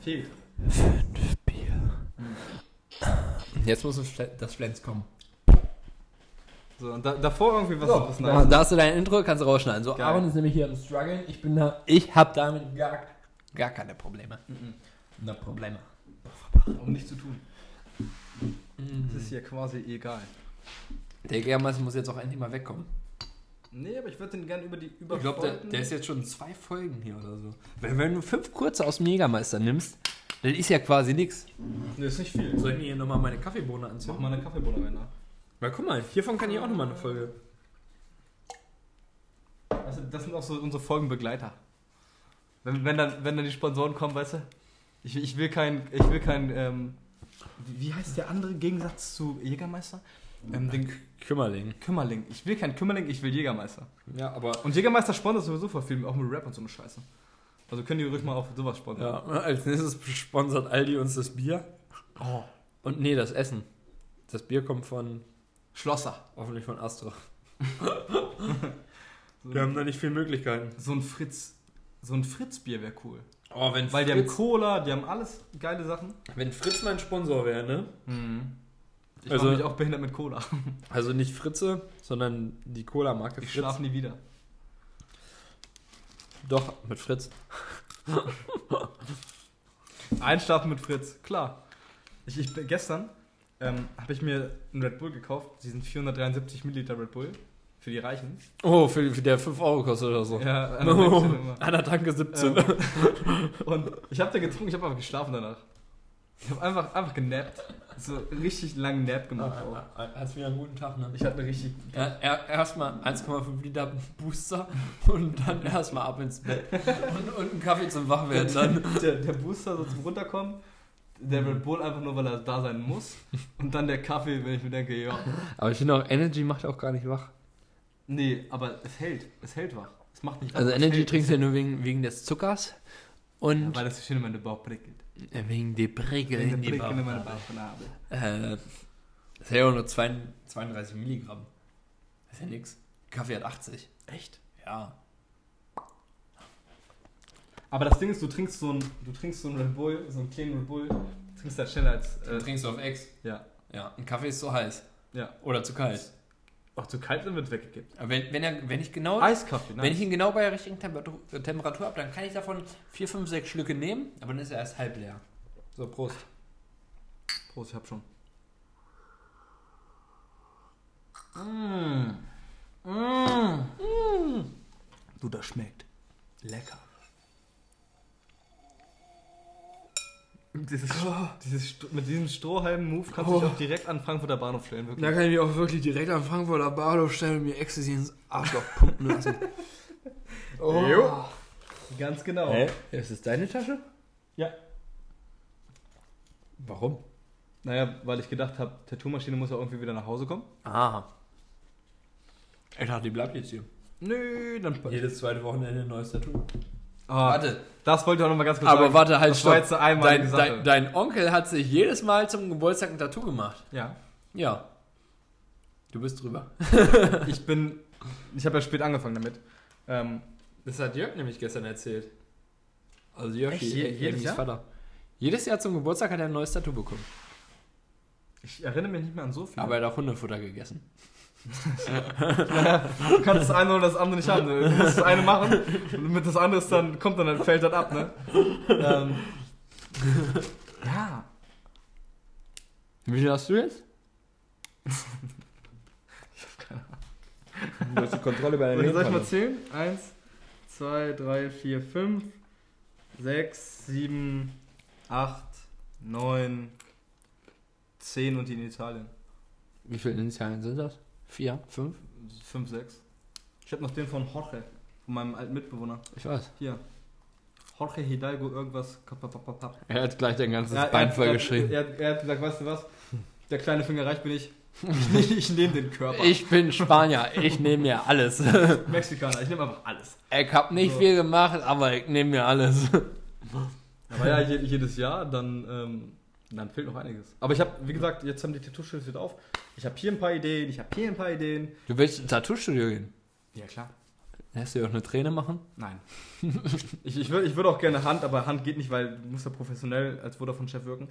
Fehlt. Jetzt muss das Fle- das Flens kommen. So, und da, davor irgendwie was, was Da, Neues. da hast du dein Intro, kannst du rausschneiden. So, Geil. Aaron ist nämlich hier am struggeln. Ich bin da, ich hab damit gar, gar keine Probleme. No Probleme. Um nichts zu tun. Mhm. Das ist hier quasi egal. Der Germas muss jetzt auch endlich mal wegkommen. Nee, aber ich würde den gerne über die über Ich glaube, der, der ist jetzt schon in zwei Folgen hier oder so. Wenn, wenn du fünf kurze aus dem Jägermeister nimmst, dann ist ja quasi nix. Nee, ist nicht viel. Soll ich mir hier nochmal meine Kaffeebohne Mach anziehen? mal eine Kaffeebohne rein. ne? Weil guck mal, hiervon kann ich auch nochmal eine Folge. Weißt du, Also, das sind auch so unsere Folgenbegleiter. Wenn, wenn, dann, wenn dann die Sponsoren kommen, weißt du? Ich, ich will kein. Ich will kein ähm, wie wie heißt der andere Gegensatz zu Jägermeister? Ähm, den Kümmerling. Kümmerling. Ich will kein Kümmerling, ich will Jägermeister. Ja, aber. Und Jägermeister sponsert sowieso vor Filmen, auch mit Rap und so eine Scheiße. Also können die ruhig mal auf sowas sponsern. Ja, als nächstes sponsert Aldi uns das Bier. Oh. Und nee, das Essen. Das Bier kommt von. Schlosser. Hoffentlich von [laughs] Astro. So, Wir haben da nicht viele Möglichkeiten. so ein Fritz. So ein Fritz-Bier wäre cool. Oh, wenn Weil die haben Fritz, Cola, die haben alles geile Sachen. wenn Fritz mein Sponsor wäre, ne? Ich also, Also- mache mich auch behindert mit Cola. Also nicht Fritze, sondern die Cola-Marke Ich Fritz. schlafe nie wieder. Doch, mit Fritz. Einschlafen mit Fritz, klar. Ich, ich, bin- gestern ähm, habe ich mir einen Red Bull gekauft, diesen 473 Milliliter Red Bull für die Reichen. Oh, für, für der 5 Euro kostet oder so. Ja, an der [laughs] [laughs] Oh, Tankstelle immer. an der Tanke 17. Ähm, und ich habe da getrunken, ich habe einfach geschlafen danach. Ich habe einfach, einfach genappt. So einen richtig langen Nap gemacht. auch. Ah, Hast wieder einen guten Tag, ne? Ich hatte eine richtig. Ja, er- erstmal 1,5 Liter Booster und dann erstmal ab ins Bett. Und, und einen Kaffee zum Wachwerden dann. Der, der Booster so zum Runterkommen. Der Red Bull einfach nur, weil er da sein muss. Und dann der Kaffee, wenn ich mir denke, ja. [laughs] Aber ich finde auch, Energy macht auch gar nicht wach. Nee, aber es hält. Es hält wach. Es macht nicht wach, Also es Energy hält. trinkst du ja nur wegen, wegen des Zuckers Ja, und weil das so schön in meinen Bauch prickelt. wegen der Prickel in die Prickelt in Bauch. meinen Bauchnabel. genau. Äh, das sind ja auch nur 32 Milligramm. Das ist ja nix. Kaffee hat 80. Echt? Ja. Aber das Ding ist, du trinkst so ein, du trinkst so ein Red Bull, so einen kleinen Red Bull, trinkst das schneller als. Dann Äh, trinkst du auf Ex. ja. Ja. Ein Kaffee ist zu heiß. Ja. Oder zu kalt. Ach, zu kalt dann wird weggekippt. Aber wenn, wenn, er, wenn ich genau. Eiskaffee, ne? Wenn ich ihn genau bei der richtigen Temperatur, äh, Temperatur habe, dann kann ich davon 4, 5, 6 Schlücke nehmen, aber dann ist er erst halb leer. So, Prost. Prost, ich hab schon. Mm. Du, das schmeckt. Lecker. Dieses, dieses, Sto- mit diesem Strohhalm-Move kannst du dich auch direkt an Frankfurter Bahnhof stellen, wirklich. kann ich mich auch wirklich direkt am Frankfurter Bahnhof stellen und mir Ecstasy ins Arschloch pumpen lassen. Jo. Ganz genau. Hä? Ist das deine Tasche? Ja. Warum? Naja, weil ich gedacht habe, Tattoo-Maschine muss ja irgendwie wieder nach Hause kommen. Ah. Ich dachte, die bleibt jetzt hier. Nö, dann. Jedes zweite Wochenende ein neues Tattoo. Ah, Warte, Das wollte ich auch nochmal ganz kurz aber sagen. warte, halt, das war stopp. jetzt eine einmalige Dein, Sache. dein, dein Onkel hat sich jedes Mal zum Geburtstag ein Tattoo gemacht. Ja. Ja. Du bist drüber. Ich bin. Ich habe ja spät angefangen damit. Ähm, Das hat Jörg nämlich gestern erzählt. Also Jörg, Echt? Je- Je- Jörgis jedes Jahr? Vater. Jedes Jahr zum Geburtstag hat er ein neues Tattoo bekommen. ich erinnere mich nicht mehr an so viel. Aber er hat auch Hundefutter gegessen. du kannst das eine oder das andere nicht haben. Du musst das eine machen und mit das andere ist dann, kommt dann, dann fällt das ab, ne? Ähm, ja. Wie viel hast du jetzt? Du hast die Kontrolle über deinem Soll ich mal Leben. zählen? Eins, zwei, drei, vier, fünf, sechs, sieben, acht, neun, zehn und die in Italien. Wie viele Initialen sind das? Vier? Fünf? 5, 6. Ich habe noch den von Jorge, von meinem alten Mitbewohner. Ich weiß. Hier. Jorge Hidalgo irgendwas. Kap, kap, kap, kap, kap. Er hat gleich dein ganzes Er- er Bein hat- vollgeschrieben. Er, hat- er hat gesagt, weißt du was? Der kleine Finger reicht mir nicht. Ich, nehm- ich nehme den Körper. Ich bin Spanier, ich nehme mir [laughs] alles. Mexikaner, ich nehme einfach alles. Ich hab nicht viel gemacht, aber ich nehme mir [laughs] alles. Aber ja, je, jedes Jahr, dann, ähm, dann fehlt noch einiges. Aber ich habe, wie gesagt, jetzt haben die Tattoo-Schilder wieder auf. Ich habe hier ein paar Ideen, ich habe hier ein paar Ideen. Du willst ins Tattoo-Studio gehen? Ja, klar. Lässt du dir auch eine Träne machen? Nein. [laughs] ich ich würde ich würd auch gerne Hand, aber Hand geht nicht, weil du musst ja professionell als [laughs] Vodafone-Chef wirken.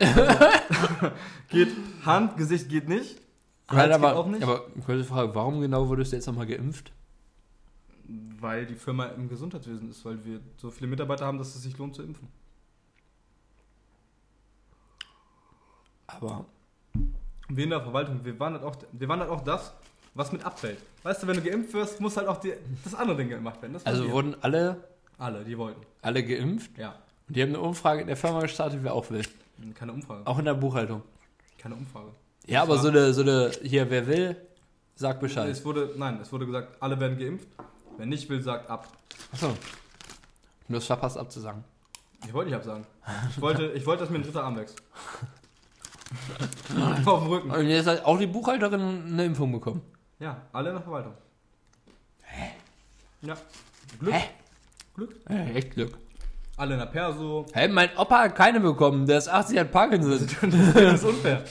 Also, geht Hand, Gesicht geht nicht. Hals Nein, geht Halt aber, auch nicht. aber kurze Frage, warum genau wurdest du jetzt nochmal geimpft? weil die Firma im Gesundheitswesen ist, weil wir so viele Mitarbeiter haben, dass es sich lohnt zu impfen. Aber Und wir in der Verwaltung, wir waren halt auch, wir waren halt auch das, was mit abfällt. Weißt du, wenn du geimpft wirst, muss halt auch die, das andere Ding gemacht werden. Das waren also wir. wurden alle, alle, die wollten. alle geimpft Ja. und die haben eine Umfrage in der Firma gestartet, wer auch will. Keine Umfrage. Auch in der Buchhaltung. Keine Umfrage. Ja, aber so eine, so eine, hier, wer will, sagt Bescheid. Es wurde, nein, es wurde gesagt, alle werden geimpft. Wer nicht will, sagt ab. Achso. Du hast verpasst abzusagen. Ich wollte nicht absagen. Ich wollte, ich wollte dass mir ein dritter Arm wächst. [laughs] Auf dem Rücken. Und jetzt hat auch die Buchhalterin eine Impfung bekommen. Ja, alle in der Verwaltung. Hä? Ja. Äh, Ey, echt Glück. Alle in der Perso. [laughs] Hey, mein Opa hat keine bekommen, der ist 80 hat [laughs] Parkinson. Das ist unfair.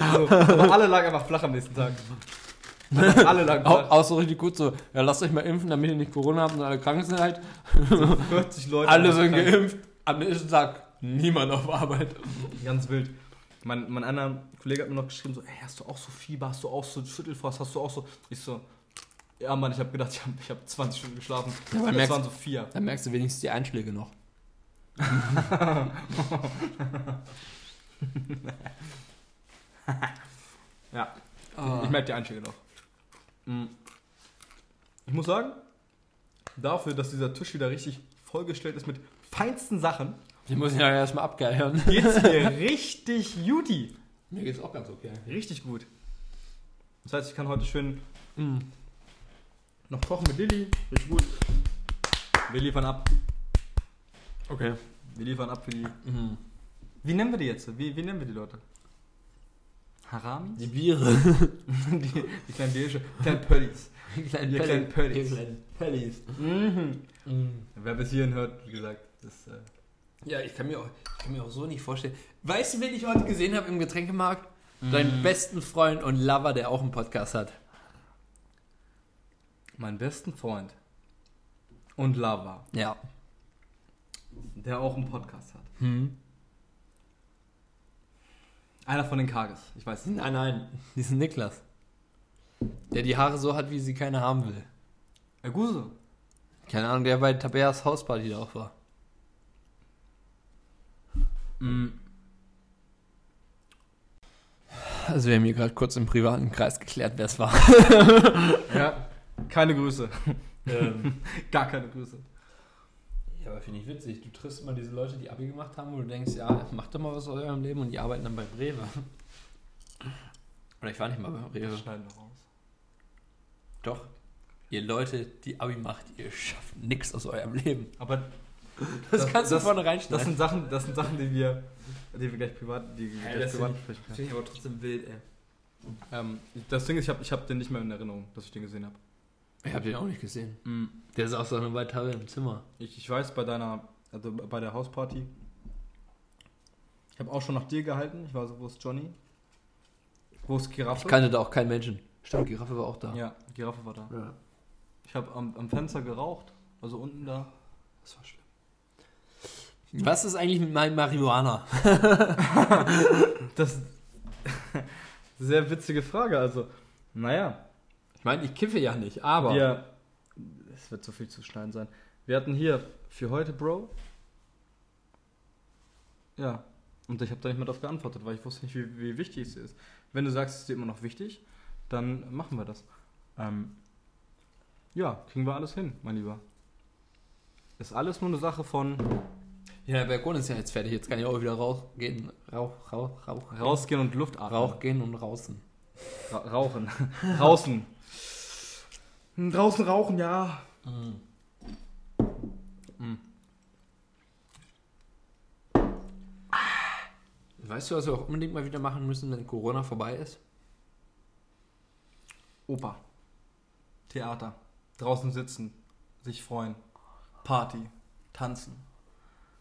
Also, aber alle lagen einfach flach am nächsten Tag. Also, Alle lagen Au, flach. auch so richtig gut so, ja, lasst euch mal impfen, damit ihr nicht Corona habt und alle krank seid. 40 Leute. Alle sind krank. geimpft. Am nächsten Tag niemand auf Arbeit. Ganz wild. Mein, mein anderer Kollege hat mir noch geschrieben, so, ey, hast du auch so Fieber, hast du auch so Schüttelfrost, hast du auch so. Ich so, ja Mann, ich habe gedacht, ich habe ich hab 20 Stunden geschlafen. Ja, aber das merkst- waren so vier. Dann merkst du wenigstens die [laughs] Einschläge noch. Ja. Ah. Ich merke die Einschläge noch. Mm. Ich muss sagen, dafür, dass dieser Tisch wieder richtig vollgestellt ist mit feinsten Sachen, Die muss ich ja erstmal abgeiern. [laughs] geht's mir richtig Juti. Mir geht's auch ganz okay. Richtig gut. Das heißt, ich kann heute schön mm, noch kochen mit Lilly. Richtig gut. Wir liefern ab. Okay. Wir liefern ab für die. Mhm. Wie nennen wir die jetzt? Wie, wie nennen wir die Leute? Harami? Die Biere. [laughs] [laughs] Die, die kleinen Bärsche. Kleinen Pöllis. Die kleinen Ihr kleinen Pöllis. Ihr kleinen Pöllis. Mhm. Mhm. Wer bis hierhin hört, wie gesagt, das. Äh, Ja, ich kann, mir auch, ich kann mir auch so nicht vorstellen. Weißt du, wen ich heute gesehen habe im Getränkemarkt? Deinen besten Freund und Lover, der auch einen Podcast hat. mein besten Freund. Und Lava, Ja. der auch einen Podcast hat. Hm. Einer von den Kages, ich weiß es nicht. Nein, nein. Diesen Niklas. Der die Haare so hat, wie sie keine haben will. Herr Guse. Keine Ahnung, der bei Tabeas Hausparty da auch war. Mhm. Also wir haben hier gerade kurz im privaten Kreis geklärt, wer es war. Ja, keine [laughs] Grüße. Gar keine Grüße. Ja, aber finde ich witzig. Du triffst immer diese Leute, die Abi gemacht haben, wo du denkst, ja, macht doch mal was aus eurem Leben und die arbeiten dann bei Brewe. Oder ich war nicht mal bei Brewe. Schneiden wir raus. Doch. Ihr Leute, die Abi macht, ihr schafft nichts aus eurem Leben. Aber Das, Das- kannst du das- vorne das reinschneiden. sind Sachen, das sind Sachen, die wir, die wir gleich privat, die wir Ey, gleich das privat find besprechen können. Finde ich aber trotzdem wild, ey. Ähm, das Ding ist, ich habe ich hab den nicht mehr in Erinnerung, dass ich den gesehen habe. Ich habe den auch nicht gesehen. Mhm. Der saß doch nur bei Tabe im Zimmer. Ich, ich weiß bei deiner, also bei der Hausparty, ich habe auch schon nach dir gehalten. Ich war so, wo ist Johnny? Wo ist Giraffe? Ich kannte da auch keinen Menschen. Stimmt, Giraffe war auch da. ja, Giraffe war da. Ja. Ich habe am, am Fenster geraucht, also unten da. Das war schlimm. Was ist eigentlich mit meinem Marihuana? Das [laughs] sehr witzige Frage. Also, naja, Ich meine, ich kiffe ja nicht, aber. Wir, es wird so viel zu schneiden sein. Wir hatten hier für heute, Bro. Ja. Und ich habe da nicht mehr drauf geantwortet, weil ich wusste nicht, wie, wie wichtig es ist. Wenn du sagst, es ist dir immer noch wichtig, dann machen wir das. Ähm, ja, kriegen wir alles hin, mein Lieber. Ist alles nur eine Sache von Ja, der Balkon ist ja jetzt fertig. Jetzt kann ich auch wieder rausgehen. Rauch, Rauch, Rauch. rausgehen und Luft atmen. Rauch gehen und rausen. Ra rauchen. [laughs] Draußen. Draußen rauchen, ja. Weißt du, was wir auch unbedingt mal wieder machen müssen, wenn Corona vorbei ist? Oper, Theater, draußen sitzen, sich freuen, Party, tanzen.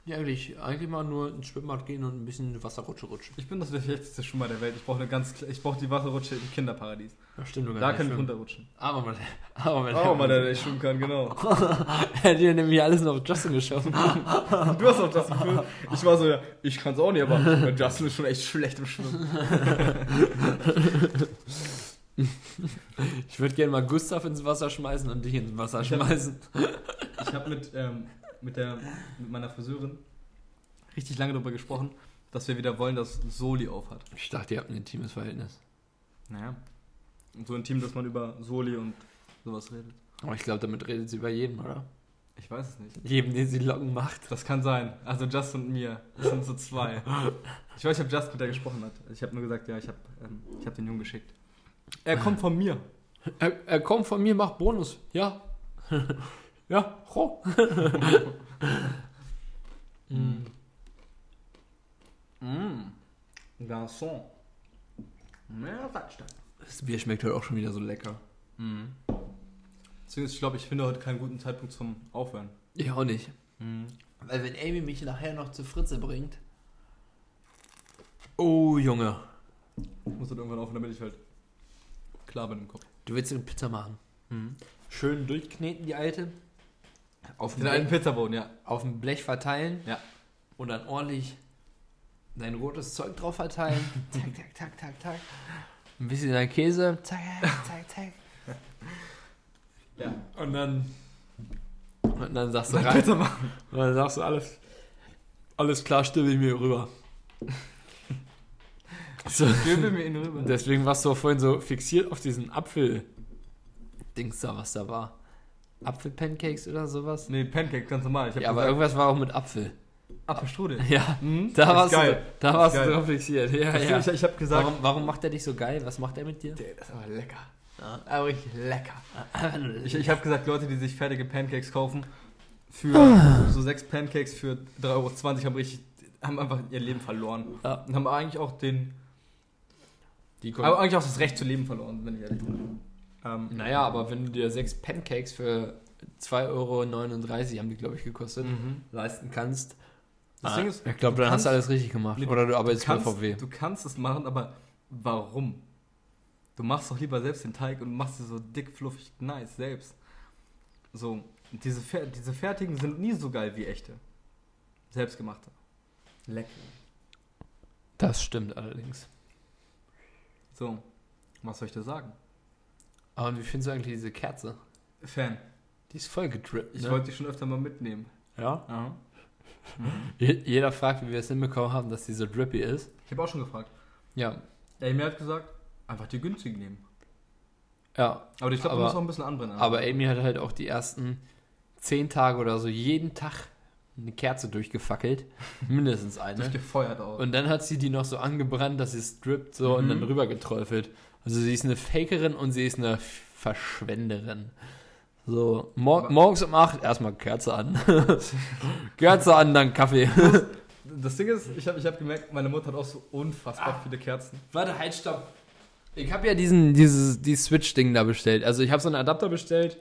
Ja, eigentlich, eigentlich mal nur ins Schwimmbad gehen und ein bisschen eine Wasserrutsche rutschen. Ich bin das schlechteste Schwimmer der Welt. Ich brauche eine ganz, kle- ich brauche die Wasserrutsche im Kinderparadies. Ja, stimmt, du nicht Da kann ich schwimmen. runterrutschen. Aber mal, aber mal, [laughs] Oh, mal der, der schwimmen kann, genau. Hätte dir nämlich alles noch Justin geschossen. [laughs] Und du hast auch das Gefühl. Ich war so, ja, ich kann es auch nicht, aber Justin ist schon echt schlecht im Schwimmen. Ich würde gerne mal Gustav ins Wasser schmeißen und dich ins Wasser Ich hab- schmeißen. Ich habe mit, ähm, mit, der, mit meiner Friseurin richtig lange darüber gesprochen, dass wir wieder wollen, dass Soli aufhat. Ich dachte, ihr habt ein intimes Verhältnis. Naja. So intim, dass man über Soli und sowas redet. Aber ich glaube, damit redet sie über jeden, oder? Ich weiß es nicht. Jeden, den sie locken macht. Das kann sein. Also Justin und mir. Das sind so zwei. Ich weiß nicht, ob Justin mit der gesprochen hat. Ich habe nur gesagt, ja, ich habe ähm, ich hab den Jungen geschickt. Er kommt von mir. Er, er kommt von mir, macht Bonus. [laughs] Ja. ja, ho. mm. Garçon. Mehr Radstein. Das Bier schmeckt heute auch schon wieder so lecker. Deswegen, ist- ich glaube, ich finde heute keinen guten Zeitpunkt zum Aufhören. Ich auch nicht. Hm. Weil wenn Amy mich nachher noch zu Fritze bringt. Oh, Junge. Ich muss dann irgendwann aufhören, damit ich halt klar bin im Kopf. Du willst eine Pizza machen. Schön durchkneten, die alte. Auf dem, Den alten Blech, Pizzaboden, ja. auf dem Blech verteilen. Ja. Und dann ordentlich dein rotes Zeug drauf [laughs] verteilen. Zack, zack, zack, zack, zack. Ein bisschen dein Käse. Zack, zack, zack. Ja. Und dann. Und dann sagst du rein. [laughs] Und dann sagst du alles. Alles klar, stimme ich mir rüber. [laughs] So, Döbel mir ihn rüber. deswegen warst du auch vorhin so fixiert auf diesen Apfel-Dings da, was da war. Apfelpancakes oder sowas? Nee, Pancake, ganz normal. Ich hab Ja, aber gesagt, irgendwas war auch mit Apfel. [laughs] Apfelstrudel. [laughs] Ja, Mhm, da ist warst du, geil. da warst geil. du drauf fixiert. Ja, ja. Ich, ich habe gesagt, Warum, warum macht er dich so geil? Was macht er mit dir? der ist aber lecker. Ja. Aber richtig lecker. Einfach nur- [laughs] Ich, ich habe gesagt, Leute, die sich fertige Pancakes kaufen, für so sechs Pancakes für 3,20 Euro, haben, richtig, haben einfach ihr Leben verloren. Ja. Und haben eigentlich auch den, Die kommen- aber eigentlich auch das Recht zu leben verloren, wenn ich ehrlich bin. Ähm, naja, aber wenn du dir sechs Pancakes für 2,39 Euro, haben die, glaube ich, gekostet, leisten kannst, Das Ah. Ding ist, ich glaube, du dann hast kannst- du alles richtig gemacht. Nee, du- Oder du arbeitest bei kannst, VW. du kannst es machen, aber warum? Du machst doch lieber selbst den Teig und machst sie so dick, fluffig, nice selbst. So, diese, fer- diese fertigen sind nie so geil wie echte. Selbstgemachte. Lecker. Das stimmt allerdings. So, was soll ich dir sagen? Aber wie findest du eigentlich diese Kerze? Fan. Die ist voll gedrippt. Ich ne? wollte dich schon öfter mal mitnehmen. ja. Aha. Je- Jeder fragt, wie wir es hinbekommen haben, dass die so drippy ist. Ich habe auch schon gefragt. Ja. Amy hat gesagt, einfach die günstigen nehmen. Ja, Aber ich glaube, du Aber- musst auch ein bisschen anbrennen. also Aber Amy hat halt auch die ersten zehn Tage oder so jeden Tag eine Kerze [laughs] durchgefackelt. Mindestens ne? eine. Durchgefeuert auch. Und dann hat sie die noch so angebrannt, dass sie strippt so und Mhm. dann rüber geträufelt. Also sie ist eine Fakerin und sie ist eine Verschwenderin. So, mor Aber- morgens um 8 erstmal Kerze an. [laughs] Kerze an, dann Kaffee. [laughs] Das Ding ist, ich habe ich hab gemerkt, meine Mutter hat auch so unfassbar viele Kerzen. Warte, halt, stopp. Ich habe ja diesen, dieses, dieses Switch-Ding da bestellt. Also ich habe so einen Adapter bestellt,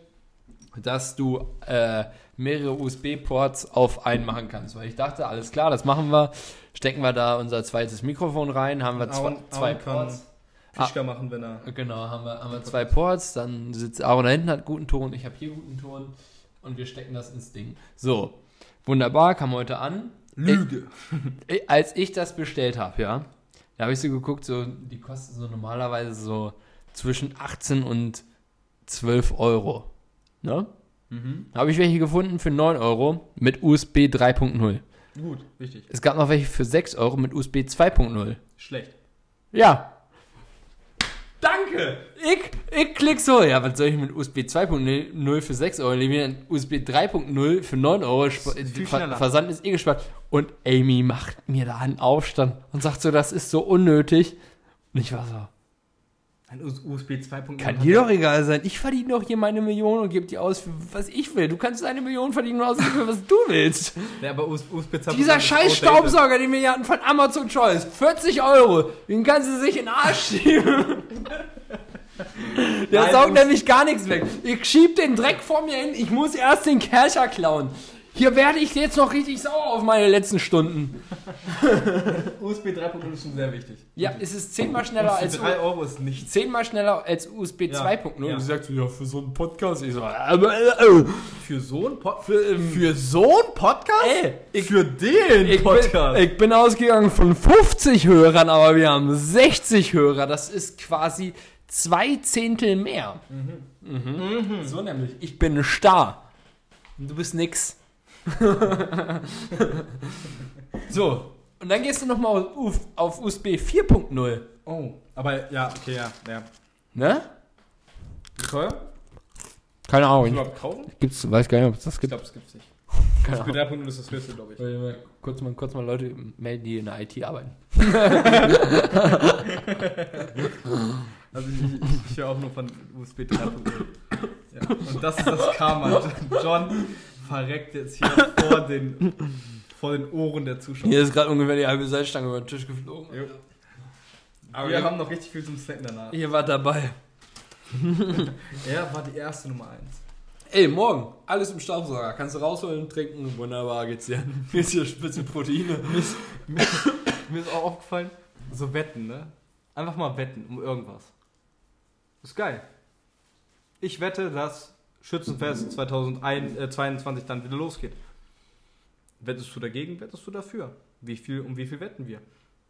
dass du äh, mehrere USB-Ports auf einen machen kannst. Weil ich dachte, alles klar, das machen wir. Stecken wir da unser zweites Mikrofon rein, haben wir zwei, Aaron- zwei Aaron kann Ports. Fischka machen, wenn er. Genau, haben wir, haben wir zwei Ports, dann sitzt Aaron da hinten, hat guten Ton, ich habe hier guten Ton und wir stecken das ins Ding. So, wunderbar, kam heute an. Lüge. Ich, ich- als ich das bestellt habe, ja, da habe ich so geguckt, so, die kosten so normalerweise so zwischen 18 und 12 Euro. Ne? Habe ich welche gefunden für 9 Euro mit USB 3.0. Gut, wichtig. Es gab noch welche für 6 Euro mit USB 2.0. Schlecht. Ja, Danke! Ich, ich klick so, ja, was soll ich mit USB 2.0 für 6 Euro nehmen? USB 3.0 für 9 Euro, Sp- viel Ver schneller. Versand ist eh gespart. Und Amy macht mir da einen Aufstand und sagt so, das ist so unnötig. Und ich war so, Ein US- USB 2.0. kann hat- dir doch egal sein, ich verdiene doch hier meine Million und gebe die aus für was ich will. Du kannst eine Million verdienen und ausgeben für was du willst. Ja, aber US- USB 2.0. Dieser ist scheiß outdated. Staubsauger, den wir hier hatten von Amazon Choice, 40 Euro, den kannst du sich in den Arsch [laughs] schieben. Der Nein, saugt Jungs. nämlich gar nichts weg. Ich schieb den Dreck vor mir hin, ich muss erst den Kercher klauen. Hier werde ich jetzt noch richtig sauer auf meine letzten Stunden. USB 3.0 ist schon sehr wichtig. Ja, es ist zehnmal schneller Für als 3 Euro ist nichts. zehnmal schneller als USB 2.0. ja. Du sagst, ja, für so einen Podcast. Ich so, aber, äh, äh, Für so ein Pod für, ähm, Für so ein Podcast? ey, für den Ich bin, Podcast. ich bin ausgegangen von 50 Hörern, aber wir haben 60 Hörer. Das ist quasi zwei Zehntel mehr. Mhm. So nämlich. Ich bin ein Star. Und Du bist nix. [laughs] so. Und dann gehst du nochmal auf, Uf- auf USB 4.0. oh, aber ja, okay, ja. ja. Ne? Wie teuer? Keine Kannst du Ahnung. überhaupt kaufen? Gibt's, weiß gar nicht, ob es das Ich gibt. glaube, es gibt's nicht. Keine USB Ahnung. 3.0 ist das höchste, glaube ich. Kurz mal, kurz mal Leute melden, die in der IT arbeiten. Also ich, ich, ich höre auch nur von USB 3.0. Ja. Und das ist das Karma. John verreckt jetzt hier vor den, vor den Ohren der Zuschauer. Hier ist gerade ungefähr die halbe Seilstange über den Tisch geflogen. Jo. Aber Ja. wir haben noch richtig viel zum Snacken danach. Ihr wart dabei. Er war die erste Nummer 1. Ey, morgen, alles im Staubsauger. Kannst du rausholen, trinken, wunderbar geht's dir. Geht's dir ein bisschen Proteine. Mir ist auch aufgefallen, so wetten, ne? Einfach mal wetten um irgendwas. Ist geil. Ich wette, dass Schützenfest 2022 dann wieder losgeht. Wettest du dagegen, wettest du dafür? Wie viel, um wie viel wetten wir?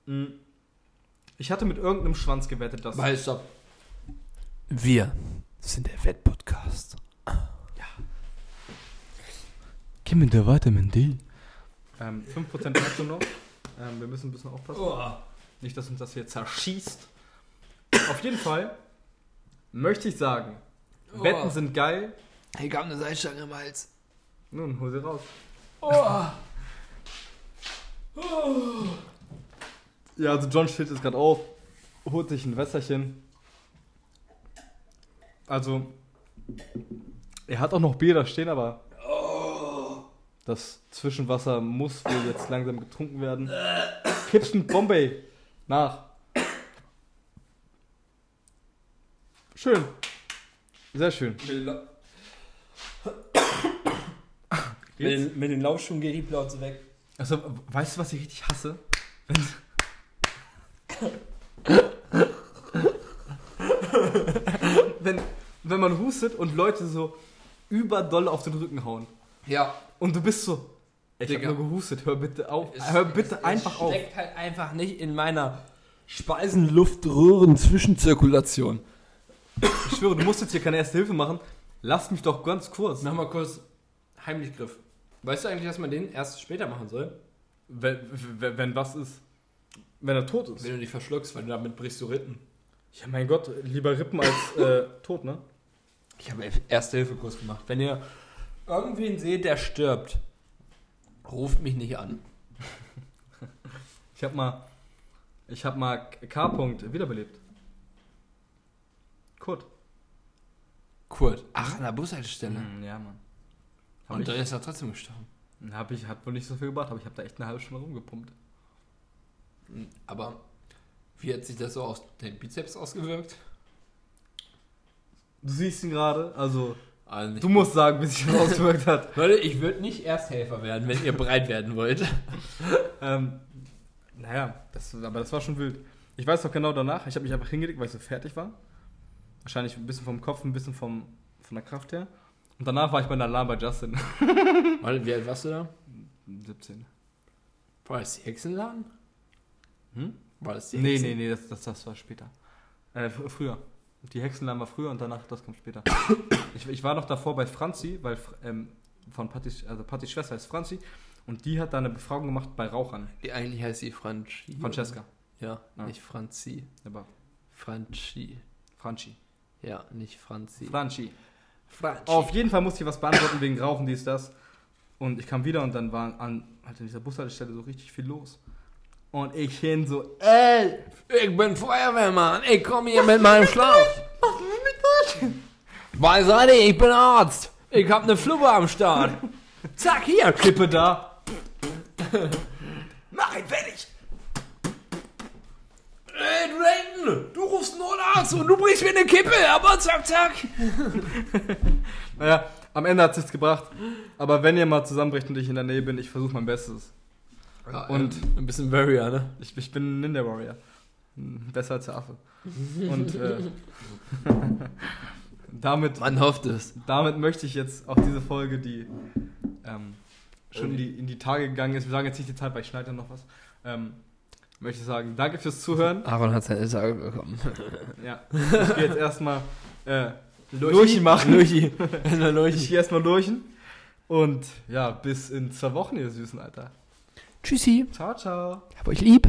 Mm. Ich hatte mit irgendeinem Schwanz gewettet, dass. Weißt du, Wir sind der Wettpodcast. Gib mir der Vitamin D. Ähm, 5% bleibt nur noch. Ähm, wir müssen ein bisschen aufpassen. Nicht, dass uns das hier zerschießt. Auf jeden Fall möchte ich sagen, Wetten sind geil. Hier kam eine Seilstange im Hals. Nun, hol sie raus. [laughs] Ja, also John steht jetzt gerade auf, holt sich ein Wässerchen. Also, er hat auch noch Bier da stehen, aber das Zwischenwasser muss wohl jetzt langsam getrunken werden. Kippst ein Bombay nach. Schön. Sehr schön. [coughs] Mit den, mit den Laufschuhen geht die Plauze weg. Also, weißt du, was ich richtig hasse? Wenn, wenn, wenn man hustet und Leute so überdoll auf den Rücken hauen. Ja. Und du bist so, ich Digga. hab nur gehustet, hör bitte auf. hör bitte einfach auf. Steckt halt einfach nicht in meiner Speisenluftröhren-Zwischenzirkulation. Ich schwöre, du musst jetzt hier keine erste Hilfe machen. Lass mich doch ganz kurz. Mach mal kurz Heimlichgriff. Weißt du eigentlich, dass man den erst später machen soll? Wenn, wenn, wenn was ist? Wenn er tot ist. Wenn du dich verschluckst, weil damit brichst du Rippen. Ja, mein Gott, lieber Rippen als äh, tot, ne? Ich habe Erste-Hilfe-Kurs gemacht. Wenn ihr irgendwen seht, der stirbt, ruft mich nicht an. Ich hab mal. Ich hab mal K. -Punkt wiederbelebt. Kurt. Kurt. Mhm. Ach, an der Bushaltestelle. Hm, Ja, Mann. Hab Und ich, da ist er trotzdem gestorben. hab ich, hat wohl nicht so viel gebracht, aber ich hab da echt eine halbe Stunde rumgepumpt. Mhm. Aber wie hat sich das so auf den Bizeps ausgewirkt? Du siehst ihn gerade, also. Also nicht Du musst sagen, wie [laughs] sich das ausgewirkt hat. Leute, ich würde nicht Ersthelfer werden, wenn ihr breit werden wollt. Ähm, naja, das, aber das war schon wild. Ich weiß noch genau danach, ich habe mich einfach hingelegt, weil ich so fertig war. Wahrscheinlich ein bisschen vom Kopf, ein bisschen vom, von der Kraft her. Und danach war ich bei der Alarm bei Justin. [laughs] Warte, wie alt warst du da? 17. War das die Hexenladen? Hm? War das die Nee, Hexen- nee, nee, das, das, das war später. Äh, fr- früher. Die Hexenladen war früher und danach, das kam später. ich, ich war noch davor bei Franzi, weil Fr- ähm, von Pattis, also Pattis Schwester heißt Franzi. Und die hat da eine Befragung gemacht bei Rauchern. Die, eigentlich heißt sie Franchi. Francesca. Ja, Ah. nicht Franzi. Aber Franchi. Franchi. Ja, nicht Franzi. Franchi. Franchi. Auf jeden Fall musste ich was beantworten wegen Rauchen, dies, das. Und ich kam wieder und dann war an halt in dieser Bushaltestelle so richtig viel los. Und ich hin so, ey, Ich bin Feuerwehrmann. Ich komme hier mit meinem Schlauch. Beiseite, ich bin Arzt. Ich habe eine Fluppe am Start. Zack, hier. Kippe da. Mach ihn fertig. Ey, Drayton, du rufst einen Notarzt und du bringst mir eine Kippe. Aber zack, zack. Naja, am Ende hat sich's gebracht. Aber wenn ihr mal zusammenbrecht und ich in der Nähe bin, ich versuche mein Bestes. und ein bisschen Warrior, ne? Ich, ich bin ein Ninja Warrior. Hm, Besser als der Affe. Und äh, [laughs] damit, Man hofft es. damit möchte ich jetzt auch diese Folge, die ähm, schon in die, in die Tage gegangen ist, wir sagen jetzt nicht die Zeit, weil ich schneide noch was, ähm, möchte ich sagen, danke fürs [laughs] Zuhören. Aaron halt hat seine Sage bekommen. Ja, ich gehe jetzt erstmal äh, Lurchi machen. [laughs] Lurchi. Ich gehe erstmal lurchen. Und ja, bis in zwei Wochen, ihr Süßen, Alter. Tschüssi. Ciao, ciao. Hab euch lieb.